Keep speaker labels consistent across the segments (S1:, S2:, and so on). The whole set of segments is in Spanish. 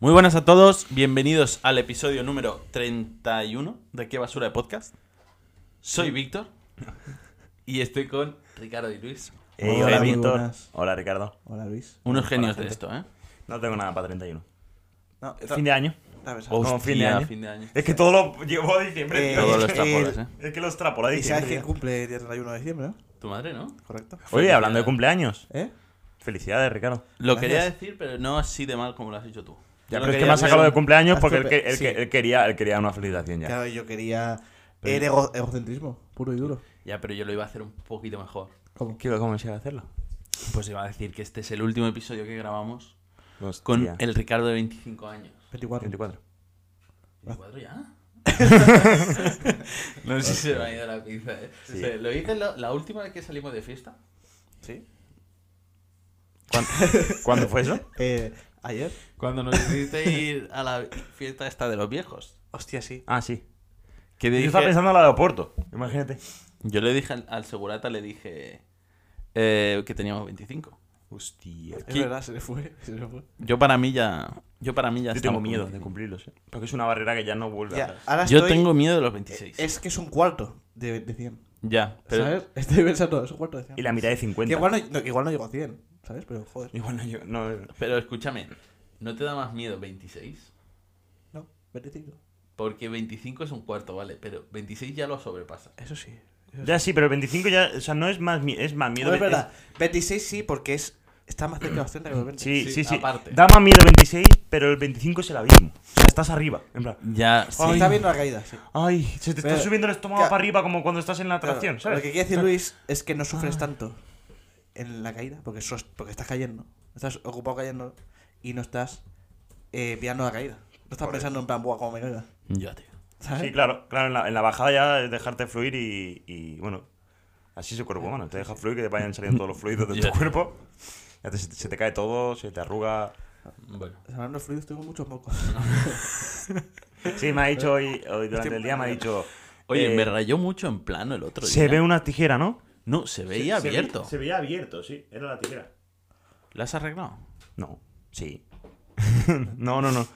S1: Muy buenas a todos, bienvenidos al episodio número 31 de Qué Basura de Podcast. Soy Víctor y estoy con Ricardo y Luis.
S2: Ey,
S1: Hola,
S2: hola,
S1: muy
S2: Víctor.
S3: buenas.
S2: Hola, Ricardo.
S3: Hola Luis.
S1: Unos genios de
S2: gente.
S1: esto, ¿eh?
S2: No tengo nada para 31.
S3: No,
S2: Fin de año.
S3: año.
S2: Como fin de
S1: Hostia,
S2: año.
S1: fin de año.
S2: Es que todo lo llevo a diciembre.
S3: Eh,
S2: tío.
S1: Todo
S3: es
S1: lo
S3: que-
S1: extrapolas, ¿eh?
S2: Es que lo extrapola a
S3: Y sabes que
S2: diciembre.
S3: cumple el día 31 de diciembre, ¿no?
S1: Tu madre, ¿no?
S3: Correcto.
S2: Oye, hablando de cumpleaños.
S3: ¿Eh?
S2: Felicidades, Ricardo.
S1: Lo
S3: Gracias.
S1: quería decir, pero no así de mal como lo has dicho tú.
S2: Ya,
S1: Yo
S2: pero es que
S1: quería
S2: me ha sacado
S1: hacer
S2: de cumpleaños
S3: Haz
S2: porque él,
S3: tu
S2: que-
S3: pe-
S2: él que-
S3: sí.
S2: él quería, él quería una felicitación ya.
S3: Claro, yo quería. Era ego- egocentrismo, puro y duro.
S1: un- Ya, pero yo lo iba a hacer un poquito mejor.
S3: ¿Cómo?
S2: Quiero comenzar a hacerlo.
S1: Pues iba a decir que este es el último episodio que grabamos con
S2: Hostia.
S1: el Ricardo de 25 años.
S3: 24.
S2: 24. Pues
S1: ¿24 ya? no sé si se me ha ido la pinza, ¿eh? O sea, lo hice lo- la última vez que salimos de fiesta.
S3: ¿Sí?
S2: ¿Cuándo, ¿Cuándo fue eso?
S3: Eh, ayer.
S1: Cuando nos hiciste ir a la fiesta esta de los viejos.
S3: Hostia, sí.
S2: Ah, sí.
S1: Que
S2: Yo
S1: dije-
S2: estaba pensando en el aeropuerto. Imagínate.
S1: yo le dije al, al segurata, le dije eh, que teníamos 25.
S2: Hostia.
S3: Es
S1: ¿Qué?
S3: verdad, se le fue. Se le fue.
S1: Yo para mí ya... Yo para mí ya
S2: Yo
S1: estaba
S2: tengo miedo
S1: con
S2: de
S1: 25.
S2: cumplirlos, ¿eh? Porque es una barrera que ya no vuelve
S3: Ya,
S2: atrás.
S3: ahora
S1: Yo
S3: estoy- eh,
S1: tengo miedo de los 26.
S3: Es que es un cuarto de, de 100.
S1: Ya, pero...
S3: ¿Sabes? Estoy pensando, es un cuarto de 100.
S2: Y la mitad de
S3: Que
S2: 50.
S3: igual, no, no, que igual no llego a 100, ¿sabes? Pero joder.
S2: Igual no, yo- no-
S1: Pero escúchame, ¿no te da más miedo 26?
S3: No, 25.
S1: Porque 25 es un cuarto, vale, pero 26 ya lo sobrepasa.
S3: Eso sí.
S2: Ya sí, pero el 25 ya, o sea, no es más mie- es más miedo.
S3: No, es verdad. 26 sí, porque es está más cerca de los 30 que los 20.
S2: Sí,
S1: Sí,
S2: sí, sí.
S1: aparte.
S2: Da más miedo el 26, pero el 25 es el abismo. O sea, estás arriba, en plan.
S1: Ya, sí.
S3: Se está viendo la caída, sí.
S2: Ay, se te está
S3: Pero-
S2: subiendo el estómago
S3: Claro.
S2: para arriba como cuando estás en la
S3: Claro,
S2: atracción,
S3: Lo que
S2: ¿sabes? Ah.
S3: quiere decir Luis es que no sufres tanto en la caída, porque, sos- porque estás cayendo. Estás ocupado cayendo y no estás eh, pillando la caída. No estás pensando en plan, buah, cómo me caiga.
S1: Ya, tío.
S3: ¿Sabes?
S2: Sí, claro, claro, en la, en la bajada ya es dejarte fluir y, y, bueno, así es el cuerpo humano, te deja fluir, que te vayan saliendo todos los fluidos de
S1: Ya.
S2: tu cuerpo, ya te- se, te, se te cae todo, se te arruga.
S1: Bueno.
S3: Hablando de fluidos, tengo muchos mocos.
S2: Sí, me ha dicho hoy, hoy durante el día, me ha dicho...
S1: Oye,
S2: eh,
S1: me rayó mucho en plano el otro
S2: Se
S1: día.
S2: ve una tijera, ¿no?
S1: No, se veía abierto.
S2: veía abierto, sí, era la tijera.
S1: ¿La has arreglado?
S2: No, sí. no, no, no.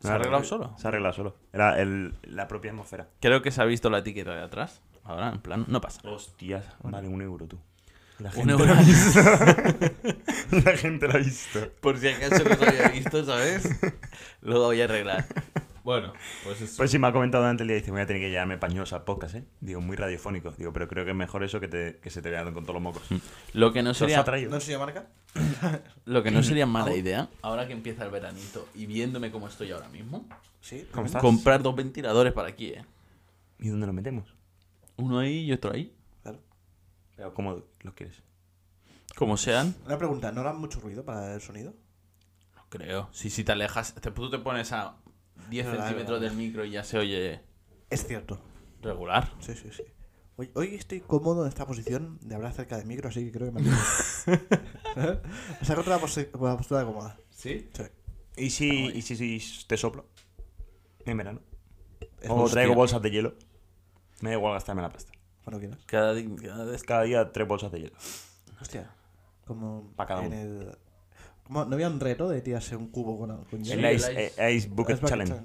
S1: ¿Se ha arreglado solo?
S2: Se ha arreglado solo. Era el- la propia atmósfera.
S1: Creo que se ha visto la etiqueta de atrás. Ahora, en plano, no pasa.
S2: Hostias, vale un euro tú. La
S1: Un
S2: gente,
S1: euro
S2: la,
S1: más.
S2: la gente la ha visto.
S1: Por si acaso no lo había visto, ¿sabes? Luego voy a arreglar. Bueno, pues eso.
S2: Pues sí, me ha comentado durante el día, dice, voy a tener que llevarme pañuelos al podcast, ¿eh? Digo, muy radiofónico. Digo, pero creo que es mejor eso que, te- que se te vean con todos los mocos.
S1: Lo que no
S2: ¿Se los ha
S1: Mm. sería,
S2: traído?
S3: ¿No enseño marca?
S1: lo que no sería mala idea, ahora que empieza el veranito y viéndome cómo estoy ahora mismo,
S3: Sí.
S2: ¿Cómo estás?
S1: comprar dos ventiladores para aquí, ¿eh?
S2: ¿Y dónde lo metemos?
S1: Uno ahí y otro ahí.
S3: Claro.
S2: Pero ¿Cómo lo quieres?
S1: Como sean.
S3: Una pregunta, ¿no harán mucho ruido para el sonido?
S1: No creo. Si, si te alejas, te, tú te pones a 10
S3: Claro,
S1: centímetros
S3: claro.
S1: del micro y ya se oye
S3: Es cierto.
S1: regular.
S3: Sí, sí, sí. Hoy, hoy estoy cómodo en esta posición de hablar cerca del micro, así que creo que me ¿Sabes? O sea, otra posi- la postura cómoda.
S1: ¿Sí?
S3: Sí.
S2: ¿Y si, y si, si te soplo? En verano.
S3: Es
S2: O
S3: más-
S2: traigo bolsas de hielo. Me da igual gastarme la pasta.
S3: Cuando quieras.
S1: Cada, di- cada vez-
S2: Cada día tres bolsas de hielo.
S3: Hostia. Como
S2: Pa' cada
S3: en
S2: uno.
S3: el. como- ¿No había un reto de tirarse un cubo con, al- con
S1: Sí,
S3: hielo?
S2: el
S1: el
S2: Ice,
S1: Ice-
S2: eh, Ice Bucket Challenge.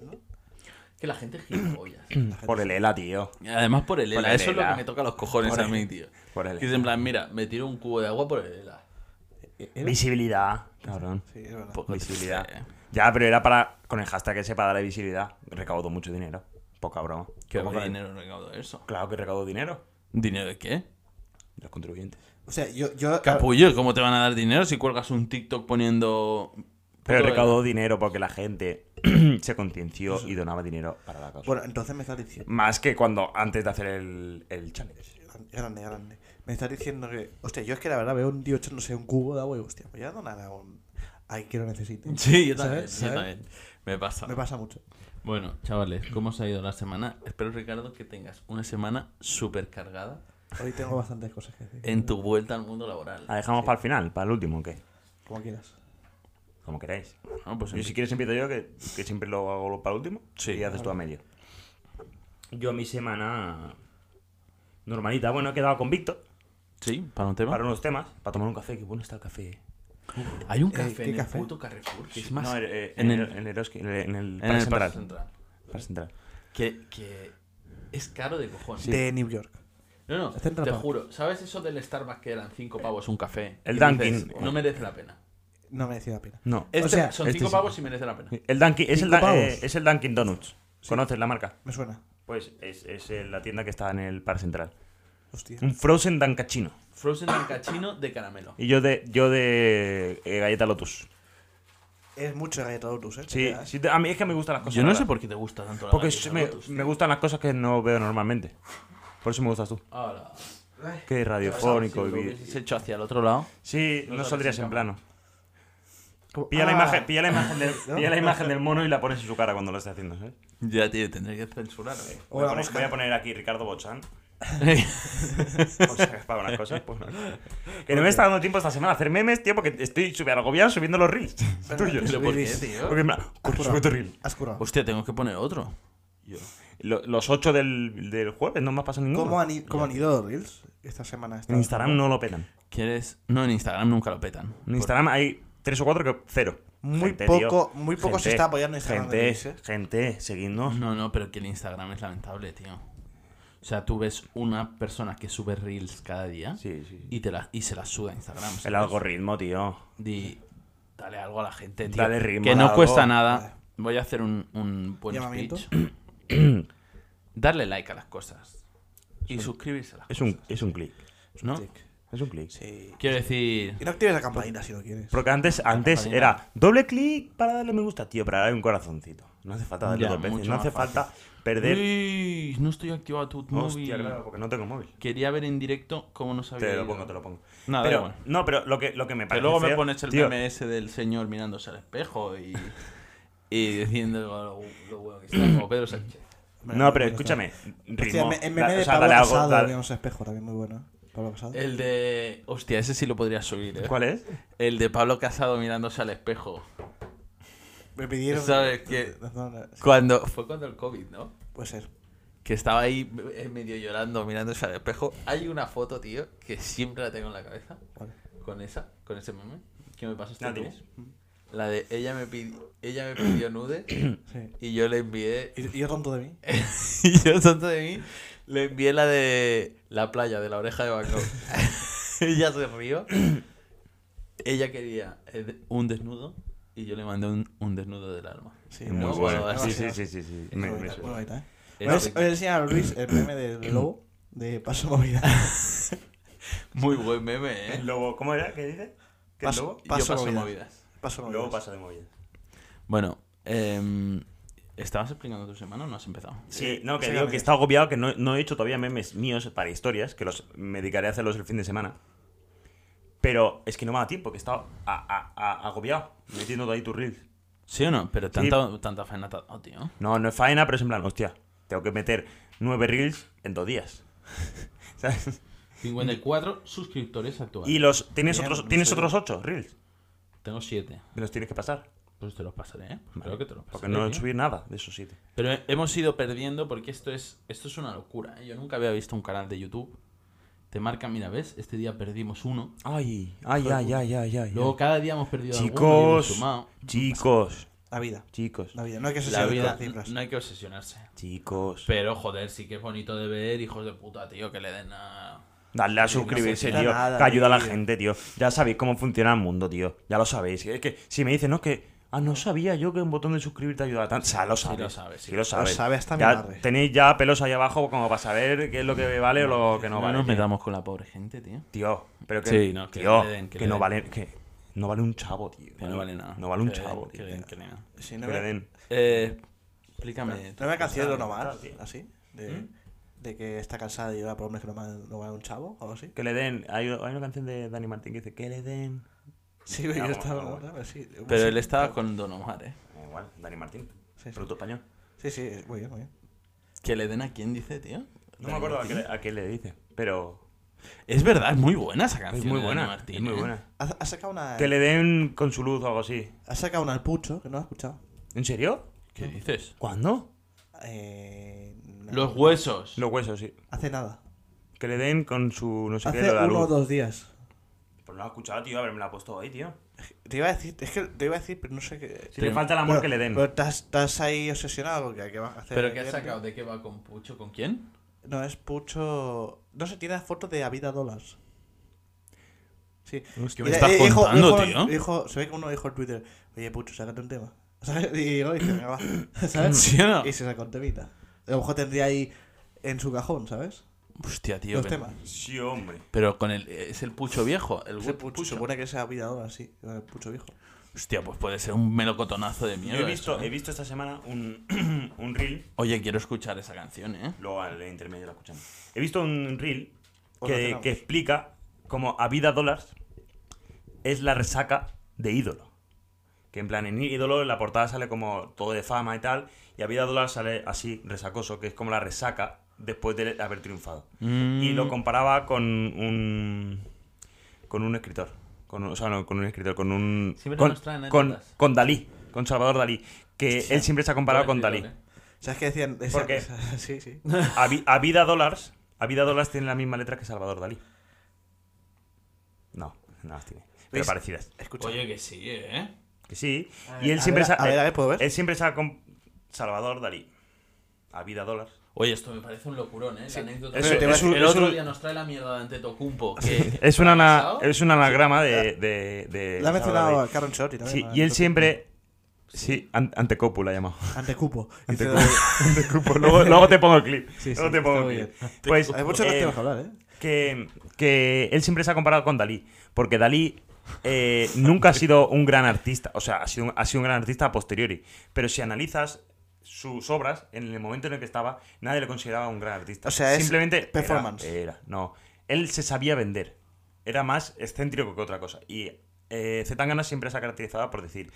S1: Que la gente gira ollas.
S2: Por el ELA, tío.
S1: Además por el
S2: Por
S1: ELA.
S2: el
S1: Eso es lo
S2: ELA.
S1: que me toca los cojones
S2: Por
S1: a
S2: el-
S1: mí, tío.
S2: por el
S1: Que es en plan, mira, me tiro un cubo de agua por el ELA.
S3: ¿no? Sí,
S2: Visibilidad. Cabrón.
S3: es verdad.
S1: Poco triste,
S2: Visibilidad.
S1: ¿eh?
S2: Ya, pero era para. Con el hashtag ese para darle visibilidad. Recaudó mucho dinero. Poca broma.
S1: ¿Qué
S2: Poca broma.
S1: dinero recaudó eso?
S2: Claro que recaudó dinero.
S1: ¿Dinero de qué?
S2: De los contribuyentes.
S3: O sea, yo. yo
S1: Capullo, ¿cómo te van a dar dinero si cuelgas un TikTok poniendo...
S2: Pero
S1: puto
S2: recaudó dinero porque la gente se concienció y donaba dinero para la causa.
S3: bueno, entonces me estás diciendo.
S2: Más que cuando antes de hacer el, el challenge.
S3: Grande, grande. Me estás diciendo que. Hostia, yo es que la verdad veo un tío echándose un cubo de agua y digo, hostia, pues ya donaré a un. Ay, que lo necesite.
S1: ELA. Sí, yo también,
S3: ¿Sabes?
S1: yo
S3: ¿Sabes?
S1: también. Me pasa.
S3: Me pasa mucho.
S1: Bueno, chavales, ¿cómo os ha ido la semana? Espero, Ricardo, que tengas una semana súper cargada
S3: Hoy tengo bastantes cosas que
S2: Eh,
S3: decir.
S1: en tu vuelta al mundo laboral.
S2: ¿La dejamos para el final? ¿Para el último o qué?
S3: Como quieras.
S2: Como queráis.
S1: No, pues
S2: Yo, si quieres empiezo yo, que, que siempre lo hago lo- para el último.
S1: Sí.
S2: Y haces tú a medio. Yo mi semana normalita. Bueno, he quedado con Víctor
S1: Sí, para un tema.
S2: para unos temas, para tomar un café. Qué bueno está el café. eh.
S4: Hay un
S3: Eh,
S4: café
S3: ¿qué
S4: en el
S3: café?
S4: puto Carrefour que es más.
S2: No, eh,
S1: en
S2: en,
S1: el-
S2: el, en el Eroski- en el- en el
S1: En
S2: Parque
S1: el
S2: Central.
S1: Parque Central.
S2: Parque Central.
S1: Que, que es caro de cojones.
S3: De New York.
S1: No, no,
S3: Está en
S1: te
S3: Rapa.
S1: juro. ¿Sabes eso del Starbucks que eran 5 pavos un café?
S2: El
S1: Y dices,
S2: Dunkin'.
S1: No merece la pena.
S3: No merecía la pena.
S2: No.
S1: Este,
S3: sea,
S1: son
S2: este
S1: 5
S2: sí.
S1: pavos y merece la pena.
S2: El Dunkin, es, el,
S3: Cinco
S2: Dun-
S3: pavos.
S2: eh, es el Dunkin Donuts. ¿Conoces la marca?
S3: Me suena.
S2: Pues es, es eh, la tienda que está en el Parque Central.
S3: Hostia.
S2: Un Frozen Dunkachino.
S1: Frozen Mancachino de caramelo.
S2: Y yo de, yo de eh, galleta Lotus.
S3: Es mucho de galleta Lotus, ¿eh? Te
S2: Sí,
S3: queda, ¿eh?
S2: sí, te- a mí es que me gustan las cosas.
S1: Yo no
S2: raras.
S1: sé por qué te gusta tanto la
S2: Porque
S1: galleta
S2: es- me,
S1: Lotus,
S2: me
S1: tío.
S2: gustan las cosas que no veo normalmente. Por eso me gustas tú.
S1: Ahora.
S3: Eh,
S2: Qué radiofónico
S1: Si
S2: y
S1: lo
S2: vi-
S1: hubieses hecho hacia el otro lado.
S2: Sí,
S1: No
S2: no
S1: sales
S2: saldrías
S1: en
S2: en
S1: cámara.
S2: plano. Pilla, la
S3: Ah.
S2: imagen, pilla, la imagen del,
S3: ¿No?
S2: pilla la imagen del mono y la pones en su cara cuando lo esté haciendo. ¿sabes?
S1: Ya, tío, tendré que censurar.
S2: Voy,
S3: Hola,
S2: a poner,
S3: mosca.
S2: voy a poner aquí Ricardo Bochan.
S1: ¿eh?
S2: O sea, para unas cosas, pues unas cosas. Que no me está dando tiempo esta semana a hacer memes, tío, porque estoy subi- agobiado subiendo los reels tuyos.
S1: ¿Pero por qué, tío?
S2: Porque en plan, corre, sube tu reel. Pues,
S3: Has currado.
S1: Hostia, tengo que poner otro.
S2: Lo- los 8 del, del jueves no me has pasado ninguno.
S3: ¿Cómo han, i- cómo han ido los Reels esta semana?
S2: En Instagram no lo petan.
S1: ¿Quieres? No, en Instagram nunca lo petan.
S2: En Instagram hay 3 o 4 que cero.
S3: Muy
S2: tío.
S3: poco- muy poco se está apoyando en Instagram de
S2: Gente,
S3: reels, ¿eh?
S2: gente, seguidnos.
S1: No, no, pero que el Instagram es lamentable, tío. O sea, tú ves una persona que sube reels cada día
S2: Sí, sí.
S1: y te la, y se las sube a Instagram.
S2: El
S1: ¿sabes?
S2: algoritmo, tío.
S1: Di- dale algo a la gente, tío.
S2: Dale ritmo,
S1: que no
S2: dale
S1: cuesta
S2: algo.
S1: nada. Voy a hacer un, un buen
S3: Llamamiento.
S1: speech. Darle like a las cosas. Y suscribirse a las
S2: Es un, es un clic.
S1: cosas, ¿no?
S2: Es un clic.
S3: Sí.
S1: Quiero decir...
S3: Y no actives la campanita si no quieres.
S2: Porque antes, antes
S1: campanita.
S2: era doble clic para darle me gusta, tío, para darle un corazoncito. No hace falta darle
S1: Ya,
S2: dos veces,
S1: mucho
S2: no
S1: más
S2: hace
S1: fácil.
S2: falta perder.
S1: Uy, no estoy activado tu móvil.
S2: Hostia, claro, porque no tengo móvil.
S1: Quería ver en directo cómo nos había
S2: Te lo
S1: ido.
S2: pongo, te lo pongo.
S1: Nada, da
S2: pero,
S1: igual.
S2: no, pero lo que, lo que me
S1: Que
S2: parece.
S1: luego me
S2: feo,
S1: pones el
S2: tío,
S1: PMS del señor mirándose al espejo y, y diciendo lo, lo bueno que está, como Pedro Sánchez.
S2: No, pero escúchame.
S3: Hostia,
S2: Ritmo.
S3: en
S2: da-
S3: meme de
S2: o sea,
S3: Pablo
S2: dale algo,
S3: Casado,
S2: dale-
S3: habíamos espejo también muy bueno. ¿eh? Pablo Casado.
S1: El de. Hostia, ese sí lo podría subir, ¿eh?
S2: ¿Cuál es?
S1: El de Pablo Casado mirándose al espejo.
S3: Me pidieron.
S1: ¿Sabes qué?
S3: No, no, no,
S1: Cuando. Fue cuando el COVID, ¿no?
S3: Puede ser.
S1: Que estaba ahí eh, medio llorando, mirándose al espejo. Hay una foto, tío, que siempre la tengo en la cabeza.
S3: Vale.
S1: Con esa, con ese meme. ¿Qué me pasaste
S2: ¿La
S1: tú?
S2: tienes?
S1: La de ella me, pidió, ella me pidió nude
S3: Sí.
S1: y yo le envié.
S3: ¿Y, y yo tonto de mí?
S2: Eh,
S1: Y yo, tonto de mí, le envié la de la playa, de la oreja de Bangkok. ella se rió. Ella quería eh, de- un desnudo y yo le mandé un, un desnudo del alma.
S3: Sí,
S2: Muy
S1: no,
S2: bueno.
S1: bueno,
S2: Sí, sí,
S3: demasiado.
S2: sí, sí. sí.
S3: Muy
S2: Me- me-
S3: bonita, muy bonita, ¿eh?
S1: Es
S3: Voy a- voy a
S1: horrible.
S3: enseñar a Luis el meme del lobo de Paso Movida.
S1: Muy buen meme, ¿eh?
S2: El lobo, ¿cómo era? ¿Qué dice? ¿Qué
S3: Pas-
S2: lobo?
S1: Yo
S3: Paso
S1: paso
S3: movidas.
S1: movidas.
S3: Paso Movida.
S2: Lobo pasa de movida.
S1: Bueno, em, ¿estabas explicando tu semana o no has empezado?
S2: Sí, no, que
S3: sí,
S2: digo
S3: dame.
S2: que está agobiado, que no, no he hecho todavía memes míos para historias, que los me dedicaré a hacerlos el fin de semana. Pero es que no me da tiempo, que he estado a- a- a- agobiado metiendo todo ahí tus reels.
S1: ¿Sí o no? Pero tanta, tanta faena te ha dado, tío.
S2: No, no es faena, pero es en plan, hostia, tengo que meter nueve reels en dos días. ¿Sabes?
S1: 54 suscriptores actuales.
S2: Y los tienes
S3: Bien,
S2: otros
S3: no
S2: tienes
S3: sé.
S2: otros ocho reels.
S1: Tengo 7.
S2: Me los tienes que pasar.
S1: Pues te los pasaré, ¿eh? Pues Creo que te los pasaré.
S2: Porque no he
S1: tío.
S2: subido nada de esos siete.
S1: Pero he- hemos ido perdiendo porque esto es, esto es una locura. ¿eh? Yo nunca había visto un canal de YouTube. Te marca, mira, ¿ves? Este día perdimos uno.
S2: Ay, ay, ay, ay, ay, ay.
S1: Luego cada día hemos perdido alguno y hemos
S2: Chicos,
S1: sumado.
S2: chicos,
S3: La vida.
S2: chicos,
S3: La vida. No hay que
S1: La
S3: ser
S1: vida,
S3: con cifras.
S1: no hay que obsesionarse.
S2: chicos.
S1: Pero, joder, sí que es bonito de ver, hijos de puta, tío, que le den a...
S2: Dale a
S1: no
S2: suscribirse,
S3: funciona
S2: tío.
S3: nada,
S2: que ayuda a la
S3: tío.
S2: gente, tío. Ya sabéis cómo funciona el mundo, tío. Ya lo sabéis. Es que si me dicen, no, es que. Ah, no sabía yo que un botón de suscribir te ayudaba tanto. O sea, lo sabes.
S1: lo sabes, sí.
S2: Sí, lo sabes.
S3: sabes, está
S2: ya
S3: bien barre.
S2: tenéis ya pelos ahí abajo como para saber qué es lo que vale o lo que no,
S1: No,
S2: vale.
S1: nos
S2: tío.
S1: metamos con la pobre gente, tío.
S2: Tío, pero que.
S1: Sí, no, que
S2: que tío,
S1: le den, que
S2: que,
S1: le
S2: no
S1: den.
S2: vale. Que no vale un chavo, tío.
S1: Que no vale nada.
S2: No vale un
S1: Que le den,
S2: chavo,
S1: que
S2: tío.
S1: le den, que le den.
S3: Sí,
S2: Que
S3: no
S2: le
S3: me
S2: den.
S1: Eh, explícame.
S3: no me canción de lo
S2: Claro,
S3: normal,
S2: tío. ¿Mm?
S3: así. De, de que está cansada de llorar por hombres que no van no van a un chavo o algo así.
S2: Que le den. Hay, hay una canción de Dani Martín que dice, que le den.
S3: Sí, yo
S2: bueno,
S3: estaba.
S2: bueno,
S3: ¿no? Sí,
S1: Pero
S3: sí,
S1: él estaba con Don Omar, ¿eh?
S2: Da Igual, Dani Martín.
S3: Sí, sí.
S2: Producto español.
S3: Sí, sí, muy bien, muy bien.
S1: ¿Que le den a quién dice, tío?
S2: No me acuerdo a qué, le- a qué le dice, pero.
S1: Es verdad, es muy buena esa canción.
S2: Es muy
S1: de Dani
S2: buena.
S1: Martín,
S2: es muy
S1: ¿eh?
S2: buena.
S3: Ha, ha sacado una.
S2: Que le den con su luz o algo así.
S3: Ha sacado una al pucho, que no la he escuchado.
S2: ¿En serio?
S1: ¿Qué dices?
S2: ¿Cuándo?
S3: Eh, no.
S1: Los huesos.
S2: Los huesos, sí.
S3: Hace nada.
S2: Que le den con su no sé qué
S3: Hace
S2: de la
S3: uno o
S2: luz.
S3: dos días.
S2: Pues no lo he escuchado, tío. A ver, me la ha puesto ahí, tío.
S3: Te iba a decir, es que te iba a decir, pero no sé qué.
S2: Si
S1: Pero-
S2: le falta el amor
S3: Pero-
S2: que le den.
S3: Pero estás, estás ahí obsesionado con que, ¿qué vas a hacer?
S1: ¿Pero qué has
S3: Eh,
S1: sacado? ¿De qué va con Pucho? ¿Con quién?
S3: No, es Pucho. No sé, tiene fotos de Avida Dollars. Sí.
S1: ¿Qué
S3: Y
S1: me
S3: le-
S1: estás
S3: eh, dijo-
S1: contando,
S3: dijo-
S1: tío?
S3: dijo- se ve que uno dijo en Twitter, oye, Pucho, sácate un tema. ¿Sabes? Y yo dije, venga, va. ¿Sabes?
S1: ¿Sí o no?
S3: Y se sacó un temita. A lo mejor tendría ahí en su cajón, ¿sabes?
S1: Hostia, tío.
S3: Los
S1: pero-
S3: temas.
S2: Sí, hombre.
S1: Pero con el. Es el Pucho viejo. El
S3: Ese
S1: gu-
S3: Pucho, se supone que es Avida Dollars, sí. el Pucho viejo.
S1: Hostia, pues puede ser un melocotonazo de
S2: Yo
S1: mierda.
S2: he visto,
S1: eso, ¿eh?
S2: he visto esta semana un, un reel
S1: Oye, quiero escuchar esa canción, ¿eh?
S2: Luego al intermedio la escuchamos. He visto un reel
S3: Os la
S2: que,
S3: cenamos.
S2: que explica cómo a vida dólares es la resaca de ídolo. Que en plan, en ídolo en la portada sale como todo de fama y tal, y a vida dólares sale así, resacoso, que es como la resaca después de haber triunfado. Y
S1: Mm.
S2: lo comparaba con un. con un escritor. Con, un- o sea, no, con un escritor, con un.
S1: Siempre
S2: con,
S1: nos traen
S2: con,
S1: anécdotas.
S2: con Dalí, con Salvador Dalí. Que él siempre se ha comparado con Dalí.
S3: ¿Sabes qué decían? Esa-
S2: ¿Por qué?
S3: esa- sí, sí.
S2: A, vi- a vida dólares. A vida dólares tiene la misma letra que Salvador Dalí. No, no las tiene. Pero
S3: ¿Veis?
S2: parecidas.
S3: Escucha.
S1: Oye, que sí, ¿eh?
S2: Que sí.
S3: A
S2: Y
S3: ver,
S2: él
S3: a
S2: siempre Este,
S3: ver,
S2: sa-
S3: a ver, a ver, pues.
S2: él-
S3: ¿puedo ver?
S2: Él siempre saca con Salvador Dalí. A vida dólares.
S1: Oye, esto me parece un locurón, ¿eh? La anécdota.
S2: Eso,
S1: Pero te
S2: es
S1: vas-
S2: un-
S1: el
S2: es
S1: otro
S2: un-
S1: día nos trae la mierda de Antetokounmpo. Que,
S2: Es un, ana-
S1: ¿Pasado?
S2: es un anagrama de. de, de
S3: La ha
S2: Salvador
S3: mencionado
S2: Dalí.
S3: a Karen Shorty también.
S2: Sí,
S3: ¿no?
S2: y él siempre. Sí, an- Antecopu la ha llamado.
S3: Ante cupo.
S2: Ante
S3: Dice-
S2: Antecopu. Luego, luego te pongo el clip.
S3: Sí, sí,
S2: luego te pongo
S3: está muy
S2: el clip.
S3: bien.
S2: Pues,
S3: Hay muchos
S2: eh,
S3: temas que hablar, ¿eh?
S2: que, que él siempre se ha comparado con Dalí, porque Dalí eh, nunca ha sido un gran artista, o sea, ha sido, un- ha sido un gran artista a posteriori, pero si analizas sus obras, en el momento en el que estaba, nadie le consideraba un gran artista.
S3: O sea, es
S2: simplemente era-
S3: performance.
S2: Era, no. Él se sabía vender, era más excéntrico que otra cosa. Y eh, Zetangana siempre se ha caracterizado por decir,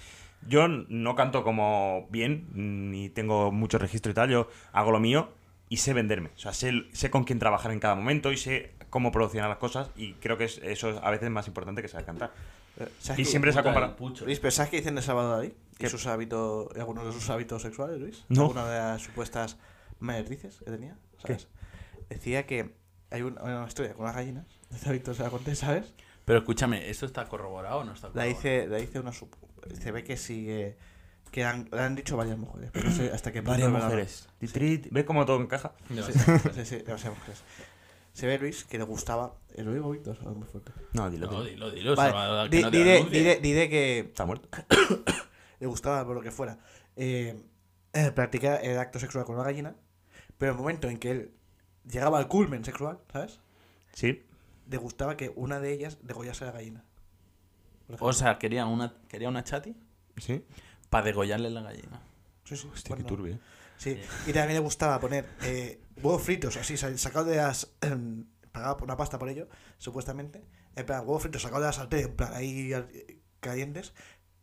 S2: yo no canto como bien, ni tengo mucho registro y tal, yo hago lo mío y sé venderme. O sea, sé, sé con quién trabajar en cada momento y sé cómo produccionar las cosas y creo que es- eso es a veces más importante que saber cantar.
S3: eh, ¿Sabes
S2: Y
S3: qué-
S2: siempre se ha
S1: Puta, el
S2: comparado.
S1: Pucho.
S3: Luis, pero ¿sabes qué dicen de Salvador Dalí? ¿Y
S2: ¿Qué?
S3: sus hábitos, y algunos de sus hábitos sexuales, Luis?
S2: No.
S3: ¿Alguna de las supuestas maldices que tenía? ¿Sabes? Decía que hay un- una, historia con las gallinas. Este hábito se la conté, ¿sabes?
S1: Pero escúchame, ¿eso está corroborado o no está
S3: La
S1: corroborado?
S3: dice, la dice una sup- Se ve que sigue. Que han, le han dicho varias mujeres. Pero no sé hasta qué punto era la-
S2: Ti, tri, ti. ¿Ves cómo todo encaja?
S1: No,
S3: Sí, sí, sí, demasiadas mujeres. Se ve, Luis, que le gustaba. eh, Lo digo, Víctor, muy fuerte.
S2: No, dilo.
S1: no,
S2: dilo.
S1: dilo, dilo.
S3: Vale,
S1: Salvador, que
S3: di-
S1: no te
S3: diré,
S1: denuncie.
S3: diré- diré que
S2: Está muerto.
S3: le gustaba por lo que fuera eh, eh, practicar el acto sexual con una gallina, pero en el momento en que él llegaba al culmen sexual, ¿sabes?
S2: Sí.
S3: Le gustaba que una de ellas degollase a la gallina. Por ejemplo.
S1: O sea, quería una, quería una chati
S2: Sí.
S1: para degollarle la gallina.
S3: Sí, sí,
S2: Hostia, qué
S3: cuando-
S2: turbio. ¿eh?
S3: Sí, y también le gustaba poner eh, huevos fritos, así, sal- sacados de las. em, pagaba por una pasta por ello, supuestamente. En plan, huevos fritos sacados de la sartén, en plan, ahí al- calientes.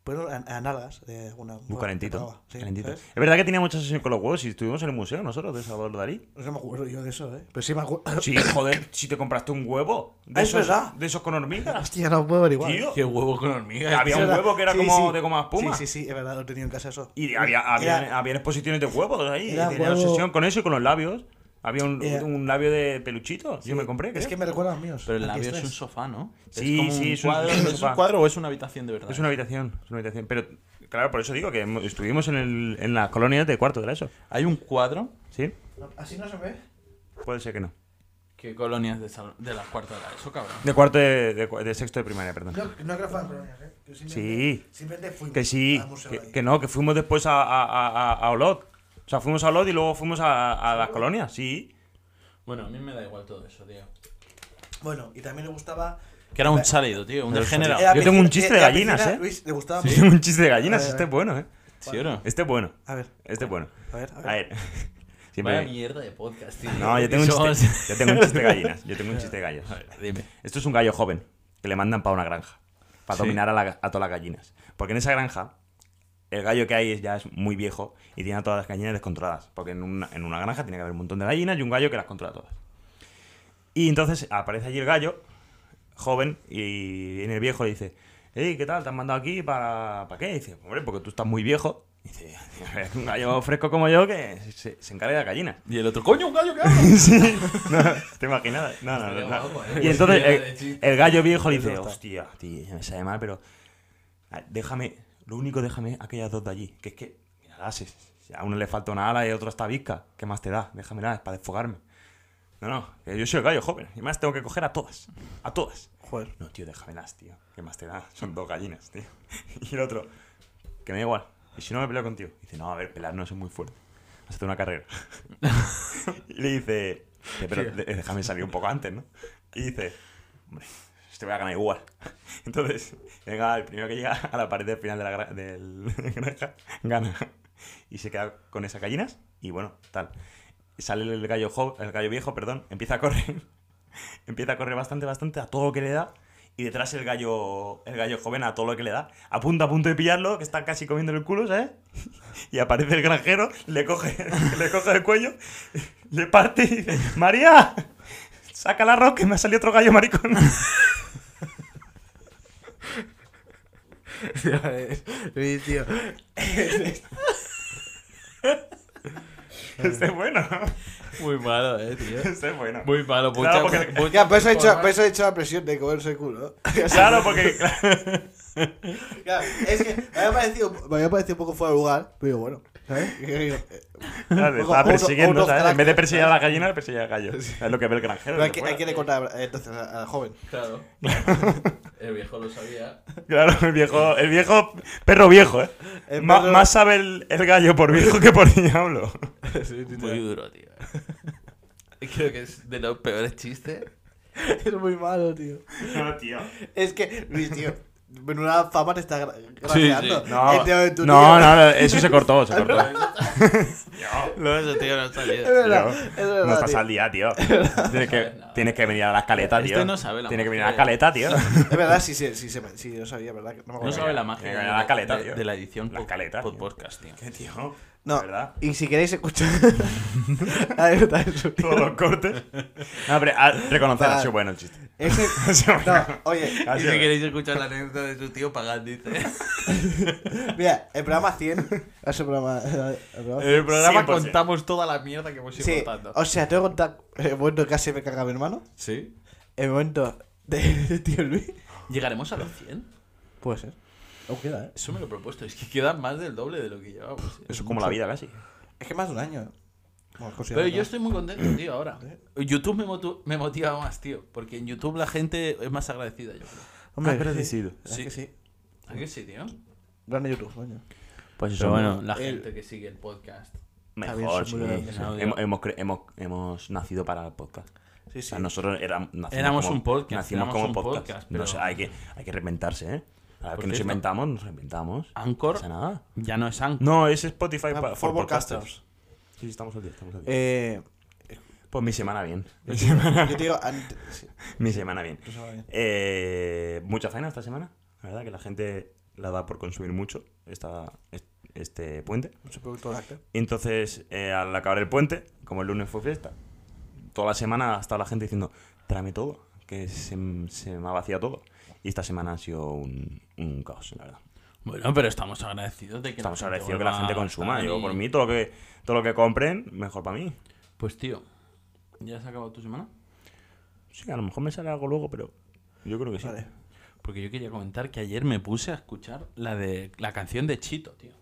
S3: Pero a, a nalgas de alguna.
S2: Muy
S3: mujer que
S2: calentito.
S3: pagaba, Pues sí,
S2: calentito.
S3: ¿sabes?
S2: Es verdad que tenía mucha sesión con los huevos y estuvimos en el museo nosotros de Salvador Dalí.
S3: No me acuerdo yo de eso, ¿eh? Pero sí me acuerdo.
S2: Sí, joder, si te compraste un huevo. De
S3: Ah, es
S2: esos,
S3: verdad.
S2: De esos con hormigas.
S3: Hostia, no puedo averiguar.
S2: Tío.
S1: Qué huevo con hormigas.
S2: Había
S3: Es
S2: un
S3: verdad.
S2: huevo que era como de goma espuma.
S3: Sí, sí, sí, es verdad, lo he tenido en casa eso.
S2: Y había, había,
S3: Era-
S2: había exposiciones de huevos ahí. y
S3: Era
S2: tenía
S3: huevo-
S2: obsesión con eso y con los labios. Había un,
S3: Era-
S2: un labio de peluchito. Yo me compré.
S3: Es
S2: creo.
S3: que me recuerda a los míos.
S1: Pero el labio es
S3: antiestrés.
S1: un sofá, ¿no?
S2: Sí,
S1: es como
S2: sí,
S1: un
S2: es un-
S1: cuadro-
S2: es un
S1: ¿Es un
S2: sofá.
S1: cuadro o es una habitación de verdad?
S2: Es una habitación, es una habitación. Pero, claro, por eso digo que hemos- estuvimos en, el, en las colonias de cuarto de la ESO.
S1: Hay un cuadro.
S2: ¿Sí?
S3: Así no se ve.
S2: Puede ser que no.
S1: ¿Qué colonias de, sal- de las cuartas de la ESO, cabrón?
S2: De cuarto de, de cua- de sexto de primaria, perdón.
S3: No, no creo que fueran colonias, ¿eh? Que simplemente-
S2: Sí.
S3: Simplemente fuimos.
S2: Que sí,
S3: al museo
S2: que,
S3: ahí.
S2: que no, que fuimos después a, a, a, a- a Olot. O sea, fuimos a Olot y luego fuimos a, a las colonias, sí.
S1: Bueno, a mí me da igual todo eso, tío.
S3: Bueno, y también le gustaba.
S1: Que era un chálido, tío, un
S2: Pero-
S1: degenerado.
S2: Era- yo tengo un
S3: piscina-
S2: chiste de
S3: era
S2: gallinas,
S3: piscina,
S2: ¿eh?
S3: Luis, le gustaba.
S2: Tiene un chiste de gallinas,
S3: A ver, a
S2: este
S3: ver.
S2: es bueno, ¿eh?
S1: ¿Sí o no?
S2: Este es bueno,
S3: A ver,
S2: este es bueno.
S3: a ver, a ver.
S2: A ver.
S1: Vaya
S2: Siempre...
S1: mierda de podcast, tío.
S2: No, yo tengo, un
S1: Somos-
S2: chiste, yo tengo un chiste de gallinas, yo tengo un chiste de gallos.
S1: A ver, dime.
S2: Esto es un gallo joven que le mandan para una granja, para
S1: Sí.
S2: dominar a, la- a todas las gallinas. Porque en esa granja, el gallo que hay es- ya es muy viejo y tiene a todas las gallinas descontroladas. Porque en una, en una granja tiene que haber un montón de gallinas y un gallo que las controla todas. Y entonces aparece allí el gallo, joven, y viene el viejo y le dice: Hey, ¿qué tal? ¿Te han mandado aquí para, para qué? Y dice: Hombre, porque tú estás muy viejo. Y dice: Un gallo fresco como yo que se, se encarga de las gallinas.
S1: Y el otro, coño, un gallo que habla.
S2: No, ¿Te imaginas? No, no, no.
S1: Estaría
S2: no.
S1: guapo, ¿eh?
S2: Y entonces
S1: Idea de
S2: el,
S1: chiste.
S2: el gallo viejo le
S3: Eso
S2: dice,
S3: está.
S2: hostia, tío, ya me sabe mal, pero Ah, Déjame, lo único déjame aquellas dos de allí. Que es que, mira, si, si a una le falta una ala y a otra está visca, ¿qué más te da? Déjamela, es para desfogarme. No, no, que yo soy el gallo joven. Y más tengo que coger a todas. A todas.
S3: Joder.
S2: No, tío, déjamelas, tío. ¿Qué más te da? Son dos gallinas, tío. Y el otro, que me da igual. Y si no me peleo contigo. Y dice, no, a ver, pelar no soy muy fuerte. Vas a hacer una carrera. y le dice, "Sí, pero
S1: Sí.
S2: de- déjame salir un poco antes, ¿no? Y dice, hombre, te voy a ganar igual. Entonces, venga, el primero que llega a la pared del final de la gra- del granja, gana. Y se queda con esas gallinas y bueno, tal. Sale el gallo, jo- el gallo viejo, perdón, empieza a correr empieza a correr bastante, bastante a todo lo que le da. Y detrás el gallo, el gallo joven a todo lo que le da. A punto, a punto de pillarlo, que está casi comiendo el culo, ¿sabes? Y aparece el granjero, le coge, le coge el cuello, le parte y dice, María, saca la roca que me ha salido otro gallo maricón.
S3: Luis, tío.
S2: Este es bueno,
S1: Muy malo, eh, tío.
S2: este es bueno.
S1: Muy malo.
S2: Claro,
S1: mucha-
S2: porque-
S1: mucha-
S3: Pues Ya, por eso, he hecho,
S1: forma-
S3: por eso he hecho la presión de comerse el culo.
S2: Claro, porque claro,
S3: Claro, es que me había parecido, me había parecido un poco fuera de lugar, pero digo, bueno, ¿sabes? Y digo, eh,
S2: le estaba
S3: Out of- out
S2: persiguiendo,
S3: of
S2: ¿sabes? En vez de
S3: character.
S2: perseguir a la gallina, le persigue al gallo. Es lo que ve el granjero.
S3: Pero hay
S2: desde
S3: que, hay que
S2: fuera.
S3: recortar eh, entonces a- al joven.
S1: Claro. El viejo lo sabía.
S2: Claro, el viejo, el viejo perro viejo, ¿eh?
S3: El
S2: Ma-
S3: perro-
S2: Más sabe el, el gallo por viejo que por diablo. Pues
S1: Muy duro, tío. Creo que es de los peores chistes.
S3: Es muy malo, tío.
S2: No, tío.
S3: Es que, Luis, tío, menuda fama te está gra- graciando.
S2: No,
S3: Eh, tío, tu
S2: no,
S3: tío.
S2: eso se cortó, se cortó.
S1: No, ese tío no ha salido.
S3: Es verdad,
S2: Tío,
S3: es verdad.
S2: No estás
S3: tío.
S2: al día, tío. Tienes que,
S1: No.
S2: tienes que venir a la caleta, tío.
S1: Este no sabe la
S2: Tienes que venir a la
S1: magia.
S2: caleta, tío.
S3: Es verdad, sí, sí, sí, sí, sí, yo sabía, ¿verdad? No me acuerdo.
S1: No sabe la magia
S2: Tiene que ganar la caleta,
S1: de,
S2: tío.
S1: de la edición
S2: La
S1: por,
S2: caleta,
S1: por
S2: tío.
S1: podcast, tío.
S2: ¿Qué, tío?
S3: No,
S2: ¿Verdad?
S3: y si queréis escuchar anécdotas de su tío.
S2: Todos los cortes. No, pero ah, reconocer,
S3: Vale.
S2: ha sido bueno el chiste.
S3: Ese... No, oye,
S2: Ha
S1: Y
S2: sido-
S1: si queréis escuchar la anécdota de tu tío, pagad, dice.
S3: mira, el programa 100... Ese programa... el programa
S2: Eh,
S1: En el programa
S2: 100%.
S1: contamos toda la mierda que hemos ido
S3: Sí,
S1: contando.
S3: o sea, tengo que contar el momento casi me caga mi hermano,
S1: ¿Sí?
S3: el momento de, de tío Luis.
S1: ¿Llegaremos a los 100?
S3: Puede ser. Aún queda, ¿eh?
S1: Eso me lo he propuesto. Es que quedan más del doble de lo que llevábamos. tío.
S2: Eso es como la vida casi.
S3: Es que más de un año. Bueno,
S1: Pero
S3: considerando-
S1: yo estoy muy contento, tío, ahora.
S2: Eh.
S1: YouTube me, motu- me motiva más, tío. Porque en YouTube la gente es más agradecida, yo creo.
S3: Hombre,
S2: Ah, pero
S3: sí,
S2: decido.
S3: Es
S1: Sí.
S3: que sí.
S1: ¿A que sí, tío?
S3: Gran de YouTube, coño.
S2: Pues
S1: Pero bueno, la
S3: el-
S1: gente que sigue el podcast.
S3: Javier, soy
S2: Mejor, sí.
S3: muy grande,
S1: sí.
S2: Hemos, hemos, cre- hemos, hemos nacido para el podcast.
S3: Sí, sí.
S2: O sea, nosotros éramos,
S1: Éramos un podcast,
S2: Nacimos
S1: éramos
S2: como
S1: un
S2: podcast.
S1: podcast,
S2: No
S1: pero-
S2: sé, hay, que, hay que reinventarse, ¿eh? A ver
S1: Por
S2: que nos
S1: cierto.
S2: inventamos, nos inventamos. No
S1: Anchor
S2: pasa nada.
S1: ya no es Anchor.
S2: No, es Spotify
S3: Ah,
S2: para
S3: for
S2: for podcasters.
S3: podcasters.
S2: Sí, sí, estamos al día, estamos al día.
S3: Eh,
S2: Pues mi semana bien.
S3: yo te digo- yo te digo... ante- sí, pues,
S2: mi semana bien.
S3: tu semana bien.
S2: Eh, mucha faena esta semana. La verdad que la gente la da por consumir mucho esta, est- este puente.
S3: Mucho producto lácteo.
S2: Entonces, eh, al acabar el puente, como el lunes fue fiesta, toda la semana ha estado la gente diciendo, tráeme todo, que se, m- se me ha vaciado todo. Y esta semana ha sido un, un caos, la verdad.
S1: Bueno, pero estamos agradecidos de que
S2: Estamos
S1: gente
S2: agradecidos que la
S1: vuelva
S2: gente
S1: a
S2: consuma.
S1: estar
S2: Yo,
S1: y-
S2: por mí, todo lo que, todo lo que compren, mejor para mí.
S1: Pues tío, ¿ya se ha acabado tu semana?
S2: Sí, a lo mejor me sale algo luego, pero yo creo que sí.
S3: Vale.
S1: Porque yo quería comentar que ayer me puse a escuchar la de la canción de Chito, tío.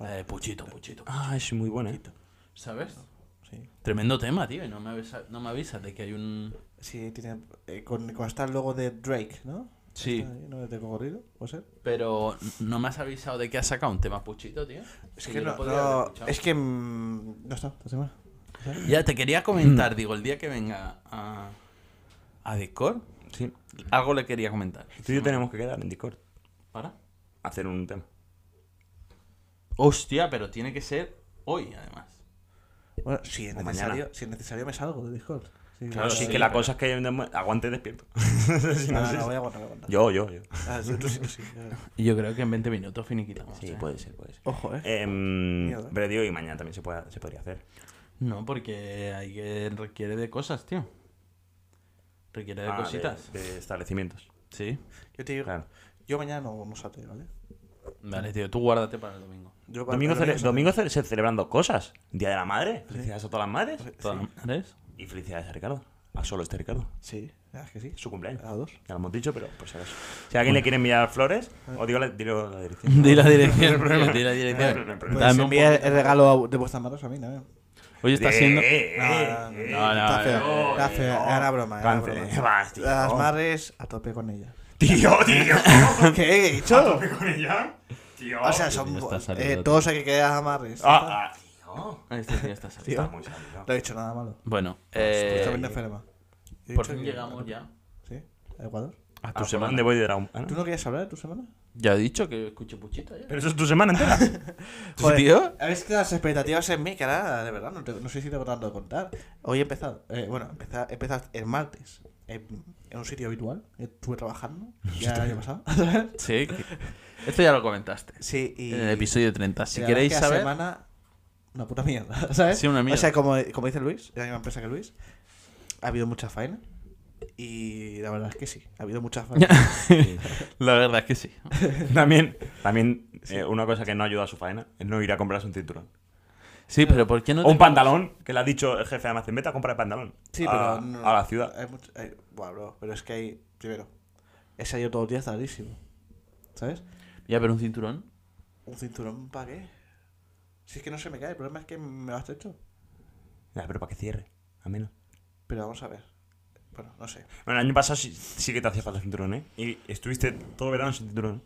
S1: La de Puchito, Puchito.
S2: Ah, es muy buena, ¿eh?
S1: ¿Sabes?
S3: Sí.
S1: Tremendo tema, tío. Y no me avisa, no me avisa de que hay un.
S3: Sí, tiene... eh, con, con hasta el logo de Drake, ¿no?
S1: Sí.
S3: Está ahí, ¿No? De cocodrilo, ¿puede ser?
S1: Pero no me has avisado de que has sacado un tema Puchito, tío.
S3: Es
S1: Que
S3: que
S1: yo lo
S3: no...
S1: podría
S3: no-
S1: haber escuchado.
S3: es que... mm, no está esta semana. ¿Sabes?
S1: Ya te quería comentar, digo, el día que venga a. a Discord,
S2: Sí.
S1: algo le quería comentar.
S2: Tú y yo tenemos que quedar en Discord,
S1: ¿Para?
S2: hacer un tema.
S1: Hostia, pero tiene que ser hoy, además.
S3: Bueno, si es,
S2: O mañana.
S3: necesario, si es necesario me salgo de Discord. Sí,
S1: Claro,
S2: sí,
S1: sí,
S2: que la
S1: pero-
S2: cosa es que aguante despierto. Si
S3: No,
S2: no,
S3: no,
S2: sí.
S3: no, voy a aguantar, voy a aguantar.
S2: Yo, yo, yo.
S3: Ah, sí, tú sí, sí, eh.
S1: Y yo creo que en 20 minutos finiquitamos.
S2: Sí,
S1: ¿eh?
S2: puede ser, puede ser.
S3: Ojo, eh.
S2: Em,
S3: Mierda.
S2: pero digo, y mañana también se, puede, se podría hacer.
S1: No, porque hay que requiere de cosas, tío. Requiere de
S2: Ah,
S1: Eh, cositas.
S2: De, de establecimientos.
S1: Sí.
S3: Yo te digo,
S2: Claro.
S3: yo mañana no, no salté, ¿vale?
S1: Vale, tío, tú guárdate para el domingo.
S3: Yo para-
S2: Domingo,
S3: el
S2: cele-
S3: salté.
S2: domingo cele- se celebran dos cosas.
S1: Pues
S2: Día de la Madre. Felicidades a todas las madres.
S1: Todas las madres.
S2: Y felicidades a Ricardo. A solo este Ricardo.
S3: Sí. Ya, es que sí.
S2: Su cumpleaños.
S3: A las dos.
S2: Ya lo hemos dicho, pero por si acaso. Si alguien le quiere enviar flores, os digo la, digo la dirección.
S1: Di la dirección, di la
S2: No, no,
S1: dirección.
S2: no,
S1: Dame
S2: no.
S3: Pues
S1: un
S3: envía
S1: poco.
S3: el- el regalo a- de vuestras manos a mí también.
S1: Oye, está siendo...
S2: Eh, eh,
S3: No,
S2: eh,
S1: no, no,
S2: eh.
S3: Está feo.
S1: no,
S3: Está feo.
S2: no.
S3: Era broma. Era
S2: Cáncer, eh,
S3: broma.
S2: vas, tío.
S3: Las madres a tope con ella.
S2: Tío, tío.
S3: ¿Qué he
S2: ¿A
S3: dicho?
S2: tope con ella? Tío.
S3: O sea,
S1: Ya
S3: son
S1: está saliendo,
S3: eh,
S1: tío.
S3: todos hay que quedar amarres.
S2: Ah, ah, tío.
S1: Este tío está saliendo.
S2: Está muy salido.
S3: No he dicho nada malo.
S1: Bueno,
S3: Está bien
S1: eh,
S3: enferma. He
S1: por
S3: dicho
S1: fin
S3: que-
S1: llegamos ya
S3: ¿Sí? ¿A Ecuador?
S1: a
S2: Ah,
S1: tu
S2: pues,
S1: semana.
S2: ¿Dónde voy de Draum? Ah, no.
S3: ¿Tú no querías hablar de tu semana?
S1: Ya he dicho que escucho puchita ya.
S2: Pero eso es tu semana entera.
S1: Joder. tío?
S3: Habéis quedado las expectativas en mí, que ahora, de verdad, no, te- no sé si tengo tanto de contar. Hoy he empezado, eh, bueno, empezar empezado el martes en, en un sitio habitual. Estuve trabajando, ya el año pasado.
S1: Sí. que- Esto ya lo comentaste.
S3: sí, y.
S1: En el episodio 30.
S3: y
S1: Si
S3: la
S1: queréis
S3: verdad es que la
S1: saber...
S3: semana, una puta mierda, ¿sabes?
S1: Sí, una mierda.
S3: O sea, como, como dice Luis, es la misma empresa que Luis, ha habido mucha faena. Y la verdad es que sí, ha habido mucha faena.
S1: La verdad es que sí.
S2: También, también eh, una cosa que no ayuda a su faena es no ir a comprarse un cinturón.
S1: Sí, pero ¿por qué no
S2: O un
S1: te-
S2: pantalón, que le ha dicho el jefe de Amazon, vete a comprar el pantalón.
S3: Sí,
S2: a,
S3: pero. no-
S2: a la ciudad.
S3: Hay mucho- hay- bueno, bro, pero es que hay. Primero, he salido todo el día tardísimo. ¿Sabes?
S1: Ya, pero un cinturón.
S3: ¿Un cinturón para qué? Si es que no se me cae, el problema es que me lo has hecho.
S2: Ya, pero para que cierre, al menos.
S3: Pero vamos a ver. Bueno, no sé.
S2: Bueno, el año pasado sí, sí que te hacía falta cinturón, ¿eh? Y estuviste todo verano sin cinturón.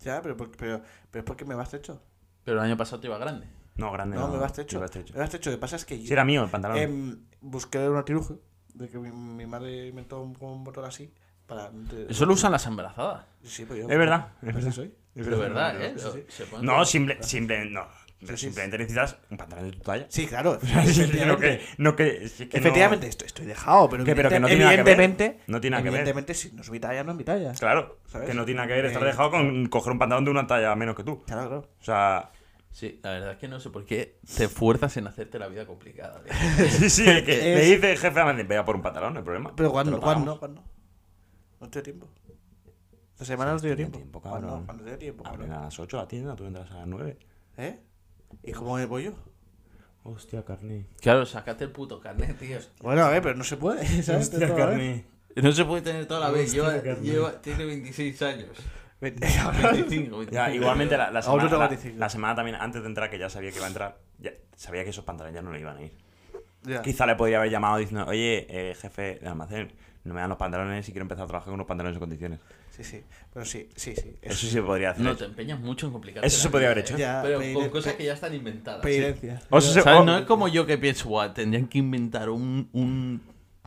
S3: Ya, pero, por- pero, pero es porque me vas hecho.
S1: Pero el año pasado te iba grande.
S2: No, grande.
S3: No, me vas
S2: te
S3: hecho. Eh,
S2: ibas
S3: Me
S2: estrecho.
S3: vas hecho. Lo que pasa es que
S2: Sí, era mío el pantalón.
S3: em, busqué un artilugio de que mi, mi madre inventó un, un botón así para. de-
S1: Eso lo usan las embarazadas.
S3: Sí, pues yo.
S2: es verdad. Es
S3: Así
S2: verdad.
S3: soy.
S2: Es
S1: De verdad,
S2: no,
S1: ¿eh?
S3: sí, sí.
S1: Se ponen-
S2: No, simple, simple, no. Pero
S3: Sí, sí.
S2: simplemente necesitas un pantalón de tu talla.
S3: Sí, claro.
S2: no
S3: efectivamente.
S2: que, no que, si es que no-
S3: Efectivamente, estoy, estoy dejado, pero,
S2: Que- pero que
S3: evidente-
S2: no tiene nada que ver.
S3: evidentemente,
S2: No tiene nada que ver.
S3: evidentemente, si no es mi talla, no es mi talla.
S2: Claro,
S3: ¿Sabes?
S2: que no tiene nada que ver estar
S3: Eh,
S2: dejado con coger un pantalón de una talla menos que tú.
S3: Claro, claro.
S2: O sea,
S1: Sí, la verdad es que no sé por qué te fuerzas en hacerte la vida complicada. tío.
S2: sí, sí, el que le
S3: Es-
S2: dice jefe a Amazon, vea por un pantalón, no hay problema.
S3: Pero
S2: Te
S3: ¿cuándo?
S2: lo
S3: ¿Cuándo?
S2: pagamos.
S3: ¿Cuándo? No te dio tiempo. Esta semana no te dio
S2: tenía
S3: tiempo.
S2: tiempo,
S3: ¿Cuándo?
S2: cabrón.
S3: ¿Cuándo te dio tiempo?
S2: Abren
S3: cabrón?
S2: a las 8 la tienda, tú entras a las 9.
S3: ¿Eh? ¿Y cómo me voy yo?
S2: Hostia, carne.
S1: Claro, sacaste el puto carnet, tío.
S3: Bueno, a ver, pero no se puede, ¿sabes? De
S2: Hostia,
S3: todo, ¿eh?
S2: carne.
S1: No se puede tener toda la vez.
S2: Hostia,
S1: Lleva,
S2: carnet.
S1: lleva- tiene 26 años.
S3: Vente,
S1: 25, 25.
S2: Ya, igualmente la, la
S3: Aún
S2: semana,
S3: no tengo
S2: la-
S3: 25.
S2: la semana también antes de entrar, que ya sabía que iba a entrar, ya sabía que esos pantalones ya no le iban a ir.
S3: Ya.
S2: Quizá le podría haber llamado diciendo, oye, eh, jefe de almacén, no me dan los pantalones y quiero empezar a trabajar con unos pantalones en condiciones.
S3: Sí, sí. Pero sí, sí, sí.
S2: Eso
S3: Es
S2: sí se podría hacer.
S1: No, te empeñas mucho en complicar.
S2: Eso se podría haber hecho.
S3: Ya,
S1: ¿eh? pero
S3: pedir-
S1: con cosas
S3: pe-
S1: que ya están inventadas.
S3: pedidencia.
S2: O sea,
S1: sí. ¿Sabes?
S2: o-
S1: No es como yo que pienso, "Buah, tendrían que inventar un, un,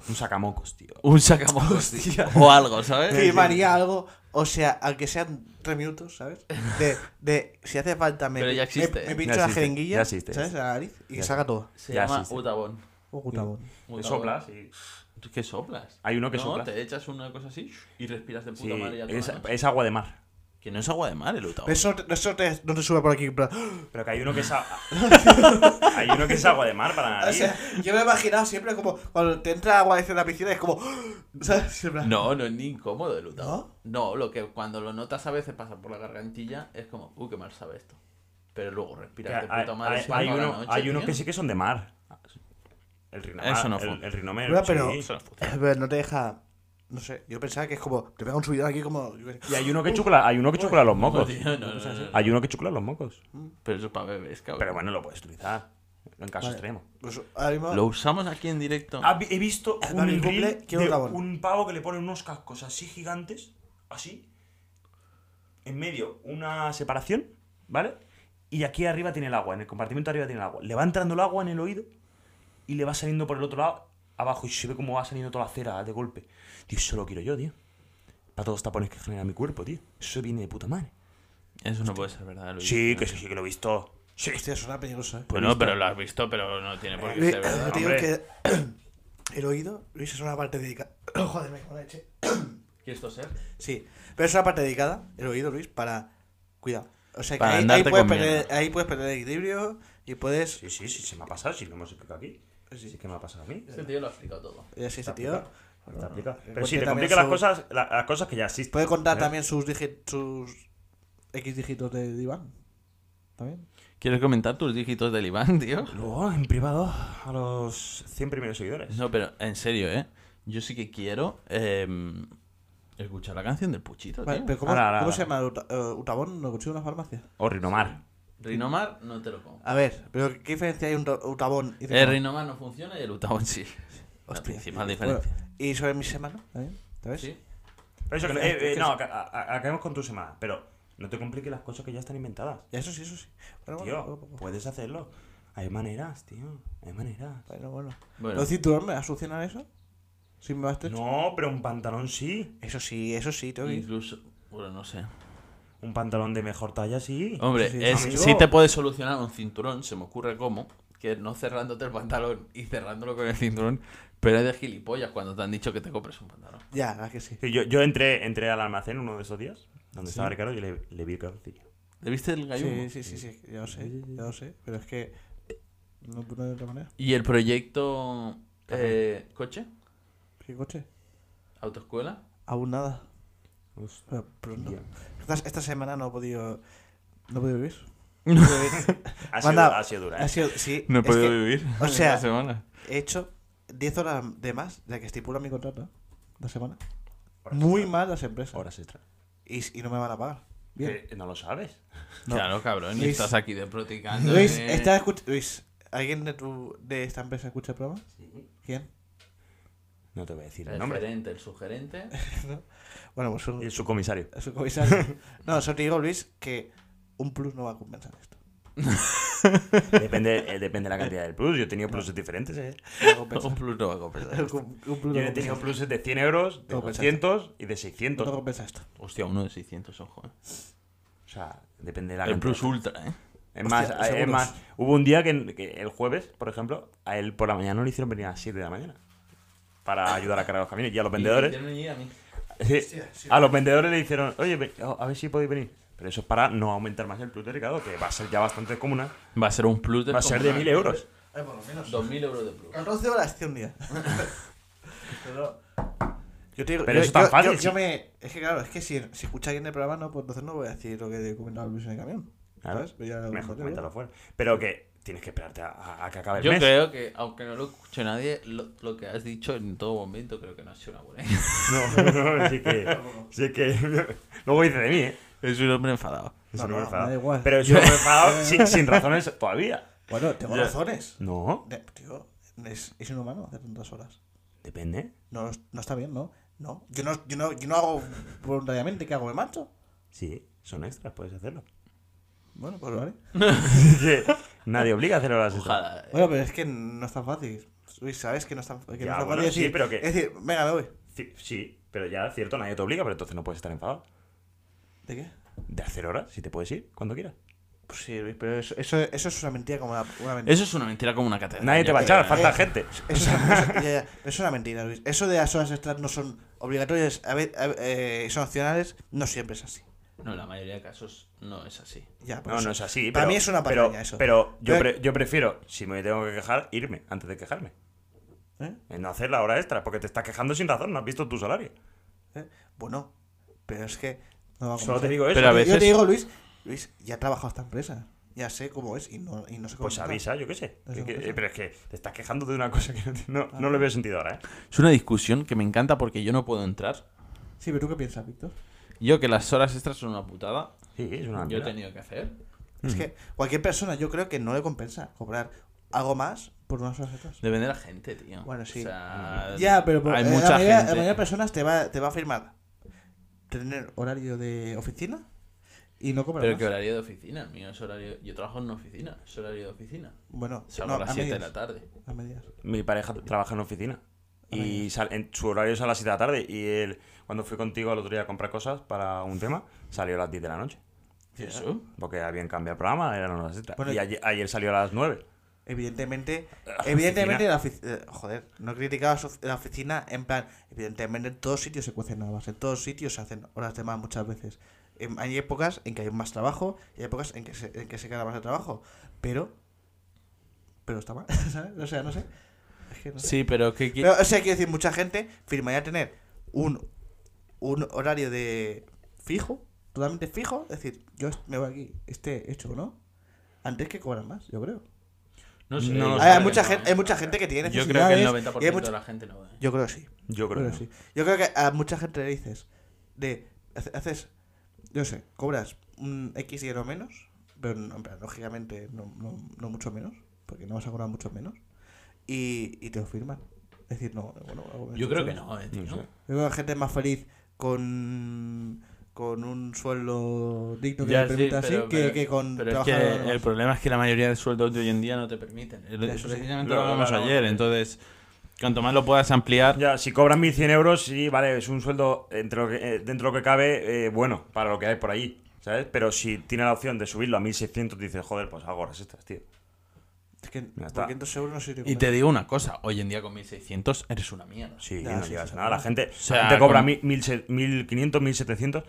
S2: Un sacamocos, tío.
S1: un sacamocos tío, o algo, ¿sabes?
S3: Firmaría algo, o sea, aunque sean tres minutos, ¿sabes? De, de si hace falta, me,
S1: Pero ya
S3: me-
S1: existe. ¿eh?
S3: me, pincho
S2: Ya
S3: la
S2: existe,
S3: jeringuilla,
S2: ya existe.
S3: ¿sabes? A la nariz y
S2: Ya
S3: saca todo.
S1: Se
S2: Ya,
S1: llama
S2: sí, sí.
S1: Utabón.
S3: Oh, Gutabón.
S1: Utabón.
S2: Te soplas y...
S1: ¿Tú ¿Qué soplas?
S2: Hay uno que
S1: no,
S2: sopla.
S1: te echas una cosa así y respiras de
S2: Sí,
S1: puta madre ya toda
S2: es,
S1: la noche.
S2: es agua de mar.
S1: Que no es agua de mar el Utabón.
S3: Pero eso, eso te, no te sube por aquí. en plan, ¡Ah!
S2: Pero que hay uno que es a- hay uno que es agua de mar para la
S3: O
S2: nariz.
S3: sea, yo me he imaginado siempre como cuando te entra agua desde la piscina es como. ¡Ah! ¿Sabes? En plan,
S1: No, no es ni incómodo el Utabón. ¿No? lo que cuando lo notas a veces pasa por la gargantilla es como, uy, qué mal sabe esto. Pero luego
S2: Que
S1: respiras
S2: hay,
S1: de puta madre.
S2: hay-
S1: sudando
S2: hay
S1: a la
S2: uno,
S1: noche,
S2: hay uno
S1: tío.
S2: que sí que son de mar. El rinomar.
S1: Eso no
S2: el,
S1: fue.
S2: el rinomero,
S3: Bueno, pero-
S2: sí.
S1: Eso no es puta.
S3: Pero no te deja. No sé, yo pensaba que es como. Te pega un subidón aquí como. yo qué sé.
S2: Y hay uno que chucla, hay uno que chucla los
S1: No,
S2: mocos.
S1: tío, no, no, no, no.
S2: Hay uno que chucla los mocos.
S1: Pero eso es para bebés, cabrón.
S2: Pero bueno, lo puedes utilizar. En caso
S3: Vale.
S2: extremo.
S3: Pues ahora mismo.
S1: Lo usamos aquí en directo.
S2: Ha vi- He visto
S3: Para
S2: un
S3: el cumple,
S2: reel
S3: quiero
S2: Eh, de
S3: otra bola.
S2: un pavo que le pone unos cascos así gigantes, así, en medio una separación, ¿vale? Y aquí arriba tiene el agua, en el compartimento arriba tiene el agua. Le va entrando el agua en el oído y le va saliendo por el otro lado abajo y se ve cómo va saliendo toda la cera de golpe. Tío, eso lo quiero yo, tío. Para todos los tapones que genera mi cuerpo, tío. Eso viene de puta madre.
S1: Eso no puede ser verdad, Luis.
S2: Sí, que sí, sí que lo he visto. Sí.
S3: Hostia, suena peligroso, eh.
S1: Bueno, pero lo has visto, pero no tiene por qué
S3: Luis,
S1: ser verdad.
S3: te digo
S2: hombre.
S3: que. El oído, Luis, es una parte dedicada. Joder, me cago en la leche.
S1: ¿Quieres toser?
S3: Sí, pero es una parte dedicada, el oído, Luis, para. Cuidado. O sea que
S1: Para
S3: ahí,
S1: andarte
S3: ahí puedes
S1: con
S3: perder,
S1: mierda.
S3: ahí puedes perder el equilibrio y puedes.
S2: Sí, sí, sí, se me ha pasado, si lo hemos explicado aquí.
S3: Sí.
S2: Pues Sí que me ha pasado a mí.
S1: Este tío lo ha explicado todo.
S3: Ya sí, este
S2: Está
S3: tío.
S2: aplicado.
S3: Bueno,
S2: Pues Te aplica.
S3: eh,
S2: Pero si
S3: cuente
S2: te
S3: también
S2: complica las
S3: su-
S2: cosas, la- las cosas que ya existen.
S3: Puede contar
S2: ¿eh?
S3: también sus, digi- sus X dígitos de diván. También.
S1: ¿Quieres comentar tus dígitos del Iván, tío?
S2: Luego, en privado, a los 100 primeros seguidores.
S1: No, pero en serio, ¿eh? Yo sí que quiero em, escuchar la canción del Puchito,
S3: Vale,
S1: tío.
S3: pero ¿cómo,
S2: Ahora, ahora,
S3: cómo
S2: ahora.
S3: se llama? ¿Uta- eh, ¿Utabón? ¿Lo consigo en una farmacia?
S2: O Rinomar.
S1: Rinomar no te lo como.
S3: A ver, pero ¿qué diferencia hay entre Utabón y
S1: El Rinomar no funciona y el Utabón sí. La
S3: Hostia.
S1: principal
S3: Bueno,
S1: diferencia.
S3: ¿Y sobre mi semana? ¿También? ¿Te ves?
S1: Sí.
S2: Pero eso, que no-
S3: Es que-
S2: eh, eh,
S3: es que-
S2: no, aca- a- a- acabemos con tu semana. Pero no te compliques las cosas que ya están inventadas.
S3: Ya, Eso sí, eso sí. Bueno, bueno,
S2: Tío,
S3: poco a poco.
S2: puedes hacerlo. Hay maneras, tío. Hay maneras.
S3: bueno. bueno.
S1: Bueno.
S3: ¿Los cinturones me va a solucionar eso? ¿Sí me va a estrecho?
S2: No, pero un pantalón sí.
S3: Eso sí, eso sí, tengo que ir.
S1: Incluso, bueno, no sé.
S2: Un pantalón de mejor talla sí.
S1: Hombre,
S3: Sí, sí,
S1: es-
S2: amigo.
S1: si te puedes solucionar un cinturón, se me ocurre cómo, que no cerrándote el pantalón y cerrándolo con el cinturón, pero es de gilipollas cuando te han dicho que te compres un pantalón.
S3: Ya, la que sí.
S2: Sí, Yo, yo entré, entré al almacén uno de esos días, donde
S1: Sí.
S2: estaba Ricardo, y le, le vi el calzoncillo.
S1: ¿Le viste el gallo?
S3: Sí, sí, sí, sí, ya lo sé, ya lo sé. Pero es que. No, no de otra manera.
S1: ¿Y el proyecto eh, coche?
S3: ¿Qué coche?
S1: ¿Autoescuela?
S3: Aún nada.
S2: Hostia.
S3: Pero pronto. Esta, esta semana no he podido. No he podido vivir.
S2: Ha,
S3: Me
S2: sido,
S3: han dado-
S2: ha sido dura.
S3: Ha
S2: ¿eh?
S3: sido, sí,
S1: No he
S3: es
S1: podido
S3: que
S1: vivir.
S3: o sea,
S1: esta semana.
S3: He hecho 10 horas de más de la que estipula mi contrato. La semana. Muy mal las empresas.
S2: Horas extra.
S3: Y, y no me van a pagar. Bien.
S2: Eh, No lo sabes.
S3: no.
S1: Claro, cabrón, y
S3: Luis-
S1: estás aquí de proticando.
S3: Luis,
S1: eh.
S3: ¿estás escuch- Luis, ¿alguien de, tu, de esta empresa escucha el programa? ¿Quién?
S2: No te voy a decir el
S1: El
S2: nombre.
S1: gerente, el sugerente.
S3: Bueno, pues un,
S2: El subcomisario.
S3: es un comisario. No, solo te digo, Luis, que un plus no va a compensar esto.
S2: Depende, eh, depende de la cantidad del plus. Yo he tenido pluses diferentes. ¿eh?
S3: No va
S1: Un
S3: a compensar.
S1: plus no va a compensar.
S3: Un- un plus no
S2: Yo he tenido
S3: compensa.
S2: pluses de 100 euros, de
S3: Todo compensa.
S2: 200 y de
S3: No
S2: 600. O
S3: compensa esto.
S1: Hostia, uno de 600, ojo. eh.
S2: sea, depende de la
S1: El
S2: cantidad.
S1: plus ultra, ¿eh?
S2: Es más,
S3: Hostia,
S2: a- es
S3: seguros.
S2: más, hubo un día que, que el jueves, por ejemplo, a él por la mañana no le hicieron venir a las 7 de la mañana para ayudar a cargar los camiones. Y a los vendedores,
S1: Y a mí.
S2: sí, a los vendedores le dijeron, oye, ve- oh, a ver si podéis venir. Pero eso es para no aumentar más el plus de Ricardo, que va a ser ya bastante común.
S1: Va a ser un plus de
S2: Va a ser de 1000 euros.
S3: Ay, por lo menos.
S1: 2000 euros de plus.
S3: 14 horas hace un día. Pero, yo te digo,
S2: Pero
S3: yo-
S2: eso es tan
S3: yo-
S2: fácil,
S3: yo-
S2: sí.
S3: yo me- es que claro, es que si, si escucha alguien del programa, no, pues entonces no voy a decir lo que he comentado a Luis en el camión.
S2: Claro.
S3: ¿Sabes? Pero ya lo
S2: Mejor
S3: contaré,
S2: coméntalo fuera. Pero que tienes que esperarte a- a, a que acabe el
S1: Yo
S2: mes.
S1: creo que, aunque no lo escuche nadie, lo, lo que has dicho en todo momento creo que no ha sido una buena idea.
S2: No, no, sí que. sí que. Luego dice de mí, ¿eh?
S1: Es un hombre enfadado.
S2: Eso
S3: No,
S2: no, me
S3: no,
S2: enfadado.
S3: da igual.
S2: Pero eso no me enfadado sin, sin razones todavía.
S3: ¿no? Bueno, tengo
S2: Ya.
S3: razones.
S2: No,
S3: De- tío, es, es inhumano hacer tantas horas.
S2: depende.
S3: No, no está bien, ¿no? No. Yo no, yo no, yo no hago voluntariamente que hago de macho.
S2: Sí, son extras, puedes hacerlo.
S3: Bueno, pues vale.
S2: que nadie obliga a hacer horas extra.
S1: Ojalá.
S3: Bueno, pero es que no es tan fácil. Luis, sabes que no es tan, que
S2: Ya,
S3: no es tan
S2: bueno,
S3: fácil
S2: sí,
S3: decir,
S2: pero que-
S3: Es decir, venga, me voy.
S2: Sí, sí, pero ya, cierto, nadie te obliga, pero entonces no puedes estar enfadado.
S3: ¿De qué?
S2: De hacer horas, si te puedes ir cuando quieras.
S3: Pues sí, Luis, pero eso, eso, eso es una mentira como una, una mentira.
S1: Eso es una mentira como una catedral.
S2: Nadie te va a
S1: Ya,
S2: echar,
S1: ya,
S2: falta
S3: eh,
S2: gente.
S3: Eso es, una- eso- ya, ya, es una mentira, Luis. Eso de las horas extras no son obligatorias, a ver, a ver, eh, son opcionales, no siempre es así.
S1: ya. No, en la mayoría de casos no es así.
S3: Ya, por
S2: No,
S3: eso.
S2: no es así.
S3: Para
S2: pero-
S3: mí es una
S2: pero-
S3: patraña eso.
S2: Pero yo,
S3: Pero-
S2: pre- yo prefiero, si me tengo que quejar, irme antes de quejarme.
S3: ¿Eh?
S2: Eh, No hacer la hora extra, porque te estás quejando sin razón, no has visto tu salario.
S3: ¿Eh? Bueno, pero es que no va a
S2: Solo te
S3: compensar.
S2: digo eso.
S1: Pero a
S3: Yo- Yo
S1: veces-
S3: te digo, Luis, Luis, ya he trabajado en esta empresa. Ya sé cómo es y no, y no sé cómo
S2: Pues avisa, yo qué sé.
S3: Eso Ah,
S2: Que- que-
S3: pasa.
S2: pero es que te estás quejando de una cosa que no, te- no, no le veo sentido ahora, ¿eh?
S1: Es una discusión que me encanta porque yo no puedo entrar.
S3: Sí, pero tú qué piensas, Víctor.
S1: Yo que las horas extras son una putada.
S2: Sí, es
S3: Ah,
S2: una
S1: Yo he
S2: mierda.
S1: tenido que hacer. Mm.
S3: Es que cualquier persona yo creo que no le compensa cobrar algo más por unas horas extras.
S1: Depende de la gente, tío.
S3: Bueno, sí.
S1: O sea,
S3: Ya, pero por-
S1: hay
S3: eh,
S1: mucha
S3: la, mayoría, la
S1: gente.
S3: mayoría de personas te va, te va a firmar tener horario de oficina y no cobrar
S1: Pero
S3: más.
S1: que horario de oficina. Mío es horario... Yo trabajo en una oficina. Es horario de oficina.
S3: Bueno,
S1: Salgo
S3: no,
S1: a las 7 de
S3: medias,
S1: la tarde.
S3: a medias.
S2: Mi pareja trabaja en oficina. Y sal- en, su horario es a las 7 de la tarde. Y él, cuando fui contigo el otro día a comprar cosas para un tema, salió a las 10 de la noche.
S1: ¿Y eso?
S2: Porque habían cambiado el programa, eran las 7.
S3: Bueno,
S2: y ayer, ayer salió a las 9.
S3: Evidentemente,
S2: La
S3: evidentemente la oficina, joder, no he criticado a su- la oficina en plan, evidentemente en todos sitios se cuecen habas, en todos sitios se hacen horas de más muchas veces. Em, hay épocas en que hay más trabajo y hay épocas en que se, en que se queda más de trabajo, pero pero está mal, ¿sabes? O sea, no sé. Es que no sé.
S1: Sí, pero que...
S3: Pero, o sea, quiero decir, mucha gente firmaría tener un, un horario de fijo, totalmente fijo, es decir, yo est- me voy aquí, esté hecho o no, antes que cobrar más, yo creo.
S1: No sé.
S2: No,
S1: igual
S2: Hay
S3: hay,
S1: que
S3: mucha
S1: no,
S3: gente,
S1: ¿eh?
S3: hay mucha gente que tiene
S1: Yo creo que el
S3: necesidades,
S1: 90%
S3: y hay mucha-
S1: de la gente no. ¿eh?
S3: Yo creo que sí.
S2: Yo creo
S3: Creo
S2: que
S3: que
S2: no.
S3: sí. Yo creo que a mucha gente le dices de hace- haces, yo sé, cobras un X dinero menos, pero no, en plan, lógicamente no, no, no mucho menos, porque no vas a cobrar mucho menos, y, y te lo firman. Es decir, no, bueno, algo menos,
S1: Yo creo
S3: mucho
S1: que
S3: menos.
S1: no, eh, tío.
S2: No sé.
S3: Yo creo que la gente es más feliz con con un sueldo digno que
S1: Ya,
S3: le permita
S1: sí,
S3: así
S1: pero-
S3: que,
S1: pero-
S3: que con
S1: Pero es
S3: trabajar
S1: que el problema es que la mayoría de sueldos de hoy en día no te permiten. El-
S3: Ya, eso sí.
S1: Precisamente
S2: Lo-
S1: lo hablamos
S2: lo hablamos
S1: ayer.
S2: ayer.
S1: Entonces, cuanto más lo puedas ampliar,
S2: Ya, si cobran 1.100 euros, sí, vale, es un sueldo entre lo que- eh, dentro de lo que cabe eh, bueno para lo que hay por ahí, ¿sabes? Pero si tiene la opción de subirlo a 1.600, dices, joder, pues hago horas extras, tío.
S3: es que
S2: Ya
S3: por
S2: está.
S3: 500 euros no sirve
S1: Y te digo una cosa, hoy en día con 1600 eres una mierda.
S2: Sí,
S3: Ya,
S2: no
S3: sí,
S2: llegas
S3: sí,
S2: a nada. La
S3: sí.
S2: gente,
S1: sea,
S2: la gente cobra
S1: con-
S2: mil- mil se- 1.500, 1.700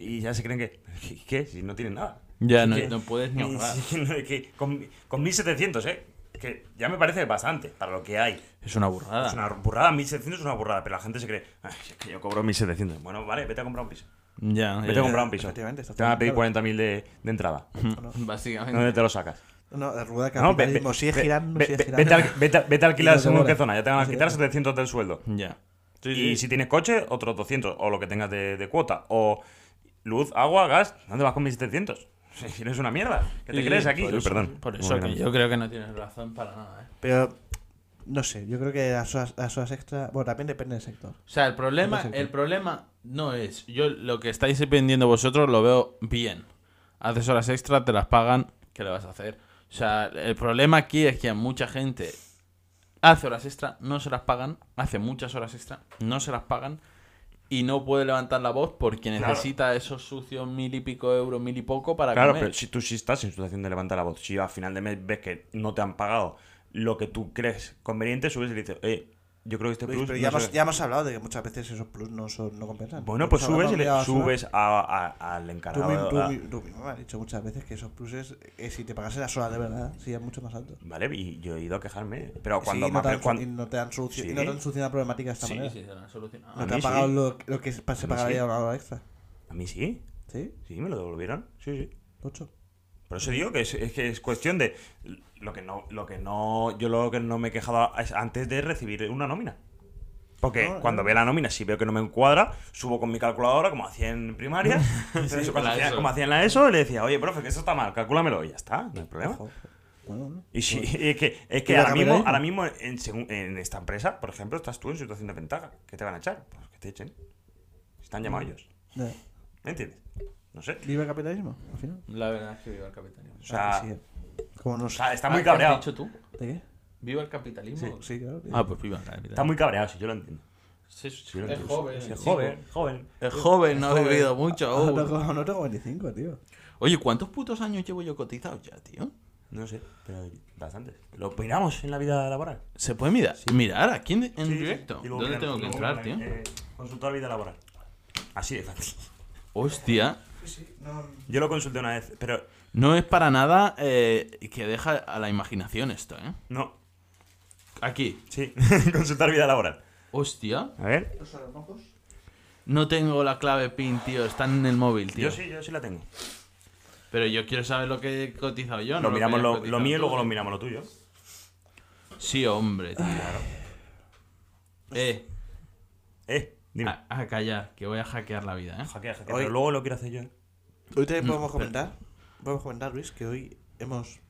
S2: y ya se creen que, ¿qué? Si no tienen nada.
S1: Ya,
S2: Es
S1: no,
S2: que-
S1: no puedes ni
S2: Sí,
S1: ahorrar.
S2: sí, no, es que con, con 1.700, ¿eh? Que ya me parece bastante para lo que hay.
S1: Es una burrada.
S2: Es una burrada, 1.700 es una burrada, pero la gente se cree, "Ay, es que yo cobro 1.700. Bueno, vale, vete a comprar un piso.
S1: Ya,
S2: Vete
S1: ya,
S2: a comprar un piso. Te van
S3: Efectivamente, está
S2: a pedir
S3: claro.
S2: 40.000 de, de entrada.
S1: ya. Básicamente.
S2: ¿Dónde te lo sacas?
S3: no, la rueda de
S2: No, ve-
S3: capitalismo
S2: ve-
S3: sigue
S2: ve-
S3: girando,
S2: ve-
S3: sigue
S2: ve-
S3: girando.
S2: Vete, al- vete, a- vete a
S3: Y
S2: alquilar
S3: lo que
S2: según qué
S3: mola.
S2: zona. Ya te van a
S3: Sí,
S2: quitar
S3: sí.
S2: 700 del sueldo.
S1: Ya. Sí,
S2: Y
S1: sí.
S2: si tienes coche, otros 200. O lo que tengas de, de cuota. O luz, agua, gas. ¿Dónde vas con 1.700? Si eres una mierda. ¿Qué te
S1: Sí,
S2: crees
S1: sí,
S2: aquí?
S1: Por
S2: Uy,
S1: eso,
S2: perdón.
S1: Por eso
S2: Muy
S1: que
S2: grande.
S1: yo creo que no tienes razón para nada. ¿eh?
S3: Pero no sé, yo creo que las horas, las horas extra. Bueno, también depende del sector.
S1: O sea, el problema,
S3: Perfecto.
S1: el problema no es. Yo lo que estáis vendiendo vosotros lo veo bien. Haces horas extra, te las pagan, ¿qué le vas a hacer? O sea, el problema aquí es que a mucha gente hace horas extra, no se las pagan, hace muchas horas extra, no se las pagan y no puede levantar la voz porque
S2: Claro.
S1: necesita esos sucios mil y pico euros, mil y poco para
S2: Claro,
S1: comer.
S2: pero si tú sí estás en situación de levantar la voz, si a final de mes ves que no te han pagado lo que tú crees conveniente, subes y le dices, eh, yo creo que este
S3: Luis,
S2: plus.
S3: pero
S2: no
S3: ya,
S2: se
S3: hemos,
S2: ve".
S3: ya hemos hablado de que muchas veces esos plus no, son, no compensan.
S2: Bueno,
S3: Hemos
S2: pues
S3: hablado
S2: subes y
S3: de la
S2: le subes
S3: basura.
S2: a- a- al
S3: Tú, mi-
S2: encargado.
S3: ¿eh? tú
S2: a-
S3: mi- tú mismo me has dicho muchas veces que esos pluses, eh, si te pagasen las horas de verdad, serían mucho más altos.
S2: Vale, y yo he ido a quejarme. Pero
S3: Sí,
S2: cuando
S3: no
S2: más-
S3: te han-
S2: cuando-
S3: y no te han solucionado,
S2: Sí.
S3: y no te han solucionado la problemática de esta
S1: Sí,
S3: manera.
S1: sí, se lo han solucionado.
S3: No
S2: A
S3: te han
S2: mí sí.
S3: pagado lo, lo que se
S2: mí
S3: pagaría
S2: sí.
S3: una hora extra.
S2: A mí sí,
S3: ¿Sí?
S2: sí, me lo devolvieron. Sí, sí.
S3: ¿Ocho?
S2: Por eso digo que es, es que es cuestión de. Lo que no, lo que no. Yo lo que no me he quejado es antes de recibir una nómina. Porque
S3: No,
S2: cuando
S3: yo-
S2: veo la nómina, si veo que no me encuadra, subo con mi calculadora, como hacía en primaria, Entonces, cuando
S1: la
S2: hacía-
S1: ESO.
S2: como hacía en la ESO, y le decía, oye, profe, que esto está mal, calcúlamelo, y ya está, no hay problema.
S3: Ojo. Bueno, bueno.
S2: Y sí, es que, es
S3: ¿Y
S2: que
S3: la
S2: ahora, mismo,
S1: ¿eh?
S3: cambiaréis?
S2: ahora mismo en, segun- en esta empresa, por ejemplo, estás tú en situación de ventaja. ¿Qué te van a echar? Pues que te echen. Están llamados
S1: Mm.
S2: ellos.
S3: Ya.
S2: ¿Me entiendes? No sé.
S3: ¿Libre Eh, capitalismo? Al final.
S1: La verdad es que viva el capitalismo.
S2: O sea,
S3: Ah, sí. Como no
S2: o
S3: sé.
S2: sea, está muy
S1: Ah, ¿qué has
S2: cabreado.
S1: dicho tú?
S3: ¿De qué?
S1: ¿Viva el capitalismo?
S3: Sí, claro. tío.
S1: Ah, pues viva el capitalismo.
S2: Está muy cabreado, si yo lo entiendo.
S1: Sí, sí,
S2: Sí, lo
S1: es
S2: entiendo.
S1: joven.
S2: Sí,
S1: el
S2: Es
S1: chico.
S2: joven, joven.
S1: Es joven, no ha
S3: Joven.
S1: vivido mucho
S3: Ah,
S1: aún.
S3: no, tengo- no tengo 25, tío.
S1: Oye, ¿cuántos putos años llevo yo cotizado ya, tío?
S2: No sé, pero bastante. Lo miramos en la vida laboral.
S1: ¿Se puede mirar? Mirar aquí en, en
S2: Sí, sí.
S1: directo.
S2: Y luego
S1: ¿Dónde
S2: miramos,
S1: tengo que
S2: luego
S1: entrar, tío?
S2: miramos, eh, consultor vida laboral. Así de fácil.
S1: Hostia.
S2: Yo lo consulté una vez, pero
S1: No es para nada eh, que deja a la imaginación esto, ¿eh?
S2: no.
S1: Aquí.
S2: Sí, consultar vida laboral.
S1: Hostia.
S2: A ver.
S1: No tengo la clave PIN, tío. Están en el móvil, tío.
S2: Yo sí, yo sí la tengo.
S1: Pero yo quiero saber lo que he cotizado yo. no
S2: lo
S1: que
S2: miramos
S1: hayas
S2: lo, lo
S1: cotizado
S2: mío y
S1: tú.
S2: luego lo miramos lo tuyo.
S1: Sí, hombre, tío. Eh,
S2: Eh, dime.
S1: a, a callar, que voy a hackear la vida, ¿eh?
S2: Hackea, hackea,
S3: Oye.
S2: pero luego lo quiero hacer yo. ¿eh?
S3: Hoy también podemos
S1: pero-
S3: comentar, podemos comentar, Luis, que hoy hemos,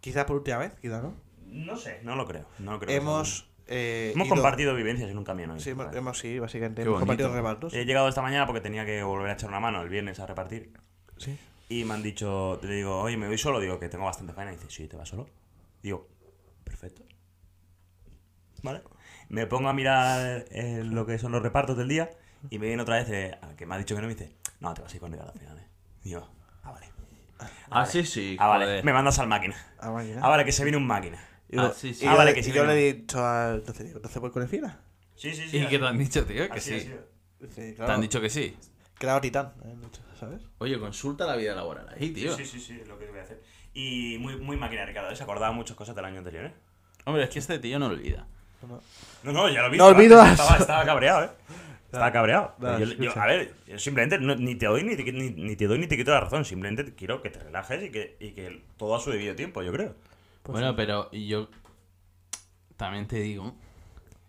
S3: quizá por última vez, quizá no,
S2: No sé. No lo creo. No lo creo.
S3: hemos... eh,
S2: Hemos
S3: ido-
S2: compartido vivencias en un camión hoy.
S3: Sí, hemos,
S2: Vale. Eh,
S3: hemos- sí,
S1: Qué
S3: básicamente, hemos
S1: bonito.
S3: compartido repartos.
S2: He llegado esta mañana porque tenía que volver a echar una mano el viernes a repartir.
S3: Sí.
S2: Y me han dicho, le digo, oye, me voy solo. Digo, que tengo bastante faena. Y dice, sí, te vas solo. Digo, perfecto. Vale. Me pongo a mirar eh, lo que son los repartos del día. Y me viene otra vez eh, al que me ha dicho que no. Y me dice, no, te vas a ir conmigo al final. eh". Digo, ah, vale.
S1: Ah, sí, sí.
S2: Ah, vale.
S1: joder.
S2: Me mandas al máquina.
S3: Ah, vale, ya.
S2: Ah, vale, que se viene un máquina.
S3: Y yo-
S1: Ah, sí, sí.
S3: y
S2: Ah,
S3: yo
S2: vale,
S3: le-
S2: que sí,
S3: y yo
S2: venga.
S3: le he dicho al... Entonces, digo, entonces voy con el fila.
S2: Sí, sí, sí.
S1: ¿Y
S2: así-
S1: qué te han dicho, tío? Que
S2: así
S1: sí.
S2: ha sido.
S3: Sí,
S1: Te
S3: claro.
S1: han dicho que sí.
S3: Que era titán, me han dicho, ¿sabes?
S1: Oye, consulta la vida laboral ahí, tío.
S2: Sí, sí, sí, es lo que voy a hacer. Y muy, muy máquina, Ricardo. ¿eh? Se acordaba muchas cosas del año anterior, ¿eh?
S1: Hombre, es que este tío no olvida.
S3: Bueno,
S2: No, no, ya lo vi.
S3: No olvidas.
S2: Estaba, estaba cabreado, ¿eh? Estaba cabreado.
S3: Nada,
S2: Yo- yo-
S3: escucha.
S2: a ver, yo simplemente no- ni te doy ni te, qui- ni, ni te doy ni te quito la razón. Simplemente quiero que te relajes y que, y que todo a su debido tiempo, yo creo.
S3: Pues
S1: bueno,
S3: sí.
S1: pero yo también te digo.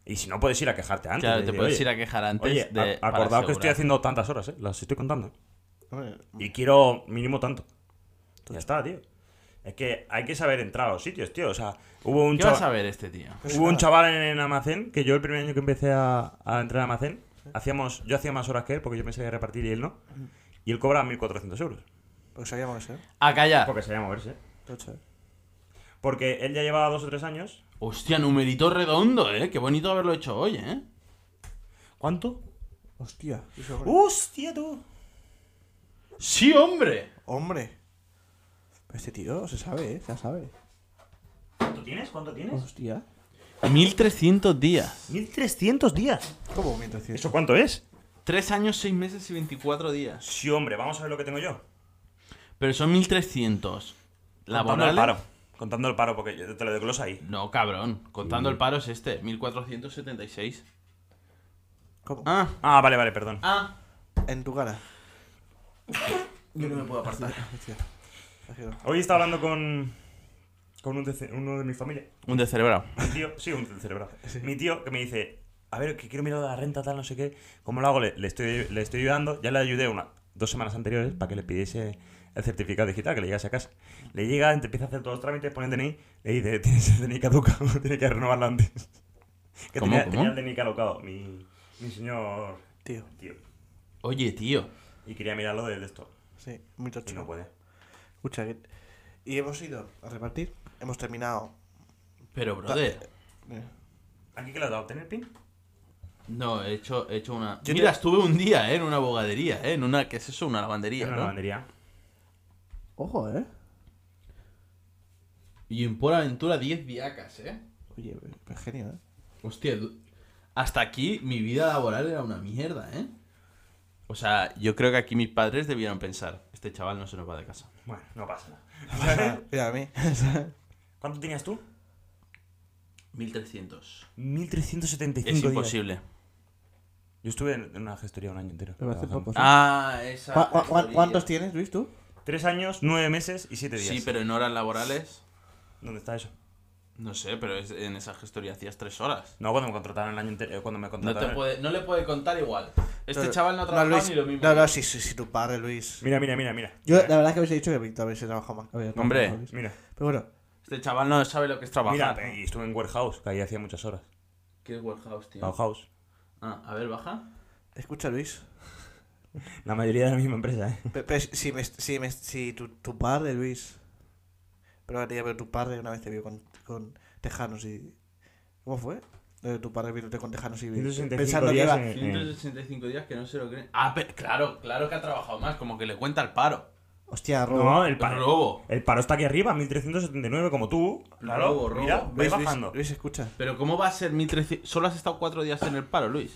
S2: Y si no, puedes ir a quejarte antes.
S1: claro,
S2: de
S1: te
S2: decir,
S1: puedes
S2: "Oye,
S1: ir a quejar antes
S2: Oye,
S1: de.
S2: a-
S1: para
S2: acordaos que estoy
S1: asegurar".
S2: haciendo tantas horas, ¿eh? Las estoy contando.
S3: Hombre,
S2: Y quiero mínimo tanto. Ya está, tío. Es que hay que saber entrar a los sitios, tío. O sea, hubo un
S1: ¿Qué vas a
S2: chaval,
S1: ver este tío?
S3: Pues
S2: hubo un
S3: nada.
S2: chaval en, en Almacén que yo el primer año que empecé a, a entrar a Almacén, hacíamos, yo hacía más horas que él porque yo me sabía repartir y él no. Y él cobraba 1.400 euros.
S3: Porque sabíamos eso, ¿eh?
S1: A callar.
S2: Porque sabía moverse.
S3: Tocho, ¿eh?
S2: Porque él ya llevaba dos o tres años.
S1: Hostia, numerito redondo, ¿eh? Qué bonito haberlo hecho hoy, ¿eh?
S2: ¿Cuánto?
S3: Hostia. qué sobre-
S2: ¡Hostia, tú!
S1: ¡Sí, hombre!
S3: Hombre. Este tío se sabe, ¿eh? Se la sabe.
S2: ¿Cuánto tienes? ¿Cuánto tienes?
S3: Hostia.
S1: 1300 días.
S2: 1.300 días.
S3: ¿Cómo mientras tienes?
S2: ¿Eso cuánto es?
S1: 3 años, 6 meses y 24 días.
S2: Sí, hombre, vamos a ver lo que tengo yo.
S1: Pero son 1300.
S2: Contando
S1: ¿Laborales?
S2: el paro. Contando el paro, porque yo te lo desgloso ahí.
S1: No, cabrón. Contando el paro es este. 1476.
S3: ¿Cómo?
S1: Ah,
S2: Ah, vale, vale, perdón.
S1: ah.
S3: En tu cara.
S1: Yo no me puedo apartar.
S3: Hostia. Es que no.
S2: Hoy estaba hablando con. con un dece- uno de mi familia.
S1: Un descerebrado.
S2: Mi tío, sí, un cerebro. Mi tío que me dice: A ver, que quiero mirar la renta, tal, no sé qué. ¿Cómo lo hago? Le, le estoy, le estoy ayudando. Ya le ayudé una, dos semanas anteriores para que le pidiese el certificado digital, que le llegase a casa. Le llega, te empieza a hacer todos los trámites, pone el DNI, le dice: Tienes el DNI caducado, tienes que renovarlo antes. Que
S1: ¿Cómo,
S2: tenía,
S1: cómo?
S2: tenía el DNI caducado, mi, mi señor
S3: Tío,
S2: tío.
S1: Oye, tío.
S2: Y quería mirarlo desde esto.
S3: sí, muy
S2: Y
S3: tocho.
S2: no puede.
S3: Escucha, que- y hemos ido a repartir. Hemos terminado. eh.
S1: Pero, brother.
S3: Mira.
S2: ¿Aquí que le has dado? ¿Tener pin?
S1: No, he hecho, he hecho una.
S3: Yo
S1: Mira,
S3: te-
S1: estuve un día, ¿eh? En una bogadería, ¿eh? En una. ¿Qué es eso? Una lavandería,
S2: Era
S1: ¿no?
S2: una lavandería.
S3: Ojo, ¿eh?
S1: Y en Por Aventura 10 diacas, ¿eh?
S3: Oye, es genio, ¿eh?
S1: Hostia, du- hasta aquí mi vida laboral era una mierda, ¿eh? O sea, yo creo que aquí mis padres debieron pensar, este chaval no se nos va de casa.
S2: Bueno, no pasa nada.
S3: Mira a mí.
S2: ¿Cuánto tenías tú?
S1: 1300.
S2: 1375
S1: Es
S2: días.
S1: imposible.
S2: Yo estuve en en una gestoría un año entero.
S3: Me parece
S2: trabajando.
S3: poco.
S1: Ah, esa.
S3: ¿Cuá- cuá-
S1: gestoría.
S3: ¿Cuántos tienes, Luis, tú?
S2: Tres años, nueve meses y siete días.
S1: Sí, pero en horas laborales.
S2: ¿Dónde está eso?
S1: No sé, pero es- en esa gestoría hacías tres horas.
S2: No, cuando me contrataron el año entero. eh, Cuando me
S1: No, te
S2: contrataron.
S1: puede, no le puede contar igual. Este
S3: No,
S1: chaval no ha trabajado
S3: Luis,
S1: ni lo mismo. ¿eh?
S3: No, no, sí, sí, sí, tu padre, Luis.
S2: Mira, mira, mira, mira.
S3: Yo,
S2: Mira,
S3: la verdad es que hubiese dicho que Víctor hubiese trabajado más. Había trabajado
S1: Hombre.
S3: más, Luis.
S2: Mira,
S3: Pero bueno,
S1: Este chaval no sabe lo que es trabajar.
S2: mira, y estuve en warehouse, que ahí hacía muchas horas.
S1: ¿Qué es warehouse, tío?
S2: Warehouse.
S1: Ah, a ver, baja.
S3: escucha, Luis.
S2: La mayoría de la misma empresa, ¿eh?
S3: Pe- pe- si me, si, me, si tu, tu padre, Luis. Pero, tía, pero tu padre una vez te vio con, con tejanos y. ¿Cómo fue? Eh, tu padre vio con tejanos y.
S2: 165
S3: Pensando que
S2: días
S3: iba.
S2: en-
S1: 165 días que no se lo creen. Ah, pero claro, claro que ha trabajado más, como que le cuenta el paro.
S3: Hostia, robo.
S2: No, el
S1: El
S2: paro.
S1: robo.
S2: El paro está aquí arriba, 1379, como tú. Claro,
S1: Robo, robo.
S2: mira, voy
S3: Luis, Luis,
S2: bajando.
S3: Luis, escucha.
S1: Pero ¿cómo va a ser 1300? Solo has estado 4 días en el paro, Luis.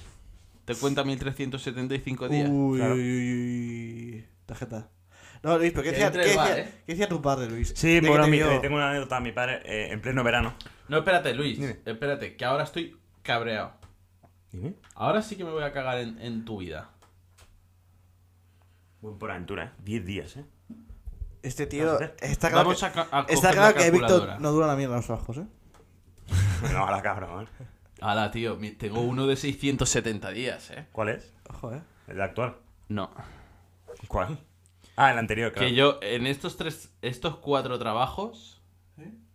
S1: Te cuenta 1375 días.
S3: Uy,
S2: Claro.
S3: uy, uy, uy. Tarjeta. No, Luis, pero ¿qué
S1: Que
S3: decía,
S1: entre
S3: qué
S1: el bar,
S3: decía-
S1: ¿eh?
S3: qué decía tu padre, Luis?
S2: Sí,
S3: De que
S2: bueno,
S3: te
S2: mi-
S3: vio-
S2: eh, tengo una anécdota. Mi padre, eh, en pleno verano.
S1: No, espérate, Luis.
S2: Dime.
S1: Espérate, que ahora estoy cabreado.
S2: Dime.
S1: Ahora sí que me voy a cagar en, en tu vida.
S2: Buen por aventura, ¿eh? 10 días, ¿eh?
S3: Este tío.
S2: Vamos a hacer-
S3: Está claro,
S1: Vamos
S3: que,
S1: a ca- a
S3: está
S1: coger
S3: claro
S1: la
S3: que Víctor
S1: calculadora.
S3: no dura la mierda los trabajos, ¿eh?
S2: no, a la cabrón. ¿eh?
S1: Hala, tío, mi- tengo uno de 670 días, ¿eh?
S2: ¿Cuál es?
S3: Ojo, ¿eh?
S2: El actual.
S1: No.
S2: ¿Cuál? Ah, el anterior, claro.
S1: Que yo, en estos tres, estos cuatro trabajos,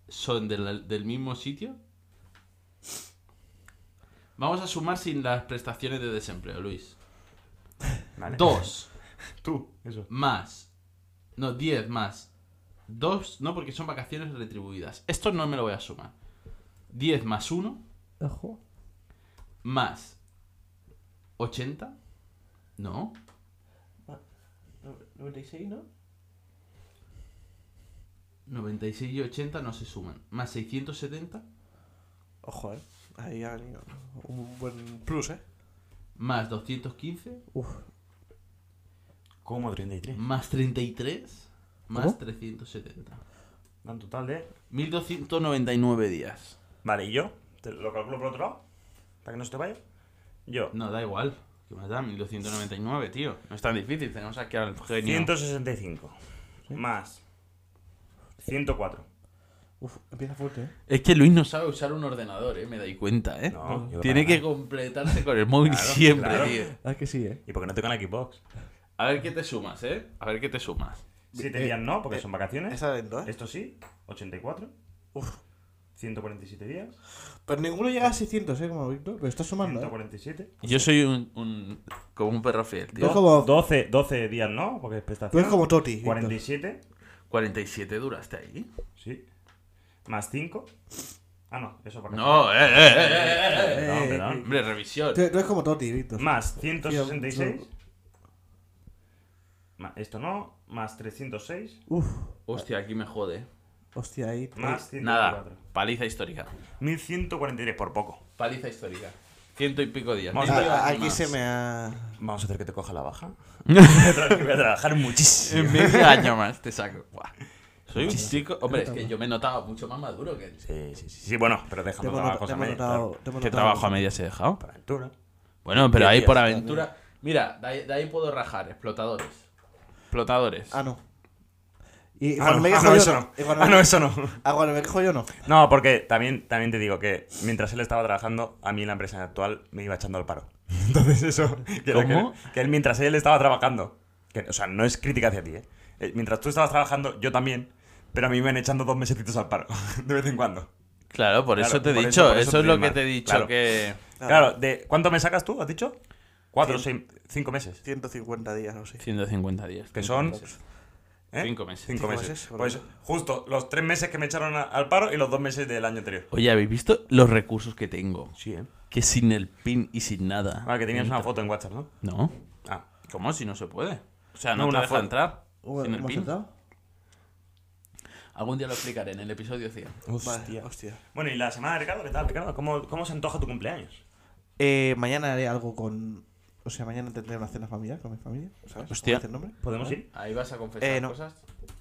S1: son del, del mismo sitio. Vamos a sumar sin las prestaciones de desempleo, Luis.
S2: Vale.
S1: Dos
S2: Tú, eso.
S1: más. No, diez más. Dos, no, porque son vacaciones retribuidas. Esto no me lo voy a sumar. Diez más uno
S3: Ojo. ¿eh?
S1: más. 80. No.
S3: 96, ¿no?
S1: 96 y 80 no se suman. Más 670.
S3: Ojo, ¿eh? Ahí ha venido un buen plus, ¿eh?
S1: Más 215.
S3: Uf.
S2: Como 33.
S1: Más 33. Más
S3: ¿Cómo?
S1: 370.
S2: Un total de...
S1: 1299 días.
S2: Vale, ¿y yo? ¿Te lo calculo por otro lado? ¿Para que no se te vaya? Yo.
S1: No, da igual. ¿Qué más da? 1299, tío. No es tan difícil. Tenemos aquí al genio.
S2: 165. Más. 104.
S3: Uf, empieza fuerte, ¿eh?
S1: Es que Luis no sabe usar un ordenador, ¿eh? Me doy cuenta, ¿eh?
S2: No, yo
S1: Tiene
S2: para
S1: que
S2: nada.
S1: completarse con el móvil
S2: Claro,
S1: siempre,
S2: claro.
S1: tío.
S3: Ah, que sí, ¿eh?
S2: ¿Y por qué no tocan la Xbox?
S1: A ver qué te sumas, ¿eh? A ver qué te sumas.
S2: Siete días no, porque
S3: eh,
S2: son vacaciones.
S3: Está lento, ¿eh?
S2: Esto sí, 84,
S3: Uf.
S2: 147 días,
S3: Pero ninguno llega a 600, ¿eh? Como Víctor. Pero está sumando, ¿eh?
S2: 147.
S1: Yo soy un, un- como un perro fiel,
S3: Yo
S1: tío.
S3: como-
S2: 12, 12 días no, porque es
S3: Tú
S2: prestación.
S3: eres como Toti. Víctor.
S2: 47,
S1: 47 duraste ahí.
S2: sí. Más 5. Ah, no, eso para
S1: No, eh, eh, eh, eh, eh, eh.
S2: Perdón,
S3: eh,
S2: perdón.
S1: Hombre, revisión.
S3: Tú, tú eres como Toti, Víctor.
S2: Más 166. Ma- Esto no, más 306,
S3: Uf.
S1: Hostia, aquí me jode.
S3: Hostia, ahí.
S2: más
S1: Nada,
S2: 104.
S1: paliza histórica.
S2: 1143 por poco.
S1: Paliza histórica. Ciento y pico días.
S2: Vamos
S1: Ni
S2: a-
S1: días
S3: Ah,
S1: ni
S3: aquí
S1: más.
S3: se me ha.
S2: Vamos a hacer que te coja la baja. Voy a trabajar muchísimo.
S1: En medio año más te saco. Buah. Soy un chico. Hombre, es que yo me notaba mucho más maduro que él.
S2: Sí, sí, sí, sí, bueno, pero
S3: Te
S2: dejando
S3: hemos notado-
S2: trabajos
S3: te
S2: a
S3: hemos
S2: medio.
S3: notado.
S2: claro.
S3: te hemos
S1: ¿Qué
S3: notado-
S1: trabajo a medias he dejado?
S2: Por altura.
S1: Bueno, pero ahí
S2: días,
S1: por aventura. Mira, de ahí, de ahí puedo rajar. Explotadores. Explotadores.
S3: Ah, no. Y
S2: Ah,
S3: cuando me
S2: no, ah,
S3: quejo
S2: no,
S3: yo
S2: eso
S3: no.
S2: no.
S3: Y
S2: Ah,
S3: cuando
S2: no,
S3: me-
S2: eso no.
S3: Ah, cuando me quejo yo no.
S2: No, porque también, también te digo que mientras él estaba trabajando, a mí la empresa actual me iba echando al paro. Entonces eso... Que era
S1: ¿Cómo?
S2: Que, que él mientras él estaba trabajando... que- o sea, no es crítica hacia ti, ¿eh? Eh, Mientras tú estabas trabajando, yo también, pero a mí me iban echando dos mesecitos al paro, de vez en cuando.
S1: Claro, por
S2: Claro,
S1: eso te he
S2: por
S1: dicho. Eso,
S2: eso- por eso
S1: es
S2: te
S1: lo
S2: viene
S1: que
S2: mal.
S1: te he dicho.
S2: Claro.
S1: Que.
S2: Claro, de ¿cuánto me sacas tú, has dicho? Cuatro, seis, cinco meses.
S3: 150 días, no sé.
S1: 150 días.
S2: Que
S1: cinco
S2: son...
S1: meses.
S2: ¿eh?
S1: Cinco meses.
S2: Cinco,
S3: Cinco
S2: meses.
S3: meses, por
S2: Pues
S3: lo
S2: justo los tres meses que me echaron a- al paro y los dos meses del año anterior.
S1: Oye, ¿habéis visto los recursos que tengo?
S2: Sí, ¿eh?
S1: Que sin el pin y sin nada.
S2: Ah, que tenías una foto en WhatsApp, ¿no?
S1: No.
S2: Ah,
S1: ¿Cómo? Si no se puede. O sea, no,
S2: No,
S1: te
S2: una
S1: deja
S2: foto.
S1: entrar.
S3: Uy,
S1: sin el
S3: ¿Hemos
S1: pin.
S3: saltado?
S1: Algún día lo explicaré en el episodio 100.
S3: Vale, hostia.
S2: Bueno, y la semana de Ricardo, ¿qué tal, Ricardo? ¿Cómo, cómo se antoja tu cumpleaños?
S3: Eh, mañana haré algo con. O sea, mañana tendré una cena familiar con mi familia. ¿Sabes?
S1: Hostia.
S3: ¿Cómo dice el nombre?
S2: ¿Podemos ir?
S1: Ahí vas a confesar
S3: Eh, no.
S1: cosas.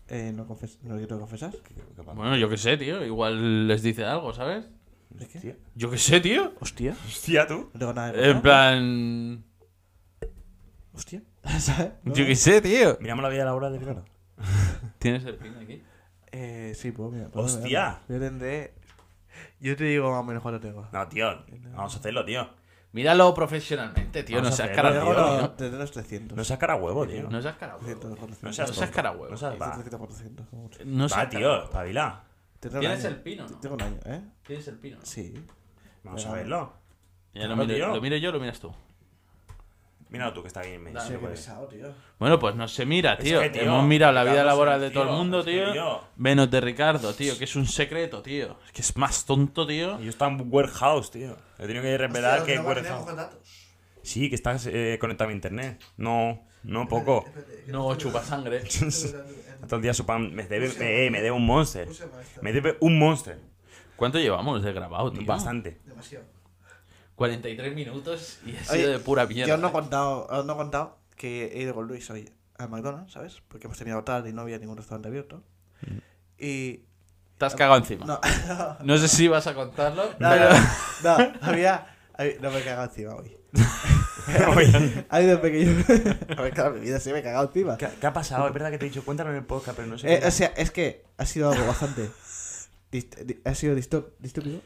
S3: Eh, no, confes no quiero confesar.
S1: Bueno, yo qué sé, tío. Igual les dice algo, ¿sabes?
S3: ¿De qué?
S2: Hostia.
S1: Yo qué sé, tío.
S3: Hostia.
S2: Hostia, tú.
S3: No tengo nada de
S1: En plan.
S3: Hostia. ¿Sabes? No,
S1: Yo qué sé, tío.
S2: Miramos la vida laboral de Ricardo.
S1: ¿Tienes el pin aquí?
S3: Eh, sí, pues mira.
S2: Hostia.
S3: Yo tendré. Yo te digo más o menos cuánto tengo.
S2: No, tío, vamos a hacerlo, tío.
S1: Míralo profesionalmente, tío. No
S2: Vamos a
S1: seas
S2: hacer,
S1: cara,
S2: tío.
S1: tío.
S3: Tendré unos 300.
S2: No seas cara huevo, tío.
S1: No seas cara, huevo.
S3: 300, 400.
S2: No seas
S1: No seas
S2: tonto.
S1: carahuevo.
S2: No seas va.
S3: 300, 400, como mucho.
S1: No seas
S2: Va,
S1: cara,
S2: tío,
S1: huevo.
S2: espabila.
S3: Tendré un
S1: ¿Tienes
S3: año.
S1: el pin o no?
S3: Tengo un año, ¿eh?
S1: ¿Tienes el pin o no?
S3: Sí.
S2: Vamos a
S3: Venga.
S2: verlo.
S1: Ya lo
S2: Claro,
S1: miro,
S2: tío.
S1: lo miro yo o lo miras tú.
S2: Míralo tú, que está bien. me-
S1: Dale,
S2: se
S3: Hostia, qué
S2: puede.
S3: pesado, tío.
S1: Bueno, pues no se mira,
S2: Es
S1: tío.
S2: que, tío,
S1: Hemos mirado la vida
S2: Ricardo es
S1: laboral
S2: un
S1: de todo el
S2: tío,
S1: mundo,
S2: es que,
S1: tío.
S2: tío.
S1: Menos de Ricardo, tío, que es un secreto, tío. Es que es más tonto, tío.
S2: Y Yo estaba en warehouse, tío. He tenido que revelar que warehouse.
S3: datos.
S2: Sí, que estás eh, conectado a internet. No, no poco.
S1: No, chupa sangre.
S2: Todo el día su pan. Me debe, eh, me debe un monster. Me debe un monster.
S1: ¿Cuánto llevamos de grabado, tío?
S2: Bastante.
S3: Demasiado.
S1: 43 minutos y ha sido
S3: Oye,
S1: de pura mierda.
S3: Yo no he contado, os no he contado que he ido con Luis hoy a McDonald's, ¿sabes? Porque hemos terminado tarde y no había ningún restaurante abierto. Y.
S1: Te has cagado encima. Mm. No,
S3: No, no,
S1: sé si vas a contarlo,
S3: no,
S1: pero...
S3: no, había. había- No me he cagado encima hoy.
S2: Oye,
S3: Ha habido un pequeño. No me he cagado en mi vida, sí me he cagado encima.
S2: ¿Qué, qué ha pasado? Es verdad que te he dicho, cuéntalo en el podcast, pero no sé.
S3: Eh,
S2: qué.
S3: o sea, es que ha sido algo bastante. dist- di- ha sido distó- distópico.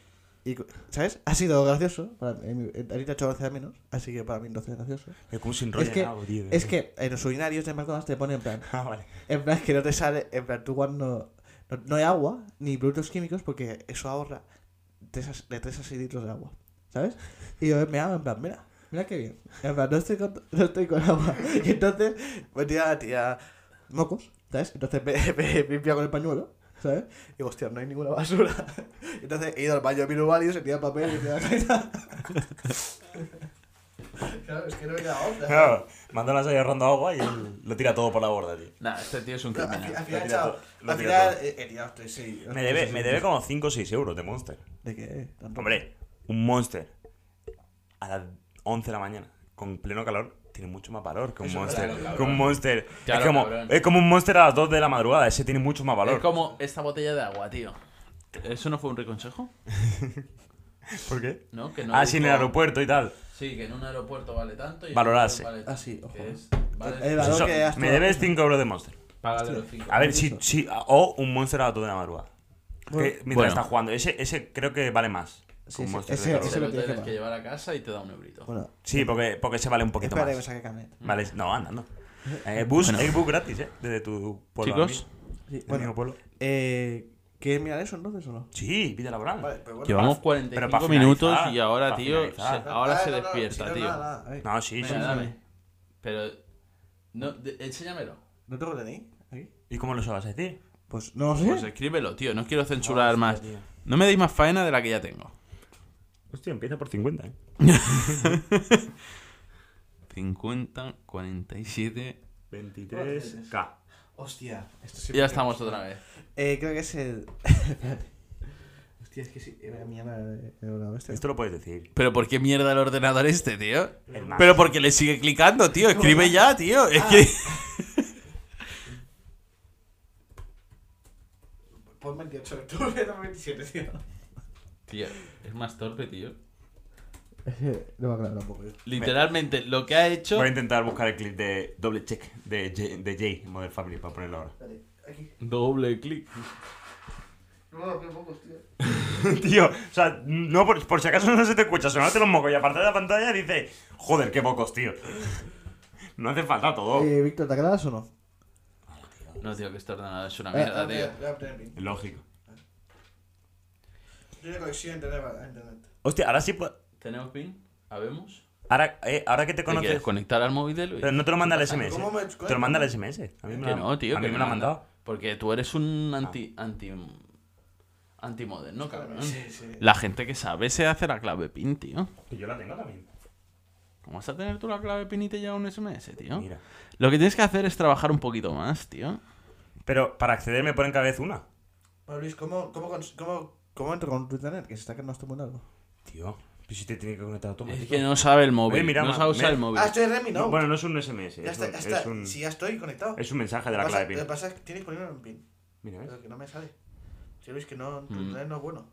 S3: Y, cu- ¿Sabes? Ha sido gracioso. Para mí, eh, ahorita ha hecho gracia menos, así que para mí no es gracioso.
S2: Es como sin rollo
S3: Es que,
S2: nada, tío.
S3: es que en los urinarios de McDonald's te ponen en plan.
S2: Ah, vale.
S3: En plan, que no te sale. En plan, tú cuando. No, no hay agua ni productos químicos porque eso ahorra tres a- de 3 a 6 litros de agua. ¿Sabes? Y yo me hago en plan, mira, mira qué bien. En plan, no estoy con, no estoy con agua. Y entonces me tira la tía mocos, ¿sabes? Entonces me, me, me limpia con el pañuelo. ¿Sabes? Y digo, hostia, no hay ninguna basura. Entonces he ido al baño de mi usuario, se tira el papel y me da la cabeza. Claro, es que no me queda otra.
S2: Claro, Mandona ahí ahorrando agua y él lo tira todo por la borda, tío.
S1: Nah, este tío es un
S3: Al
S1: criminal.
S3: fi- al final,
S2: Lo tira
S3: chao.
S2: todo, lo
S3: Al
S2: tira
S3: final,
S2: todo.
S3: he he tirado estoy, sí.
S2: Me debe, me debe como 5 o 6 euros de monster.
S3: ¿De qué? ¿Tanto?
S2: Hombre, un monster a las 11 de la mañana, con pleno calor, tiene mucho más valor que un
S3: Eso,
S2: monster.
S3: claro,
S2: que un monster.
S1: Claro,
S2: es, como,
S1: cabrón.
S2: es como un monster a las 2 de la madrugada, ese tiene mucho más valor.
S1: Es como esta botella de agua, tío. ¿Eso no fue un reconsejo?
S2: ¿Por qué?
S1: ¿No? Que no
S2: ah,
S1: gustó.
S2: sí, en el aeropuerto y tal.
S1: Sí, que en un aeropuerto vale tanto y en
S2: Valorarse.
S1: otro vale
S3: Ah, sí, ojo.
S1: que es-
S3: Eh,
S1: vale,
S3: eh, valor
S2: Eso,
S3: que has
S2: me
S3: tomado.
S2: debes 5 euros de monster.
S1: págale los cinco.
S2: A ver, si, si, o un monster a las 2 de la madrugada. Que
S3: Bueno,
S2: mientras
S1: Bueno.
S2: está jugando. Ese, ese creo que vale más.
S3: Sí,
S2: como
S3: sí,
S2: este
S3: ese-
S2: retorno.
S1: Ese
S3: ese lo
S1: lo
S3: tienes
S1: tienes
S3: que
S1: que llevar a casa y te da un eurito.
S3: Bueno,
S2: Sí, porque, porque se vale un poquito
S3: espera que me
S2: más.
S3: saque Canet.
S2: Vale, no, andando. Eh, bus,
S1: Bueno.
S2: Hay bus gratis, ¿eh? Desde tu pueblo.
S1: Chicos.
S2: a mí.
S3: Sí,
S2: Del
S3: bueno,
S2: mismo pueblo.
S3: eh, ¿Quieres mirar eso entonces o no?
S2: Sí, vida laboral.
S3: Vale, pero bueno.
S1: Llevamos
S2: Para- pero para
S1: 45 minutos
S2: finalizar,
S1: y ahora,
S2: para
S1: tío, se-
S2: finalizar.
S1: ahora
S3: Ah,
S1: se
S3: no, no, si
S1: despierta,
S3: no,
S1: tío.
S3: nada, nada, a ver.
S2: No, sí, sí.
S1: Venga,
S2: sí.
S1: dame. Pero. No, de- enséñamelo.
S3: ¿No tengo que tenéis? ¿Aquí?
S2: ¿Y cómo lo sabes decir?
S3: Pues no sé.
S1: Pues escríbelo, tío. No quiero censurar
S2: Hostia,
S1: más.
S2: tío.
S1: No me deis más faena de la que ya tengo.
S2: Hostia, empieza por 50, ¿eh?
S1: 50, 47.
S2: 23K.
S3: Hostia, esto sí.
S1: Ya estamos otra vez.
S3: Eh, creo que es el. Espérate. Hostia, es que sí. Era mierda de de ordenador este.
S2: Esto lo puedes decir.
S1: Pero ¿por qué mierda el ordenador este, tío?
S2: El Mac.
S1: Pero porque le sigue clicando, tío. Escribe ya, tío. Es que.
S3: Pon 28 Pues de octubre, no 27, tío.
S1: Tío, es más torpe, tío.
S3: No va a aclarar tampoco yo.
S1: Literalmente, lo que ha hecho.
S2: Voy a intentar buscar el clip de doble check de Jay, de Jay en Modern Family para ponerlo ahora.
S3: Espérate, aquí.
S1: Doble clic.
S3: No, qué pocos, tío.
S2: Tío, o sea, no por, por si acaso no se te escucha, sonarte los mocos y aparte de la pantalla dice, joder, qué mocos, tío. No hace falta todo.
S3: Eh, Víctor, ¿te aclaras o no?
S1: No, tío, que este ordenador es una
S3: Eh,
S1: mierda,
S3: ah,
S1: tío.
S3: voy a poner pin.
S2: Lógico.
S3: Tiene conexión a internet, a internet.
S2: Hostia, ahora sí pu-
S1: ¿Tenemos pin? ¿Habemos?
S2: ahora, eh, ahora que te
S1: ¿Te quieres
S2: conoces.
S1: conectar al móvil de Luis?
S2: Pero no te lo manda el SMS.
S3: ¿Cómo me
S2: Te lo manda el SMS. A mí me
S1: Que
S2: lo-
S1: no, tío.
S2: A
S1: que
S2: mí me
S1: le
S2: lo ha
S1: manda.
S2: mandado. Ah.
S1: Porque tú eres un anti. anti. antimoderno, cabrón.
S3: Sí, sí.
S1: La gente que sabe se hace la clave PIN, tío.
S2: Que yo la tengo también.
S1: ¿Cómo vas a tener tú la clave PIN y te llega un SMS, tío?
S2: Mira.
S1: Lo que tienes que hacer es trabajar un poquito más, tío.
S2: Pero para acceder me ponen cada vez una.
S3: Bueno, Luis, ¿cómo, cómo, cons- cómo, cómo entro con tu internet? Que se está que no estoy muy largo.
S2: Tío, pues si te tiene que conectar automático.
S1: Es que no sabe el móvil.
S2: Oye, mira,
S1: no
S2: ma-
S1: sabe usar
S2: me-
S1: el móvil.
S3: Ah, estoy en Remi,
S2: No,
S3: no.
S2: bueno, no es un SMS.
S3: ya
S2: es
S3: está,
S2: un-
S3: ya está.
S2: Es, un,
S3: Si ya estoy conectado.
S2: es un mensaje de
S3: Lo
S2: la
S3: que pasa-
S2: clave PIN. ¿Eh?
S3: Lo que pasa es que tienes disponible un pin.
S2: Mira, ¿ves?
S3: Pero que no me sale. Si Luis, que no,
S1: Mm.
S3: tu internet no es bueno.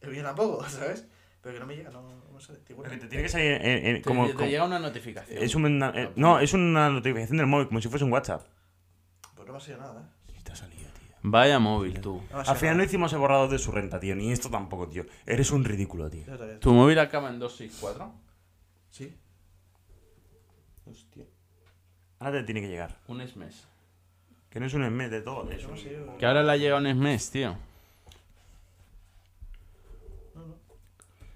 S3: El mío tampoco, ¿sabes? Pero que no me llega, no, no me sale. Tío,
S2: Pero
S3: bueno.
S2: que te tiene que salir en- en-
S1: Te-
S2: como,
S1: te,
S2: como-
S1: llega una notificación.
S2: es una, eh, no, es una notificación del móvil, como si fuese un WhatsApp.
S3: Pues no me ha salido nada, ¿eh? Ah,
S2: Y te ha salido, tío.
S1: Vaya móvil, tú.
S3: No me ha salido
S2: Al final no
S3: nada.
S2: hicimos el borrado de su renta, tío. Ni esto tampoco, tío. Eres un ridículo, tío.
S3: Yo todavía-
S1: ¿Tu móvil acaba en 264?
S3: Sí. Hostia.
S2: Ahora te tiene que llegar.
S1: Un SMS.
S2: Que no es un mes de todo. Es
S3: No
S2: un...
S3: me ha salido.
S1: Que ahora le ha llegado un SMS, tío.
S3: No, no.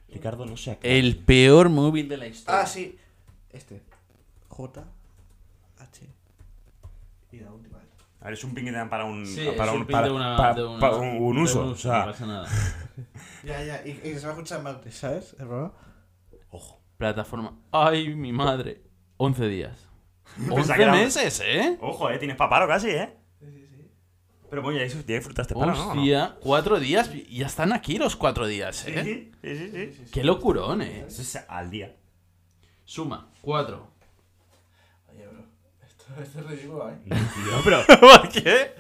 S2: Ricardo, no sé.
S1: El peor móvil de la historia.
S3: Ah, sí. Este. J. H. Y la última. vez.
S2: A ver, es un ping que te dan para un,
S1: Sí,
S2: Ah, para
S1: es
S2: un,
S1: un pin
S2: para,
S1: de una-
S2: para-
S1: de una-
S2: para un- un
S1: de
S2: uso. O
S1: No
S2: sea,
S1: pasa nada.
S3: Ya, ya. Y, y se va a escuchar martes, ¿sabes? El programa.
S2: ojo.
S1: Plataforma. Ay, mi madre. 11 días.
S2: Pensaba
S1: 11
S2: que era-
S1: meses, ¿eh?
S2: Ojo, eh. Tienes paparo casi, eh.
S3: Sí, sí, sí.
S2: Pero bueno, ya disfr- ya disfrutaste para, ¿no? ¿no?
S1: Hostia, cuatro días. y Ya están aquí los cuatro días,
S2: Sí,
S1: ¿eh?
S2: sí, sí, sí, sí.
S1: Qué locurón, ¿eh?
S2: Eso es al día.
S1: Suma, cuatro.
S3: Oye, bro. Esto, esto es ridículo, ¿eh?
S2: No, tío, pero
S1: ¿Por qué?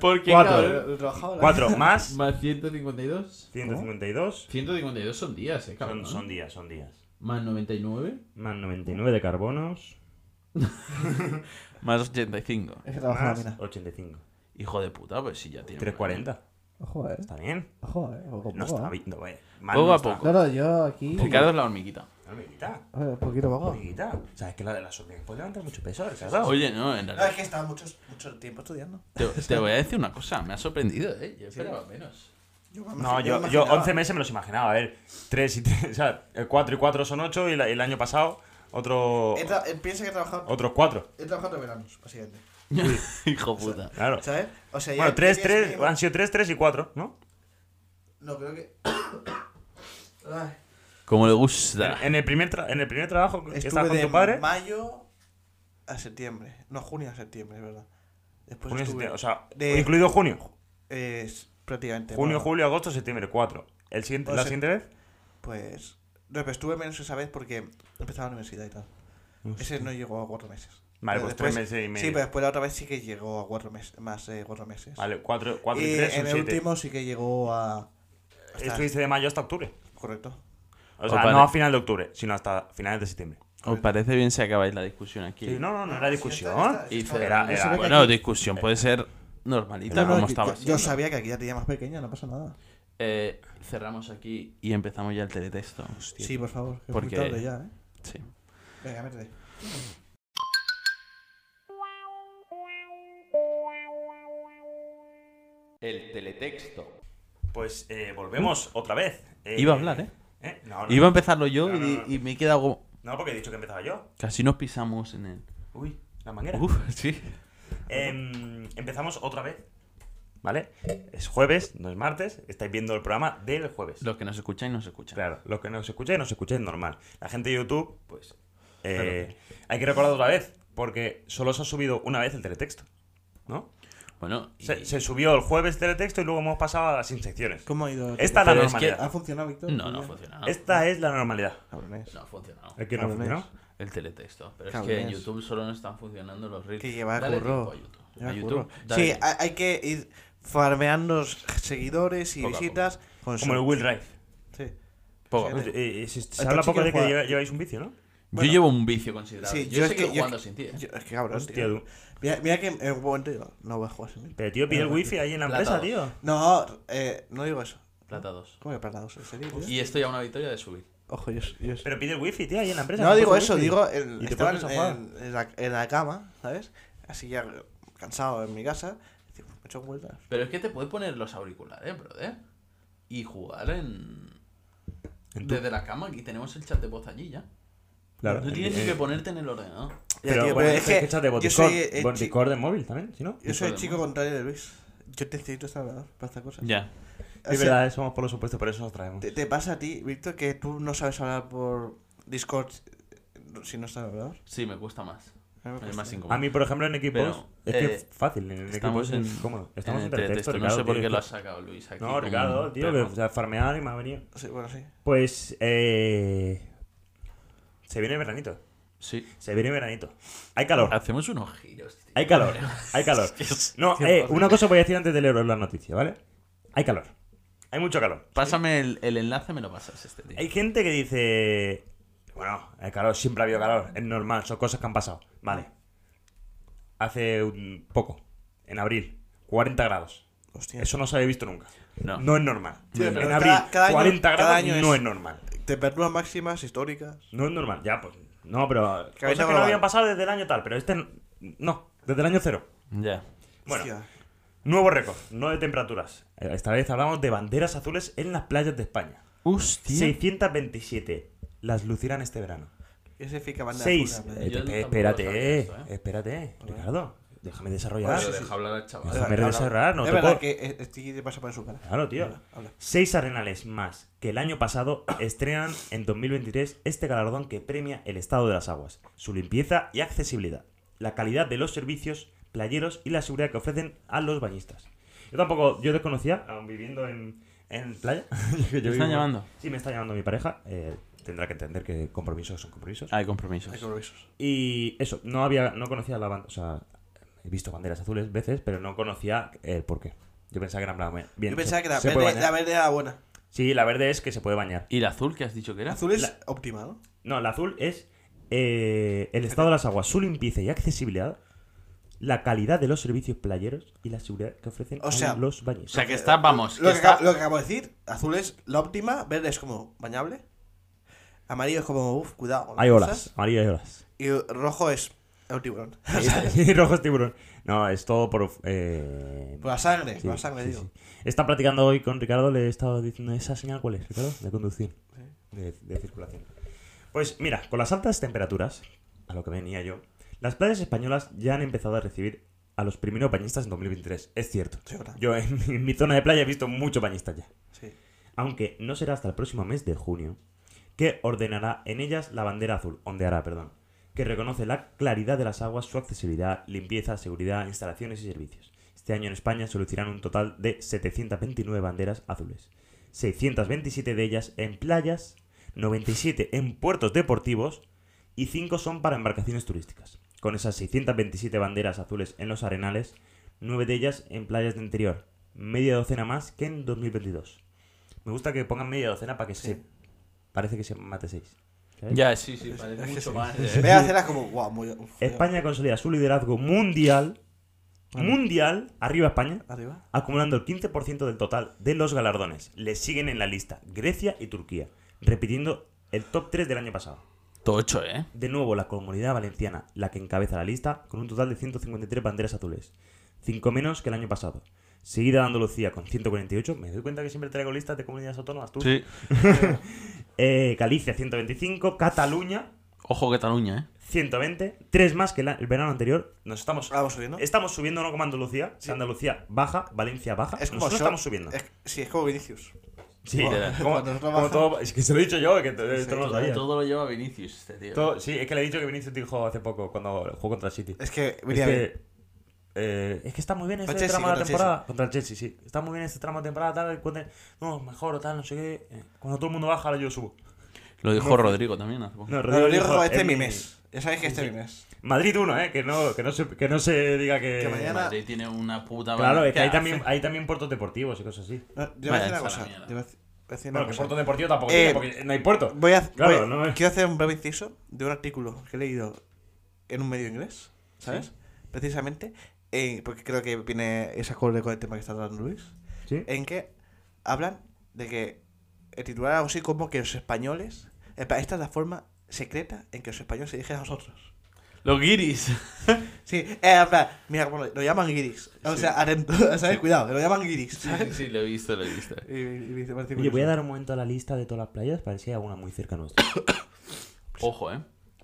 S1: Porque
S2: Cuatro. eh.
S1: cabrón.
S3: he trabajado ¿eh? la-
S2: 4 más
S1: Más 152.
S2: 152
S1: 152 son días, eh, cabrón.
S2: son, son días, son días.
S1: Más 99.
S2: Más 99 de carbonos,
S1: Más 85.
S3: Es que trabajaba la
S2: más
S3: mina.
S2: 85.
S1: Hijo de puta, pues sí, ya tiene.
S2: 340.
S3: Ojo, eh.
S2: ¿Está bien?
S3: Ojo, eh. Poco, a
S2: No
S3: poco,
S2: está
S3: eh.
S2: bien. No, eh. Mal
S1: Poco
S2: no
S1: a
S2: está.
S1: poco.
S3: Claro, yo aquí.
S1: Ricardo es la hormiguita.
S2: Hormiguita,
S3: A ver, poquito poco.
S2: hormiguita. O sea, es que la de las hormigas puede levantar mucho peso, Ricardo.
S1: Oye, no, en
S3: No, es
S1: realidad.
S3: que estaba mucho, mucho tiempo estudiando.
S1: Te, te voy a decir una cosa, me ha sorprendido, eh. Yo esperaba menos.
S3: Yo me
S2: No,
S3: imagi-
S2: yo,
S3: me
S2: yo
S3: imaginaba.
S2: 11 meses me los imaginaba. A ver, 3 y 3, o sea, 4 y 4 son 8 y la- y el año pasado otro,
S3: He tra- eh, Piensa que he trabajado.
S2: otros 4.
S3: He trabajado tres veranos, básicamente.
S1: Hijo puta.
S2: Claro.
S3: ¿Sabes? O sea, ya.
S2: Bueno, 3,
S3: tenías
S2: 3,
S3: mínimo-
S2: han sido 3, 3 y 4, ¿no?
S3: No, creo que. Ay.
S1: Como le gusta.
S2: En el primer, tra- en el primer trabajo que estabas
S3: Estuve
S2: con
S3: de
S2: tu padre,
S3: mayo a septiembre. No, junio a septiembre, es verdad. Después
S2: junio,
S3: estuve.
S2: septiembre, o sea,
S3: de-
S2: incluido junio.
S3: eh, es prácticamente.
S2: Junio,
S3: bueno,
S2: julio, agosto, septiembre, 4. El siguiente,
S3: Pues
S2: ¿La
S3: se-
S2: siguiente vez?
S3: Pues. No, pero estuve menos esa vez porque empezaba la universidad y tal. Ese no llegó a cuatro meses.
S2: Vale,
S3: Pero
S2: pues tres meses y medio.
S3: Sí, pero después la otra vez sí que llegó a cuatro meses, más de cuatro meses.
S2: Vale, 4, 4 y
S3: y
S2: 3 son
S3: en el
S2: 7.
S3: último sí que llegó a. hasta-
S2: Estuviste de mayo hasta octubre.
S3: Correcto.
S2: O sea,
S1: Opa,
S2: no
S1: de-
S2: a final de octubre, sino hasta finales de septiembre.
S1: eh, ¿Os parece bien si acabáis la discusión aquí? Ah,
S2: Sí, no, no, no era
S3: sí,
S2: discusión.
S3: está- está-
S1: Y
S3: está-
S1: cerrar-
S2: Era-
S1: era-
S2: era-
S1: bueno, discusión puede ser normalita.
S2: Era
S3: No, no,
S2: como
S3: yo-
S2: estaba
S3: yo, yo
S2: siendo.
S3: sabía que aquí ya tenía más pequeña, no pasa nada.
S1: Eh, cerramos aquí y empezamos ya el teletexto. Hostia.
S3: Sí, por favor, que
S1: Porque-
S3: es muy tarde ya, ¿eh?
S1: Sí.
S3: Venga, métete.
S4: El teletexto.
S2: Pues eh, volvemos otra vez. Eh,
S1: Iba a hablar, ¿eh?
S2: ¿eh? No, no,
S1: Iba a empezarlo yo
S2: No, no,
S1: y,
S2: no.
S1: y me he quedado como...
S2: no, porque he dicho que empezaba yo.
S1: Casi nos pisamos en el...
S2: Uy, la manguera.
S1: Uf, sí.
S2: Em, empezamos otra vez. ¿Vale? Es jueves, no es martes. Estáis viendo el programa del jueves.
S1: Los que nos escuchan y nos escuchan.
S2: Claro, los que nos escuchéis, nos escuchéis normal. La gente de YouTube, pues. eh, Hay que recordar otra vez, porque solo se ha subido una vez el teletexto. ¿No?
S1: Bueno, y-
S2: Se, se subió el jueves teletexto y luego hemos pasado a las insecciones.
S3: ¿Cómo ha ido?
S2: Esta es la
S1: Pero es que- Ah.
S2: normalidad.
S3: ¿Ha funcionado, Víctor?
S1: no, no ha
S3: Bien.
S1: funcionado.
S2: Esta es la normalidad.
S3: Cabrones.
S1: No ha funcionado.
S2: El que no
S3: Cabrones.
S2: funcionó.
S1: El teletexto. Pero es que en
S3: Cabrones.
S1: YouTube solo no están funcionando los reels.
S3: Que lleva
S1: Dale tiempo
S3: curro.
S1: a YouTube.
S3: Ya
S1: A
S3: me
S1: YouTube,
S3: acuerdo.
S1: dale
S3: Sí, ah,
S1: tiempo.
S3: hay, hay que ir farmeando seguidores y
S1: Poco a
S3: visitas. Con
S2: Como el
S3: suerte.
S2: Will Rife.
S3: Sí.
S1: Poco.
S3: Sí,
S2: Eh, eh, se, se
S3: Este
S2: habla
S3: chico
S2: poco de que
S3: juega-
S2: lleva- lleváis un vicio, ¿no?
S1: yo
S3: Bueno.
S1: llevo un vicio considerable.
S3: Sí,
S1: yo,
S3: yo es
S1: he
S3: que-
S1: seguido
S3: yo-
S1: jugando sin ti. ¿eh?
S3: Yo- es que cabrón,
S2: Hostia,
S3: tío.
S2: tú.
S3: Mira, mira que en un momento digo, no voy a jugar sin mí.
S2: Pero tío, pide el wifi ahí en la empresa,
S1: Platados.
S2: tío.
S3: No, eh, no digo eso.
S1: Plata 2.
S3: ¿Cómo que parados? ¿En serio? tío?
S1: Y estoy a una victoria de subir.
S3: Ojo, yo, yo-
S2: Pero pide el wifi, tío, ahí en la empresa.
S3: No digo
S2: puedes
S3: eso,
S2: wifi.
S3: digo, el-
S2: ¿Y te
S3: estaba
S2: pones a
S3: en,
S2: jugar?
S3: en- en la, en la cama, ¿sabes? Así ya cansado en mi casa. y digo, Me echo vueltas.
S1: Pero es que te puedes poner los auriculares, brother. Y jugar en.
S2: En tu-
S1: Desde la cama, aquí tenemos el chat de voz allí ya.
S2: Claro.
S1: no tienes ni
S2: Eh,
S1: que ponerte en el ordenador.
S3: Ya,
S2: Pero
S3: tío,
S2: bueno,
S3: pero
S2: es que échate por
S3: yo
S2: Discord,
S3: soy, eh,
S2: por
S3: chi-
S2: Discord de móvil también, ¿sí no?
S3: Yo soy el
S1: Discord,
S3: chico
S1: ¿no?
S3: contrario de Luis. Yo te necesito esta verdad para esta cosa.
S1: Ya.
S3: O sea,
S2: Es verdad, eh, somos por lo supuesto, pero eso nos traemos.
S3: ¿Te, te pasa a ti, Víctor, que tú no sabes hablar por Discord eh, si no estás hablado?
S1: Sí, me cuesta más. Es
S3: pues,
S1: más incómodo.
S2: A mí, por ejemplo, en equipos
S1: Pero,
S2: es que
S1: eh,
S2: es fácil, en equipos
S1: Estamos en.
S2: es cómodo. Estamos en,
S1: el teletexto. No
S2: Ricardo,
S1: sé por
S2: tío,
S1: qué
S2: es
S1: lo ha
S2: que-
S1: sacado Luis aquí.
S2: No,
S1: como
S2: Ricardo,
S1: un
S2: tío, que
S1: perro.
S2: se ha farmeado y me ha venido.
S3: Sí, bueno, sí.
S2: Pues, eh... Se viene veranito.
S1: Sí.
S2: Se viene veranito. Hay calor.
S1: Hacemos unos giros. tío.
S2: Hay calor, hay calor. No,
S1: tío,
S2: eh,
S1: horrible.
S2: una cosa voy a decir antes de leer la noticia, ¿vale? Hay calor. Hay mucho calor.
S1: Pásame el, el enlace, me lo pasas este tío.
S2: Hay gente que dice. Bueno, el calor, siempre ha habido calor, es normal, son cosas que han pasado. Vale. Hace un poco, en abril, 40 grados.
S3: Hostia.
S2: Eso no se había visto nunca.
S1: No.
S2: es normal.
S3: Tío, pero
S2: en
S3: cada-
S2: abril,
S3: cada año-
S2: 40
S3: cada
S2: grados
S3: año
S2: no
S3: es-
S2: es normal.
S3: Temperaturas máximas históricas.
S2: No es normal, ya, pues. No, pero.
S3: Cada año
S2: Cosas que no
S3: global.
S2: habían pasado desde el año tal, pero este. n- No, desde el año cero.
S1: Ya.
S2: Bueno,
S3: Hostia.
S2: Nuevo récord, no de temperaturas. Eh, Esta vez hablamos de banderas azules en las playas de España.
S1: Hostia.
S2: 627 las lucirán este verano.
S3: ¿Qué significa banda
S2: Seis.
S3: azul?
S2: Eh,
S1: Yo
S2: te-
S1: tampoco lo
S2: espérate,
S1: sabía esto, ¿eh.
S2: espérate, Ricardo. Déjame desarrollar.
S1: Pero
S3: Ah, sí, sí.
S1: deja hablar al chaval.
S2: Eso me merece cerrar, no
S3: es
S2: te
S3: verdad
S2: puedo-
S3: que eh, estoy de paso por su cara.
S2: Claro, tío.
S3: Habla.
S2: Seis arenales más que el año pasado estrenan en 2023 este galardón que premia el estado de las aguas, su limpieza y accesibilidad, la calidad de los servicios playeros y la seguridad que ofrecen a los bañistas. Yo tampoco, yo desconocía, aún viviendo en, en playa. que yo
S1: están
S2: vivo-
S1: llamando?
S2: Sí, me está llamando mi pareja. eh, tendrá que entender que compromisos son compromisos.
S1: Ah, Hay compromisos.
S3: Hay compromisos.
S2: Y eso, no había, no conocía la banda, o sea, he visto banderas azules veces, pero no conocía el porqué. Yo pensaba que era en plan, bueno, bien.
S3: Yo
S2: se-
S3: pensaba que la
S2: se puede
S3: verde,
S2: bañar.
S3: la verde era buena.
S2: Sí, la verde es que se puede bañar.
S1: ¿Y el azul que has dicho que era?
S3: Azul es
S2: La-
S3: óptima, ¿no?
S2: No, la azul es eh, el estado de las aguas, su limpieza y accesibilidad, la calidad de los servicios playeros y la seguridad que ofrecen
S3: O
S2: a
S3: sea,
S2: los
S1: O
S2: baños.
S1: sea, que está, vamos.
S3: Lo
S1: que
S3: que,
S1: está-
S3: acabo, lo que acabo de decir, azul es la óptima, verde es como bañable, amarillo es como, uff, cuidado. con las
S2: Hay olas,
S3: cosas,
S2: María, hay olas.
S3: Y rojo es el tiburón.
S2: Y rojo es tiburón. No, es todo por... eh,
S3: Por la sangre,
S2: sí,
S3: por la sangre,
S2: sí,
S3: digo.
S2: sí. Está practicando hoy con Ricardo, le he estado diciendo esa señal cuál es, Ricardo, de conducción, de, de circulación. Pues mira, con las altas temperaturas, a lo que venía yo, las playas españolas ya han empezado a recibir a los primeros bañistas en 2023. Es cierto.
S3: Sí, ¿verdad?
S2: Yo en mi, en mi zona de playa he visto muchos bañistas ya.
S3: Sí.
S2: Aunque no será hasta el próximo mes de junio que ordenará en ellas la bandera azul, ondeará, perdón, que reconoce la claridad de las aguas, su accesibilidad, limpieza, seguridad, instalaciones y servicios. Este año en España se lucirán un total de 729 banderas azules, 627 de ellas en playas, 97 en puertos deportivos y 5 son para embarcaciones turísticas. Con esas 627 banderas azules en los arenales, 9 de ellas en playas de interior, media docena más que en 2022. Me gusta que pongan media docena para que se... Parece que se mate 6.
S1: Ya, sí, sí, parece mucho más. eh.
S3: Voy a hacerlas como, wow, muy. uf,
S2: España consolida su liderazgo mundial Mundial, arriba España,
S3: Arriba.
S2: acumulando el 15% del total de los galardones. Le siguen en la lista Grecia y Turquía, repitiendo el top 3 del año pasado.
S1: Tocho, ¿eh?
S2: De nuevo, la comunidad valenciana, la que encabeza la lista, con un total de 153 banderas azules. 5 menos que el año pasado. Seguida de Andalucía con 148. Me doy cuenta que siempre traigo listas de comunidades autónomas, tú.
S1: Sí.
S2: Eh, Galicia, 125. Cataluña,
S1: Ojo Cataluña, ¿eh?
S2: 120. 3 más que la- el verano anterior. Nos estamos,
S3: Ahora vamos subiendo.
S2: estamos subiendo, no como Andalucía. Si Andalucía baja, Valencia baja.
S3: Es como
S2: nosotros
S3: Shor-
S2: estamos subiendo.
S3: es- sí, es como Vinicius.
S2: Sí,
S1: Literal.
S2: como,
S3: Cuando nos
S2: como
S3: bajan-
S2: todo- es que se lo he dicho yo, que te-
S3: Sí,
S2: tú no lo sabías.
S1: Todo lo lleva Vinicius, este tío.
S2: Todo- sí, es que le he dicho que Vinicius dijo hace poco cuando jugó contra el City.
S3: Es que
S2: Es
S3: venía bien.
S2: que, eh, es que está muy bien este
S3: Contra Chelsea,
S2: tramo de la
S3: contra
S2: temporada. Contra el Chelsea, sí. Está muy bien este tramo de temporada, tal. cuente- no, mejor o tal, no sé qué. Eh, Cuando todo el mundo baja, ahora yo subo.
S1: Lo dijo Rodrigo también hace poco.
S2: No,
S3: No, lo digo,
S2: dijo,
S3: este
S2: "Es
S3: es mi mes. Ya sabéis que este es mi mes.
S2: Madrid 1, eh. Que no, que no, se, que no se diga que.
S3: Que mañana-
S1: Madrid tiene una puta...
S2: Claro, es que
S1: ¿Qué
S2: hay
S1: hace?
S2: también, hay también puertos deportivos y cosas así.
S3: No, yo voy a
S1: Vale,
S3: decir una
S1: esa
S3: cosa.
S1: es la mierda.
S3: yo voy a decir- voy a decir una
S2: Bueno, que
S3: cosa.
S2: puerto deportivo tampoco
S3: Eh,
S2: tiene, porque no hay puerto.
S3: Voy a,
S2: Claro,
S3: voy-
S2: no es-
S3: Quiero hacer un breve inciso de un artículo que he leído en un medio inglés, ¿sabes? Precisamente, eh, porque creo que viene ese acorde con el tema que está hablando Luis,
S2: ¿Sí?
S3: en que hablan de que el titular algo así como que los españoles. en plan, Esta es la forma secreta en que los españoles se dirigen a nosotros.
S1: Los guiris.
S3: Sí, eh, en plan, mira, como lo, lo llaman guiris. O sea, atento, ¿sabes? Cuidado, lo llaman guiris.
S1: Sí, sí, sí, lo he visto, lo he visto.
S3: Y, y me parece
S2: Oye, voy a
S3: curioso.
S2: dar un momento a la lista de todas las playas para ver si hay alguna muy cerca nuestra.
S1: Ojo, ¿eh?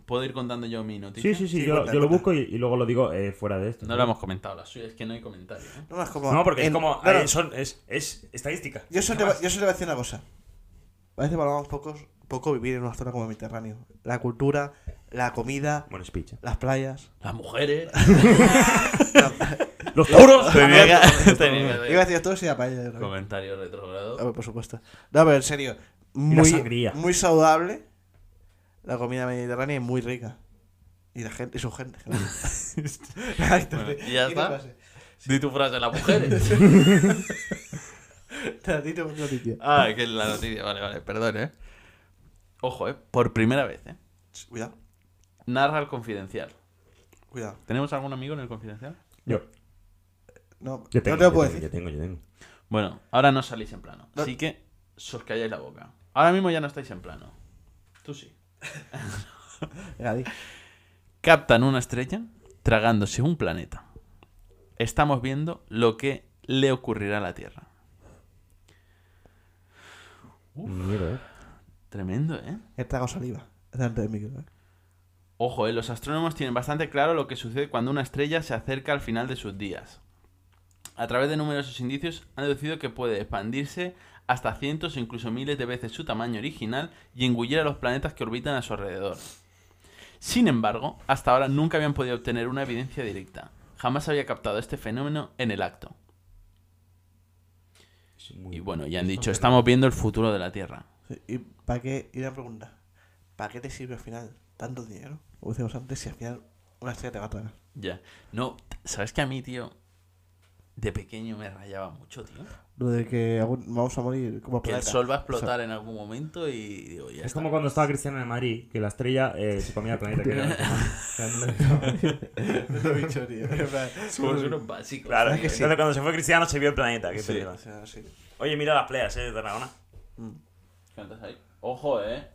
S1: ¿Puedo ir contando yo mi noticia?
S2: Sí, sí, sí,
S3: Sí,
S2: yo,
S3: cuenta,
S2: yo lo
S3: cuenta.
S2: busco y, y luego lo digo eh, fuera de esto.
S1: No lo hemos comentado, la suya es que no hay comentario, ¿eh?
S3: No, es como.
S2: No, porque es
S3: en-
S2: como.
S3: no, no,
S2: eh, son- es, es estadística.
S3: Yo solo, te,
S2: Nada
S3: va-
S2: más.
S3: yo solo te voy a decir una cosa. A veces valoramos poco, poco vivir en una zona como el Mediterráneo. La cultura, la comida,
S2: Bueno, speech.
S3: las playas.
S1: Las mujeres.
S2: Los toros.
S1: Tenía que- tenía que-
S3: Iba a decir todo si la paella. yo creo.
S1: Comentario retrogrado.
S3: A ver, por supuesto. No, pero en serio.
S2: la
S3: Muy,
S2: sangría.
S3: muy saludable. La comida mediterránea es muy rica. Y la gente, y su gente. claro.
S1: Bueno, ¿y ya
S3: Dime
S1: está?
S3: frase.
S1: Di tu frase, las mujeres.
S3: Te la tiro por otro sitio.
S1: ah, que es la noticia, vale, vale, perdón, ¿eh? Ojo, ¿eh? Por primera vez, ¿eh?
S3: Ch, Cuidado,
S1: Narra el confidencial.
S3: cuidado.
S1: ¿Tenemos algún amigo en el confidencial?
S2: Yo,
S3: No,
S2: yo tengo.
S3: no te lo puedo
S2: yo tengo,
S3: decir.
S2: Yo tengo, yo tengo.
S1: Bueno, ahora no salís en plano.
S3: No.
S1: Así que os calláis la boca. Ahora mismo ya no estáis en plano. Tú sí.
S3: Venga, di.
S1: Captan una estrella tragándose un planeta. Estamos viendo lo que le ocurrirá a la Tierra.
S2: Mierda, eh.
S1: Tremendo, ¿eh?
S3: He tragado saliva. Delante del micro. ¿eh?
S1: Ojo, ¿eh? los astrónomos tienen bastante claro lo que sucede cuando una estrella se acerca al final de sus días. A través de numerosos indicios han deducido que puede expandirse hasta cientos o incluso miles de veces su tamaño original y engullir a los planetas que orbitan a su alrededor. Sin embargo, hasta ahora nunca habían podido obtener una evidencia directa. Jamás había captado este fenómeno en el acto.
S2: Es muy-
S1: Y bueno, ya han dicho, estamos viendo el futuro de la Tierra.
S3: Sí, ¿Y para qué? Y una pregunta. ¿Para qué te sirve al final tanto dinero? Como decíamos antes, si al final una estrella te va a tragar.
S1: Ya. No, ¿sabes que a mí, tío? De pequeño me rayaba mucho, tío.
S3: Lo de que algún- vamos a morir como
S1: que el
S3: planeta.
S1: sol va a explotar en algún momento y digo, ya
S2: Es
S1: está.
S2: como cuando estaba Cristiano en el Madrid, que la estrella eh, se comía el planeta. que era-
S3: Lo he dicho, tío. En plan,
S1: Somos unos básicos.
S2: claro,
S1: tío.
S2: que sí. Entonces, cuando se fue Cristiano se vio el planeta. qué
S1: Sí.
S2: película.
S3: o sea, sí.
S2: Oye, mira las playas, eh, de Tarragona.
S1: ¿Cuántas hay? Ojo, eh.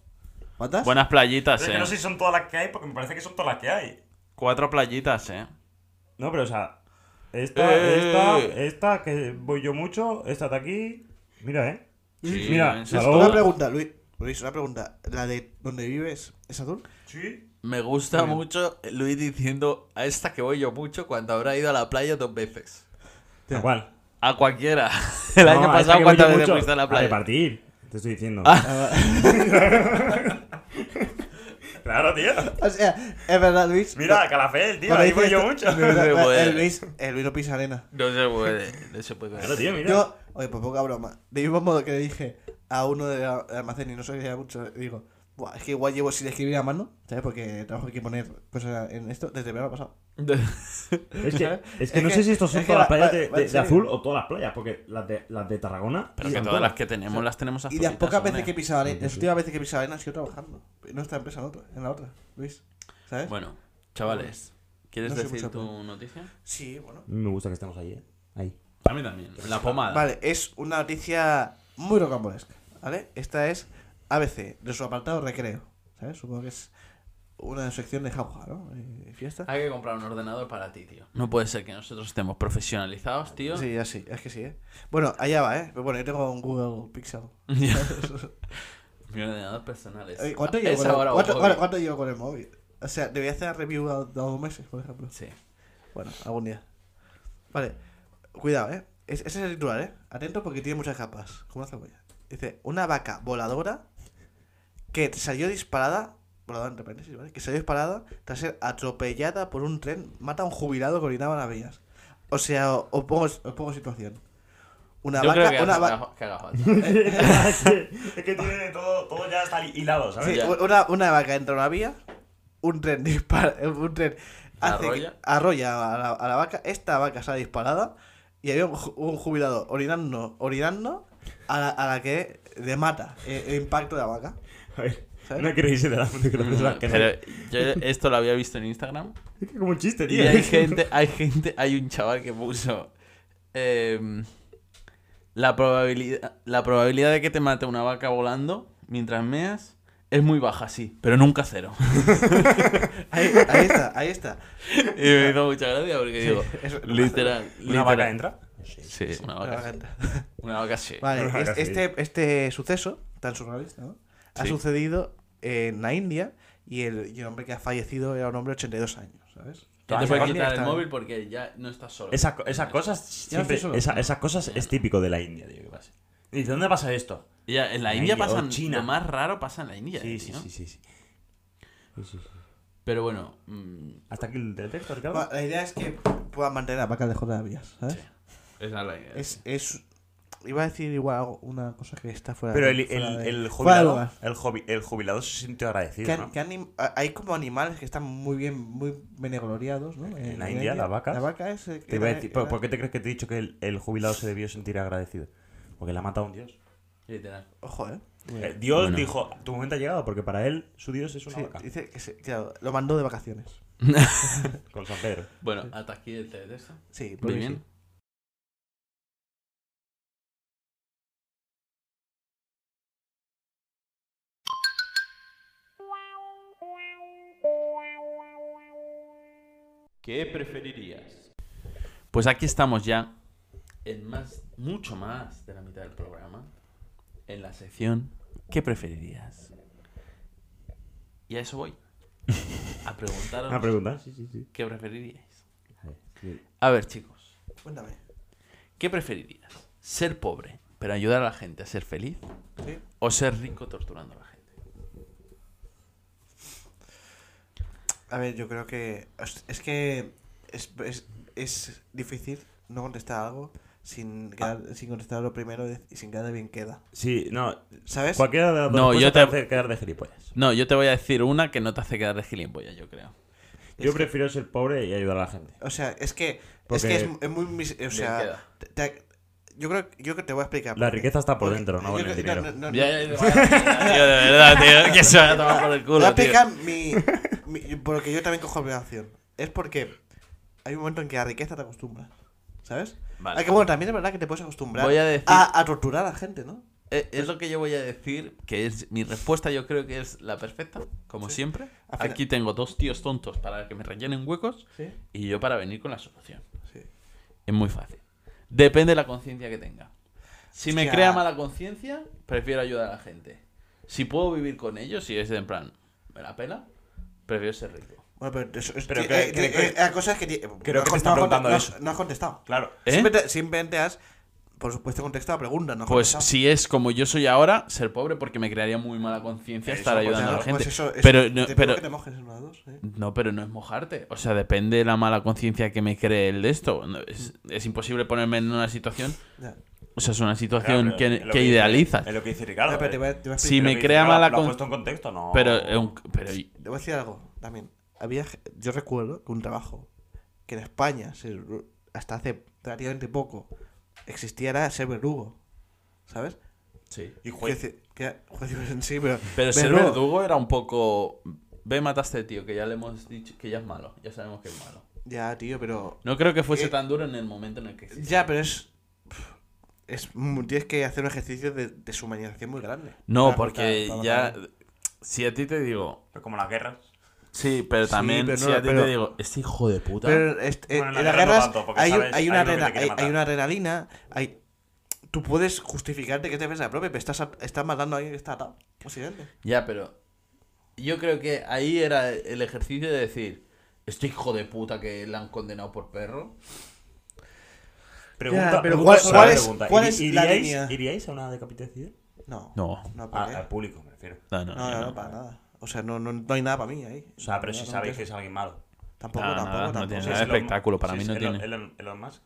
S3: ¿Cuántas?
S1: Buenas playitas,
S2: Pero es
S1: eh.
S2: que no sé si son todas las que hay, porque me parece que son todas las que hay.
S1: Cuatro playitas, eh.
S2: No, pero o sea, esta,
S1: Eh,
S2: esta,
S1: eh,
S2: esta, que voy yo mucho, esta de aquí. Mira, eh.
S1: Sí,
S2: Mira,
S1: es que
S2: Salou.
S3: Una pregunta, Luis. Luis, una pregunta. ¿La de donde vives es azul?
S2: Sí.
S1: Me gusta mucho Luis diciendo a esta que voy yo mucho cuando habrá ido a la playa dos veces.
S2: ¿A cuál?
S1: A cualquiera. El
S2: No,
S1: año
S2: a esta
S1: pasado,
S2: que voy yo
S1: ¿cuántas veces
S2: mucho,
S1: fuiste a la
S2: A
S1: playa?
S2: repartir, te estoy diciendo.
S3: Ah,
S2: Claro, tío.
S3: o sea, es verdad, Luis.
S2: Mira, Calafel, tío,
S3: Cuando
S2: ahí
S3: dices
S2: voy yo
S3: esto-
S2: mucho.
S3: de verdad,
S1: Sí,
S3: el
S1: bueno.
S3: Luis, el Luis no pisa arena.
S1: No se puede. No se puede.
S2: Claro, tío, mira.
S3: Yo, oye, pues poca broma. De mismo modo que le dije a uno del almacén y no sabía mucho, digo, Buah, es que igual llevo sin escribir a mano, ¿sabes? Porque trabajo que poner cosas en esto desde el verano pasado.
S2: Es que, es que
S3: Es
S2: no
S3: que-
S2: sé si estos
S3: es
S2: son
S3: que
S2: todas las
S3: la-
S2: playas
S3: va-
S2: de,
S3: va
S2: de-
S3: en
S2: de
S3: serio.
S2: azul o todas las playas, porque las de, las de Tarragona.
S1: Pero
S2: y
S1: que
S2: son
S1: todas las que tenemos las tenemos
S3: Y las
S1: azulitas,
S3: pocas veces
S1: hombre.
S3: que he pisado arena, las últimas veces que he pisado arena he sido trabajando. No esta empresa, en, otra, en la otra, Luis. ¿Sabes?
S1: Bueno, chavales, ¿Quieres
S3: No soy
S1: decir
S3: mucho
S1: tu
S3: pro.
S1: noticia?
S3: Sí, bueno.
S2: Me gusta que estemos ahí, ¿eh? Ahí.
S1: A mí también. La pomada.
S3: Vale, es una noticia muy rocambolesca, ¿vale? Esta es ABC, de su apartado recreo, ¿sabes? Supongo que es una sección de jauja, ¿no? Eh, fiesta.
S1: Hay que comprar un ordenador para ti, tío. No puede ser que nosotros estemos profesionalizados, tío.
S3: Sí, ya sí, es que sí, ¿eh? Bueno, allá va, ¿eh? Pero Bueno, yo tengo un Google Pixel.
S1: Mi ordenador personal es.
S3: Eh, ¿Cuánto,
S1: es
S3: llevo con el,
S1: ahora
S3: cuánto-
S1: Huawei.
S3: bueno, ¿Cuánto llevo con el móvil? O sea, debía hacer review a, a dos meses, por ejemplo.
S1: Sí.
S3: Bueno, algún día. Vale, cuidado, ¿eh? Es- ese es el titular, ¿eh? Atento porque tiene muchas capas, como una cebolla. Dice, una vaca voladora que salió disparada, voladora entre paréntesis, ¿vale? Que salió disparada tras ser atropellada por un tren, mata a un jubilado que orinaba en las vías. O sea, o- os pongo, os pongo situación. Una
S1: Yo creo
S3: vaca,
S1: que
S3: una
S1: haga-
S3: vaca...
S1: que haga falta.
S2: es que tiene todo, todo ya está hilado, ¿sabes?
S3: Sí,
S1: Ya.
S3: u- una, una vaca entra a una vía, un tren dispara, un tren hace que-
S1: Arrolla.
S3: arrolla a la, a la vaca, esta vaca sale disparada y había un, ju- un jubilado orinando, orinando a la, a la que le mata el, el impacto de la vaca.
S2: A ver,
S3: ¿Sabes?
S2: no queréis ir de la foto que
S1: Pero yo esto lo había visto en Instagram.
S2: Es que como un chiste,
S1: Y
S2: tío.
S1: hay gente, hay gente, hay un chaval que puso. em, la, probabilidad, la probabilidad de que te mate una vaca volando mientras meas es muy baja, sí, pero nunca cero.
S3: Ahí, ahí está, ahí está.
S1: Y me hizo mucha gracia porque digo,
S3: es-
S1: literal.
S2: ¿Una
S1: literal.
S2: vaca entra?
S1: Sí, una
S3: La
S1: vaca.
S3: vaca
S1: sí.
S3: entra.
S1: Una vaca sí.
S3: Vale,
S2: Una vaca
S3: es-
S2: sí.
S3: este, este suceso tan surrealista ¿no? ha
S1: Sí.
S3: sucedido en la India y el, y el hombre que ha fallecido era un hombre de 82 años, ¿sabes?
S1: Ya te
S2: Las
S1: puedes
S2: vacas
S1: quitar el
S3: están-
S1: móvil porque ya no estás solo.
S2: Esas co- esas cosas
S3: Ya no estoy
S2: siempre,
S3: solo.
S2: esa- esas cosas es típico de la India, tío, que pasa. ¿Y de dónde pasa esto?
S1: Ya, en la
S2: La
S1: India,
S2: India o
S1: pasan.
S2: China.
S1: Lo más raro pasa en la India.
S2: Sí,
S1: eh,
S2: sí,
S1: tío.
S2: sí, sí, sí. Sí, sí, sí.
S1: Pero bueno. mm,
S2: Hasta aquí el detector,
S3: Bueno,
S2: Ricardo.
S3: La idea es que puedan mantener a vaca lejos de las vías, ¿sabes?
S1: esa es la idea.
S3: Es, es. Iba a decir igual algo- una cosa que está fuera
S2: Pero
S3: de-
S2: el, el,
S3: fuera de-
S2: el
S3: fuera de
S2: jubilado,
S3: lugar.
S2: el, jovi- el jubilado se sintió
S3: Que
S2: agradecido,
S3: an-
S2: ¿no?
S3: que anim- a- hay como animales que están muy bien, muy benegloriados, ¿no? En,
S2: la India, las vacas.
S3: La vaca es. eh,
S2: Te iba a
S3: era-
S2: decir, ¿por,
S3: era-
S2: por qué te crees que te he dicho que el, el jubilado se debió sentir agradecido? Porque le ha matado un dios.
S1: Literal.
S3: Ojo, ¿eh?
S2: Eh, Dios
S1: Bueno.
S2: dijo, tu momento ha llegado, porque para él, su dios es una
S3: Sí,
S2: vaca.
S3: dice que se- claro, lo mandó de vacaciones.
S2: Con San Pedro.
S1: Bueno, hasta aquí el teletexto.
S3: Sí,
S1: Muy
S3: porque sí.
S1: bien.
S4: ¿Qué preferirías?
S1: Pues aquí estamos ya en más, mucho más de la mitad del programa, en la sección ¿Qué preferirías? Y a eso voy. A preguntaros
S2: ¿Una pregunta? Ah, Sí, sí, sí.
S1: qué preferiríais.
S2: A ver, sí.
S1: A ver, chicos,
S3: Cuéntame.
S1: ¿qué preferirías? ¿Ser pobre, pero ayudar a la gente a ser feliz?
S3: Sí.
S1: ¿O ser rico torturando a la gente?
S3: A ver, yo creo que. Es es que. Es, es, es difícil no contestar algo
S2: Ah.
S3: sin, quedar- sin contestar lo primero y sin quedar bien queda.
S2: Sí, no.
S3: ¿Sabes?
S2: Cualquiera de las dos
S1: No,
S2: cosas
S1: yo
S2: te
S1: te-
S2: hace quedar de gilipollas.
S1: No, yo te voy a decir una que no te hace quedar de gilipollas, yo creo.
S2: Yo prefiero ser pobre y ayudar a la gente.
S3: O sea, es que es,
S2: Porque-
S3: que es, es muy... mis- O sea,
S1: queda.
S3: te- te- yo, creo, yo que te voy a explicar.
S2: La
S3: por qué.
S2: riqueza está por
S3: Porque-
S2: dentro, no
S3: yo
S2: con el
S3: creo-
S2: dinero.
S3: no, Ah, no, no.
S1: Ya, ya, ya, vaya, tío, de verdad, tío, que se vaya a tomar por el
S3: Te voy a
S1: culo, tío.
S3: explicar mi, mi- Porque yo también cojo obligación. Es porque hay un momento en que a la riqueza te acostumbras. ¿Sabes?
S1: Vale.
S3: Ah, que bueno, también es verdad que te puedes acostumbrar
S1: Voy a decir-
S3: a, a torturar a la gente, ¿no?
S1: Eh, Es lo que yo voy a decir, que es mi respuesta, yo creo que es la perfecta, como siempre.
S3: Al final-
S1: Aquí tengo dos tíos tontos para que me rellenen huecos
S3: Sí.
S1: y yo para venir con la solución.
S3: sí.
S1: Es muy fácil. Depende de la conciencia que tenga. Si me
S3: Hostia.
S1: crea mala conciencia, prefiero ayudar a la gente. Si puedo vivir con ellos, si es en plan, me la pela, prefiero ser rico.
S2: Ah,
S3: Bueno, pero eso es,
S2: Pero
S3: ti-
S2: que-
S3: eh,
S2: que-
S3: eh,
S2: que-
S3: eh, la cosa es que ti-
S2: que
S3: no
S2: te
S3: has-
S2: está
S3: no has
S2: preguntando
S3: conte- no
S2: eso.
S3: has- No has contestado.
S2: Claro.
S1: ¿Eh?
S3: Simplemente, simplemente has, por supuesto, contestado a preguntas, no has
S1: Pues
S3: contestado.
S1: si es como yo soy ahora, ser pobre porque me crearía muy mala conciencia
S2: Eso,
S1: estar
S2: pues,
S1: ayudando a la
S3: Claro,
S1: gente.
S3: pues eso- eso-
S1: pero
S3: te
S1: no,
S3: pido
S1: pero,
S3: que te mojes en una de dos, ¿eh?
S1: No, pero no es mojarte. O sea, depende de la mala conciencia que me cree el de esto. No, es, es imposible ponerme en una situación.
S3: Ya.
S1: O sea, es una
S2: Claro,
S1: situación
S2: pero
S1: que,
S2: es lo
S1: que
S2: dice-
S1: idealizas.
S2: Es lo que dice
S3: Ah,
S2: Ricardo.
S3: pero te voy
S2: eh.
S3: a- te voy a
S1: Sí, me
S3: explicar.
S2: Lo que dice
S1: crea
S2: Ricardo,
S1: mala
S2: lo ha
S1: con-
S2: puesto en contexto, no.
S1: Pero, eh, un- pero
S3: Te voy a decir algo también. Había, ge- yo recuerdo que un trabajo que en España, se- hasta hace relativamente poco, existía era ser verdugo. ¿Sabes?
S1: sí.
S2: Y juez.
S3: Quiero decir, que era- juez en sí, pero.
S1: Pero ser verdugo era un poco ve, mataste al tío, que ya le hemos dicho que ya es malo. Ya sabemos que es malo.
S3: Ya, tío, pero.
S1: No creo que fuese
S3: Eh,
S1: tan duro en el momento en el que existe.
S3: Ya, pero es. es mu- tienes que hacer un ejercicio de, de deshumanización muy grande.
S1: No,
S3: Para
S1: porque
S3: matar- para
S1: ya.
S3: matar.
S1: Si a ti te digo.
S2: Pero como las guerras.
S1: Sí, pero
S3: Sí,
S1: también.
S3: pero no,
S1: si a ti
S3: pero-
S1: te digo. Este hijo de puta.
S3: Pero este,
S2: Bueno, en la
S3: en las
S2: guerra no
S3: guerras
S2: tanto, porque
S3: hay,
S2: sabes,
S3: hay,
S2: hay
S3: una
S2: uno que te
S3: adrena-
S2: quiere
S3: hay,
S2: matar.
S3: hay una adrenalina. Hay... Tú puedes justificarte que te ves la propia, pero estás, a- estás matando a alguien que está atado. Básicamente.
S1: Ya, pero. Yo creo que ahí era el ejercicio de decir. Este hijo de puta que le han condenado por perro.
S2: Pregunta,
S3: pero
S2: pregunta
S3: ¿cuál-
S2: sobre
S3: cuál
S2: la
S3: es-
S2: pregunta.
S3: cuál
S2: ¿Iri-
S3: es la
S2: ¿Iríais,
S3: línea?
S2: ¿Iríais a una decapitación?
S3: No.
S1: No.
S3: No, ¿por
S2: Ah,
S3: qué?
S2: al público, me refiero.
S1: No, no,
S3: no, no, no, para nada. O sea, no, no, no hay nada para mí ahí.
S2: O sea, pero
S3: No,
S2: si
S3: no,
S2: sabéis
S3: no,
S2: que es alguien malo.
S3: Tampoco,
S1: Ah,
S3: tampoco,
S1: nada, no
S3: tampoco.
S1: tiene
S2: Sí,
S1: nada.
S2: es Elon-
S1: espectáculo, para
S2: sí,
S1: mí
S2: es
S1: no
S2: Elon-
S1: tiene.
S2: Elon, Elon Musk.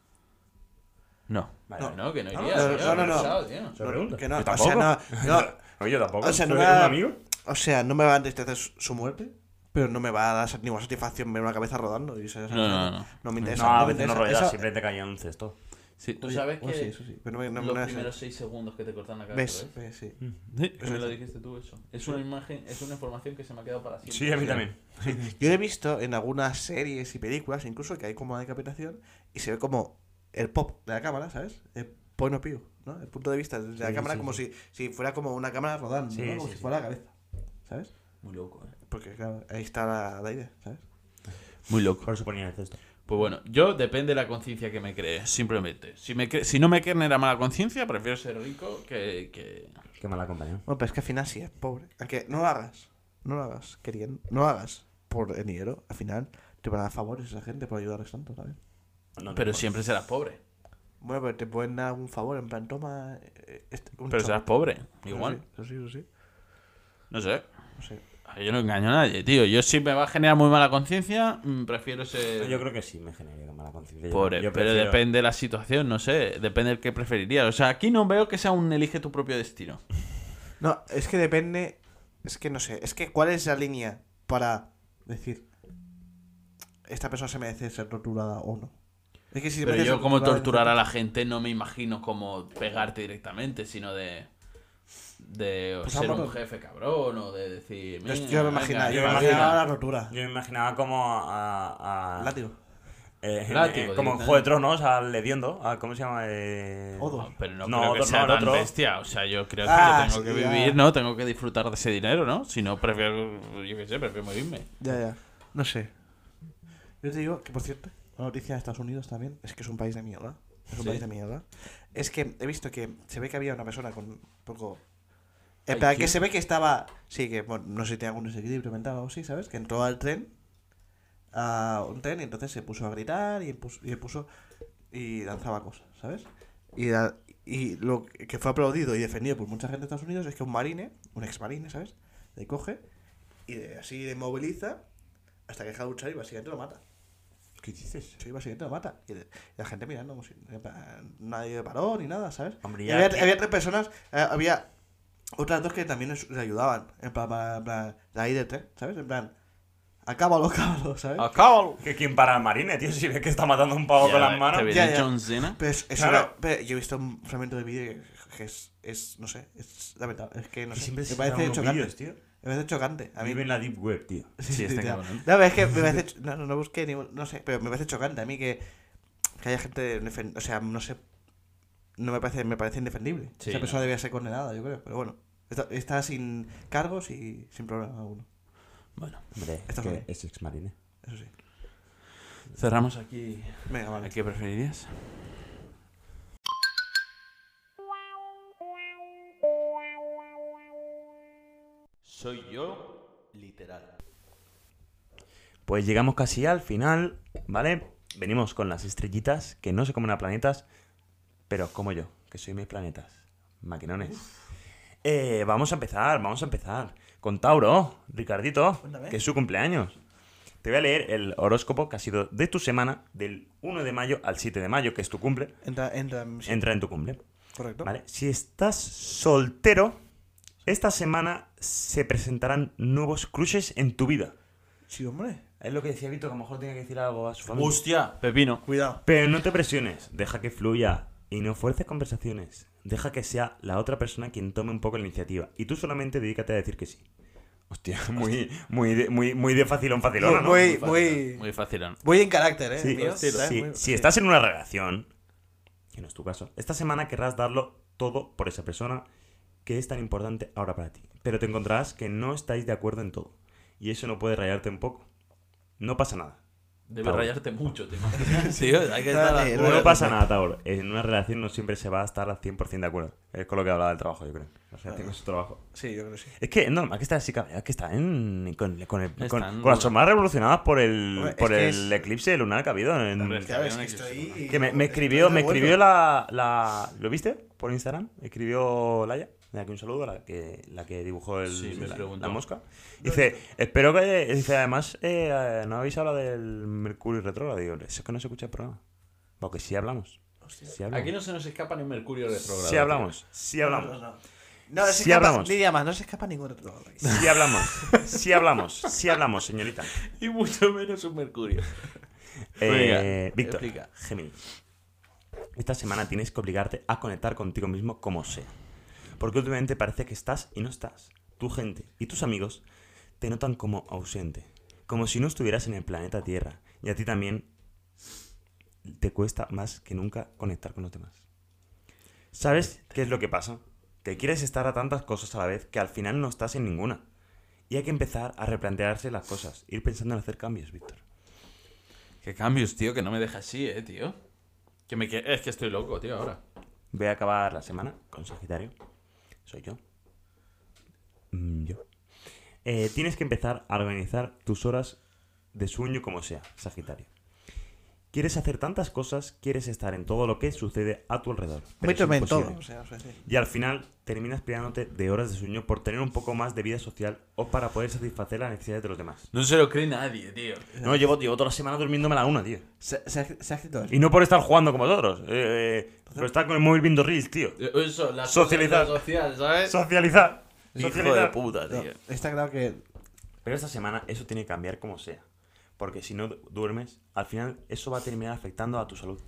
S1: No.
S2: Vale.
S1: No, no, que no
S2: No,
S1: iría.
S3: no,
S1: tío,
S3: no, no, no.
S1: pesado, tío.
S2: Se pregunta.
S3: Que no,
S2: Yo
S3: o sea, no, no,
S2: Oye, tampoco.
S3: O sea, no
S2: ¿Soy
S3: me da-
S2: un amigo?
S3: o sea, no me va a entristecer su su muerte, pero no me va a dar ninguna satisfacción ver una cabeza rodando. Y esa- esa-
S1: No, no, no.
S3: no me interesa.
S2: No, a
S3: me
S2: veces no
S3: interesa.
S2: rollas,
S3: Esa-
S2: siempre te caía en un cesto.
S1: Sí, tú
S3: Oye,
S1: sabes que.
S3: bueno, sí, eso sí, pero no me- no me-
S1: los
S3: no me-
S1: primeros 6 segundos que te cortan la cabeza.
S3: ¿Ves?
S1: ¿ves?
S3: ¿Ves? Sí.
S1: Sí, que me lo dijiste tú eso. Es una imagen, es una información que se me ha quedado para siempre.
S2: Sí, a mí también.
S3: Yo he visto en algunas series y películas incluso que hay como una decapitación y se ve como el pop de la cámara, ¿sabes? El point of view, ¿no? El punto de vista de la
S2: Sí,
S3: cámara
S2: sí,
S3: como Si, si fuera como una cámara rodando,
S2: Sí,
S3: ¿no? Como
S2: sí,
S3: si
S2: sí.
S3: fuera la cabeza, ¿sabes?
S1: Muy loco, eh.
S3: Porque claro, ahí está la, la idea, ¿sabes?
S1: Muy loco.
S2: Por eso ponía en el cesto.
S1: Pues bueno, yo depende de la conciencia que me cree, simplemente. Si, me cre- si no me creen en la mala conciencia, prefiero ser rico que... que-
S2: Qué mala compañía.
S3: Bueno, pero es que al final sí es pobre. Aunque no lo hagas, no lo hagas, queriendo, no lo hagas por el dinero, al final te van a dar favores a esa gente por ayudarles tanto, ¿sabes?
S2: No te
S1: Pero
S2: jodas.
S1: siempre serás pobre.
S3: Bueno, pero te pueden dar un favor, en plan, toma eh, este- un
S1: Pero
S3: chavo.
S1: serás pobre,
S3: Eso
S1: igual.
S3: sí, Eso sí, eso sí.
S1: No sé.
S3: No sé.
S1: Yo no engaño a nadie, tío. Yo si me va a generar muy mala conciencia, mm, prefiero
S2: No,
S1: ser...
S2: Yo creo que sí me generaría mala conciencia. Yo-
S1: Pobre,
S2: yo
S1: pero
S2: prefiero-
S1: depende de la situación, no sé, depende del que preferiría. O sea, aquí no veo que sea un elige tu propio destino.
S3: No, es que depende. Es que no sé. Es que cuál es la línea para decir. Esta persona se merece ser torturada o no. Es que si se
S1: Pero
S3: merece
S1: yo
S3: ser
S1: como
S3: torturada,
S1: torturar a la gente no me imagino como pegarte directamente, sino de de
S3: Pues
S1: ser
S3: vámonos.
S1: un jefe cabrón o de decir,
S3: Yo,
S1: "Mira,
S3: yo me
S1: venga,
S3: imaginaba, yo
S2: me
S3: me
S2: imagino-
S3: imaginaba la tortura.
S2: Yo me imaginaba como a. a-
S3: Látigo.
S2: eh, eh,
S1: Látigo,
S2: como en Juego de Tronos, al hediondo. a- ¿Cómo se llama? Eh...
S3: Odo.
S1: No, Pero no,
S2: No,
S1: creo
S2: otro
S1: que sea
S2: no, el
S1: tan
S2: otro.
S1: bestia. O sea, yo creo que
S3: Ah,
S1: yo tengo que
S3: sí, ya.
S1: vivir, ¿no? Tengo que disfrutar de ese dinero, ¿no? Si no, prefiero, yo qué sé, prefiero morirme.
S3: Ya, ya. No sé. Yo te digo que, por cierto, una noticia de Estados Unidos también es que es un país de mierda. Es un
S1: Sí.
S3: país de mierda. Es que he visto que se ve que había una persona con un poco.
S1: Ay,
S3: En plan, que
S1: ¿quién?
S3: se ve que estaba. Sí, que bueno, no sé si tenía algún desequilibrio mental o algo así, ¿sabes? Que entró al tren. A un tren y entonces se puso a gritar y puso. Y, puso, y lanzaba cosas, ¿sabes? Y, la- y lo que fue aplaudido y defendido por mucha gente de Estados Unidos es que un marine, un ex marine, ¿sabes? Le coge y de- así le moviliza hasta que deja de luchar y básicamente lo mata.
S2: ¿Qué dices?
S3: Sí, básicamente lo mata. Y, le- y la gente mirando, como si- en plan, nadie paró ni nada, ¿sabes?
S2: Hombre,
S3: Y
S2: ya
S3: había,
S2: que-
S3: había tres personas, eh, había otras dos que también les- le ayudaban, en plan, para, para- de ahí de tren, ¿sabes? En plan, acábalo, acábalo, ¿sabes?
S1: ¡Acábalo!
S2: Que quién para al marine, tío, si ves que está matando a un pavo con las manos.
S1: Te
S3: Ya,
S1: viene
S3: ya.
S1: John Cena.
S3: Pero Pues, es- es
S2: Claro.
S3: una- pero yo he visto un fragmento de vídeo que- que es, es, no sé, es lamentable. Es que no
S2: Que
S3: sé,
S2: siempre
S3: me
S2: se
S3: parece
S2: unos
S3: chocante.
S2: vídeos, tío.
S3: Me parece chocante. A
S2: A
S3: mí
S2: mí en la deep web, tío.
S1: Sí, está
S3: ya.
S1: cabrón.
S3: No, pero es que me parece. ch- No, no, no busqué ningún. No sé, pero me parece chocante a mí que, que haya gente. defen- O sea, no sé. No me parece, me parece indefendible.
S1: Sí, no.
S3: Esa persona debía ser condenada, yo creo. Pero bueno, está, está sin cargos y sin problema alguno.
S1: Bueno,
S2: Hombre,
S3: Esto
S2: que
S3: es-
S2: es ex marine.
S3: Eso sí.
S1: cerramos aquí.
S3: Venga,
S1: ¿A
S3: vale.
S1: qué preferirías?
S4: Soy yo, literal.
S2: Pues llegamos casi al final, ¿vale? Venimos con las estrellitas que no se comen a planetas, pero como yo, que soy mis planetas. Maquinones. Eh, vamos a empezar, vamos a empezar. Con Tauro, Ricardito,
S3: Cuéntame.
S2: que es su cumpleaños. Te voy a leer el horóscopo que ha sido de tu semana, del 1 de mayo al 7 de mayo, que es tu cumple.
S3: Entra, entra. mm, sí,
S2: Entra en tu cumple.
S3: correcto.
S2: ¿Vale? Si estás soltero, esta semana se presentarán nuevos cruces en tu vida.
S3: Sí, hombre.
S2: Es lo que decía Vito, que a lo mejor tenía que decir algo a su familia.
S1: ¡Hostia! Pepino.
S3: Cuidado.
S2: Pero no te presiones, deja que fluya y no fuerces conversaciones. Deja que sea la otra persona quien tome un poco la iniciativa y tú solamente dedícate a decir que sí. Hostia, muy, muy, de- muy, muy de facilón, facilón.
S3: Muy-
S2: ¿no?
S3: muy-
S1: fácil, Muy facilón.
S3: Voy en carácter, ¿eh?
S2: Sí,
S3: mío,
S2: sí,
S3: ¿sabes?
S2: sí.
S3: Muy-
S2: Si estás en una relación, que no es tu caso, esta semana querrás darlo todo por esa persona que es tan importante ahora para ti. Pero te encontrarás que no estáis de acuerdo en todo. Y eso no puede rayarte un poco. No pasa nada.
S1: Debe
S2: Claro.
S1: rayarte mucho, tío. Tío, hay que estar a
S3: Eh,
S1: full.
S3: Bueno,
S2: No pasa nada, Tauro. En una relación no siempre se va a estar al 100% de acuerdo. Es con lo que hablaba del trabajo, yo creo. La relación es su trabajo.
S3: Sí, yo creo que sí.
S2: Es que es normal que está así, cabrón, es que está en- con, con, el- con-
S1: Están-
S2: con las jornadas revolucionadas por el,
S3: Hombre, es
S2: por
S3: que
S2: el
S3: es-
S2: eclipse lunar que ha habido. en-
S1: Hombre,
S3: Claro, es
S1: Había
S3: que
S1: una
S3: estoy.
S1: crisis,
S2: que me, me escribió, me escribió la, la- ¿Lo viste? Por Instagram. Escribió Laia. Mira, aquí un saludo a la que, la que dibujó el,
S1: Sí, me
S2: la,
S1: preguntó.
S2: la mosca. Dice, espero que... Dice, además, eh, no habéis hablado del Mercurio retrógrado. Digo, eso es que no se escucha el programa. Porque sí hablamos. Sí hablamos.
S1: Aquí no se nos escapa ni Mercurio retrógrado.
S2: sí hablamos. Sí hablamos.
S3: No, se
S2: Sí
S3: escapa,
S2: hablamos.
S3: Diría más, no se escapa ningún otro.
S2: Sí hablamos. Sí hablamos. Sí hablamos, señorita.
S1: tío. Y mucho menos un Mercurio.
S2: Eh,
S1: Venga,
S2: Víctor,
S1: explica.
S2: Géminis. Esta semana tienes que obligarte a conectar contigo mismo como sea. Porque últimamente parece que estás y no estás. Tu gente y tus amigos te notan como ausente. Como si no estuvieras en el planeta Tierra. Y a ti también te cuesta más que nunca conectar con los demás. ¿Sabes qué es lo que pasa? Que quieres estar a tantas cosas a la vez que al final no estás en ninguna. Y hay que empezar a replantearse las cosas, ir pensando en hacer cambios, Víctor.
S1: Qué cambios, tío, que no me deja así, eh, tío. Que me que- Es que estoy loco, tío, ahora.
S2: Voy a acabar la semana con Sagitario. Soy yo. Mm, yo. Eh, tienes que empezar a organizar tus horas de sueño como sea, Sagitario. Quieres hacer tantas cosas, quieres estar en todo lo que sucede a tu alrededor. pero
S3: Muy
S2: es
S3: tormentoso.
S2: imposible.
S3: o sea, o sea, sí.
S2: Y al final terminas peleándote de horas de sueño por tener un poco más de vida social o para poder satisfacer las necesidades de los demás.
S1: No se lo cree nadie, tío.
S2: No, llevo, llevo toda la semana durmiéndome a la una, tío.
S3: Se, se ha- se ha escrito.
S2: Y no por estar jugando como otros. eh, pero estar con el móvil viendo reels, tío.
S1: Eh, Eso, la
S2: Socializar.
S1: sociedad social, ¿sabes?
S2: Socializar.
S1: Hijo de
S2: Socializar.
S1: puta,
S3: No,
S1: tío.
S3: está claro que.
S2: Pero esta semana eso tiene que cambiar como sea. Porque si no du- duermes, al final eso va a terminar afectando a tu salud.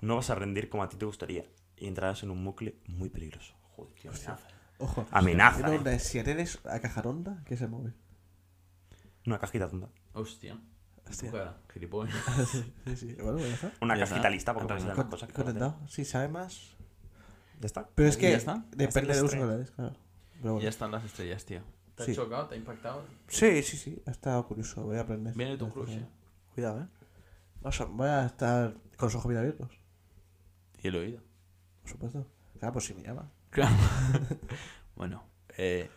S2: No vas a rendir como a ti te gustaría. Y entrarás en un bucle muy peligroso. Joder, qué amenaza.
S3: Ojo.
S2: Amenaza,
S3: Tiene
S2: eh.
S3: una- Si eres a Cajaronda, ¿qué se mueve?
S2: Una cajita tonta.
S1: Hostia.
S3: Hostia.
S1: Tu cara, gilipollas.
S3: Sí, sí. Bueno, pues ya está.
S2: Una
S1: Ya
S2: cajita
S1: está.
S2: lista porque
S1: Entonces,
S2: pueden ser
S3: Con-
S2: las cosas que pueden
S3: Conectado. Sí, sabe más.
S2: hacer. Ya está.
S3: Pero es que
S1: ya está.
S2: Ya
S3: depende
S2: está
S3: del
S2: el
S3: uso que
S2: estrés.
S3: le des, claro. Pero bueno.
S1: Ya están las estrellas, tío. ¿Te has
S3: Sí.
S1: chocado? ¿Te ha impactado?
S3: Sí, sí, sí. Ha estado curioso. Voy a aprender.
S1: Viene tu crush, eh.
S3: Cuidado, eh. Vamos a- voy a estar con los ojos bien abiertos,
S1: Y el oído.
S3: por supuesto. Claro, pues si me llama.
S1: Claro. bueno, eh,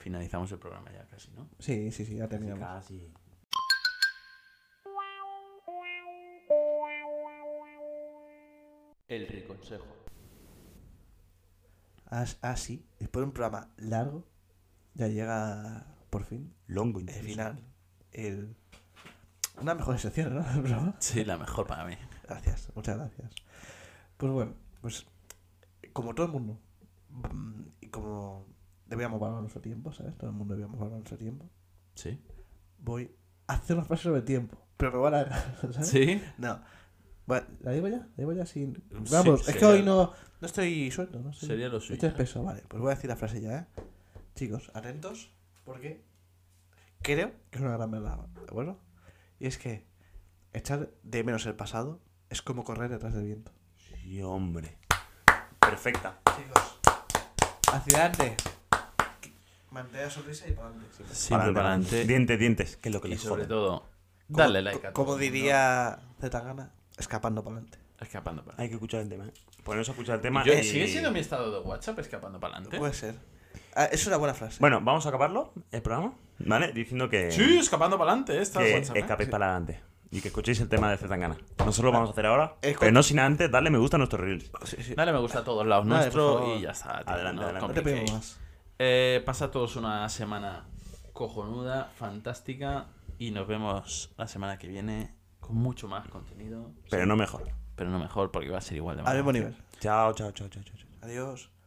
S1: finalizamos el programa ya casi, ¿no?
S3: Sí, sí, sí, ya terminamos.
S2: Casi.
S4: El reconsejo.
S3: As- Así, después de un programa largo, ya llega por fin
S2: Longo
S3: el
S2: intenso.
S3: final. El... Una mejor sección, ¿no? El programa.
S1: Sí, la mejor para mí.
S3: Gracias, muchas gracias. Pues bueno, pues como todo el mundo, mm, y como debíamos valorar nuestro tiempo, ¿sabes? Todo el mundo debíamos valorar nuestro tiempo.
S1: Sí.
S3: ¿Eh? Voy a hacer una frase sobre el tiempo, pero me van a... ¿sabes?
S1: ¿Sí?
S3: No. Bueno, ¿La digo ya? ¿La digo ya sin...?
S1: Sí,
S3: Vamos, es que
S1: sería-
S3: hoy no, no estoy suelto, ¿no? Estoy-
S1: Sería lo suyo.
S3: Estoy espeso, vale. Pues voy a decir la frase ya, ¿eh? Chicos, atentos, porque creo que es una gran verdad, ¿de acuerdo? Y es que echar de menos el pasado es como correr detrás del viento.
S2: Sí, hombre. Perfecta.
S3: Chicos, hacia adelante. Mantén la sonrisa y para adelante. siempre.
S1: Siempre para adelante.
S2: Dientes, dientes. Que es lo que
S1: Y
S2: les
S1: sobre
S2: jode.
S1: todo, dale
S3: Como-
S1: like a todo
S3: Como
S1: el mundo.
S3: diría Zetangana, escapando para adelante.
S1: Escapando para adelante.
S2: Hay que escuchar el tema. ¿eh? Ponernos a escuchar el tema.
S1: Yo-
S2: y-
S1: ¿Sigue siendo mi estado de WhatsApp escapando para adelante?
S3: Puede ser. Ah, es una buena frase.
S2: Bueno, vamos a acabarlo, el programa. ¿Vale? Diciendo que...
S3: eh,
S1: Sí, escapando para adelante. Esta
S2: que
S1: WhatsApp. ¿eh?
S2: escapéis para adelante y que escuchéis el tema de Zetangana. Nosotros lo vamos a hacer ahora,
S3: Escu-
S2: pero no sin antes darle me gusta a nuestros reels.
S3: Sí, sí.
S1: Dale me gusta a todos lados
S3: Dale, por
S1: nuestro
S3: favor.
S1: y ya está. tío,
S2: Adelante,
S1: no
S2: adelante.
S3: No te
S1: compliquéis.
S3: pedimos más.
S1: Eh, pasa a todos una semana cojonuda, fantástica y nos vemos la semana que viene con mucho más contenido.
S2: Pero no mejor.
S1: Pero no mejor porque va a ser igual de
S3: Al
S1: malo.
S3: mismo nivel.
S2: Chao, chao, chao, chao, chao. chao.
S3: Adiós.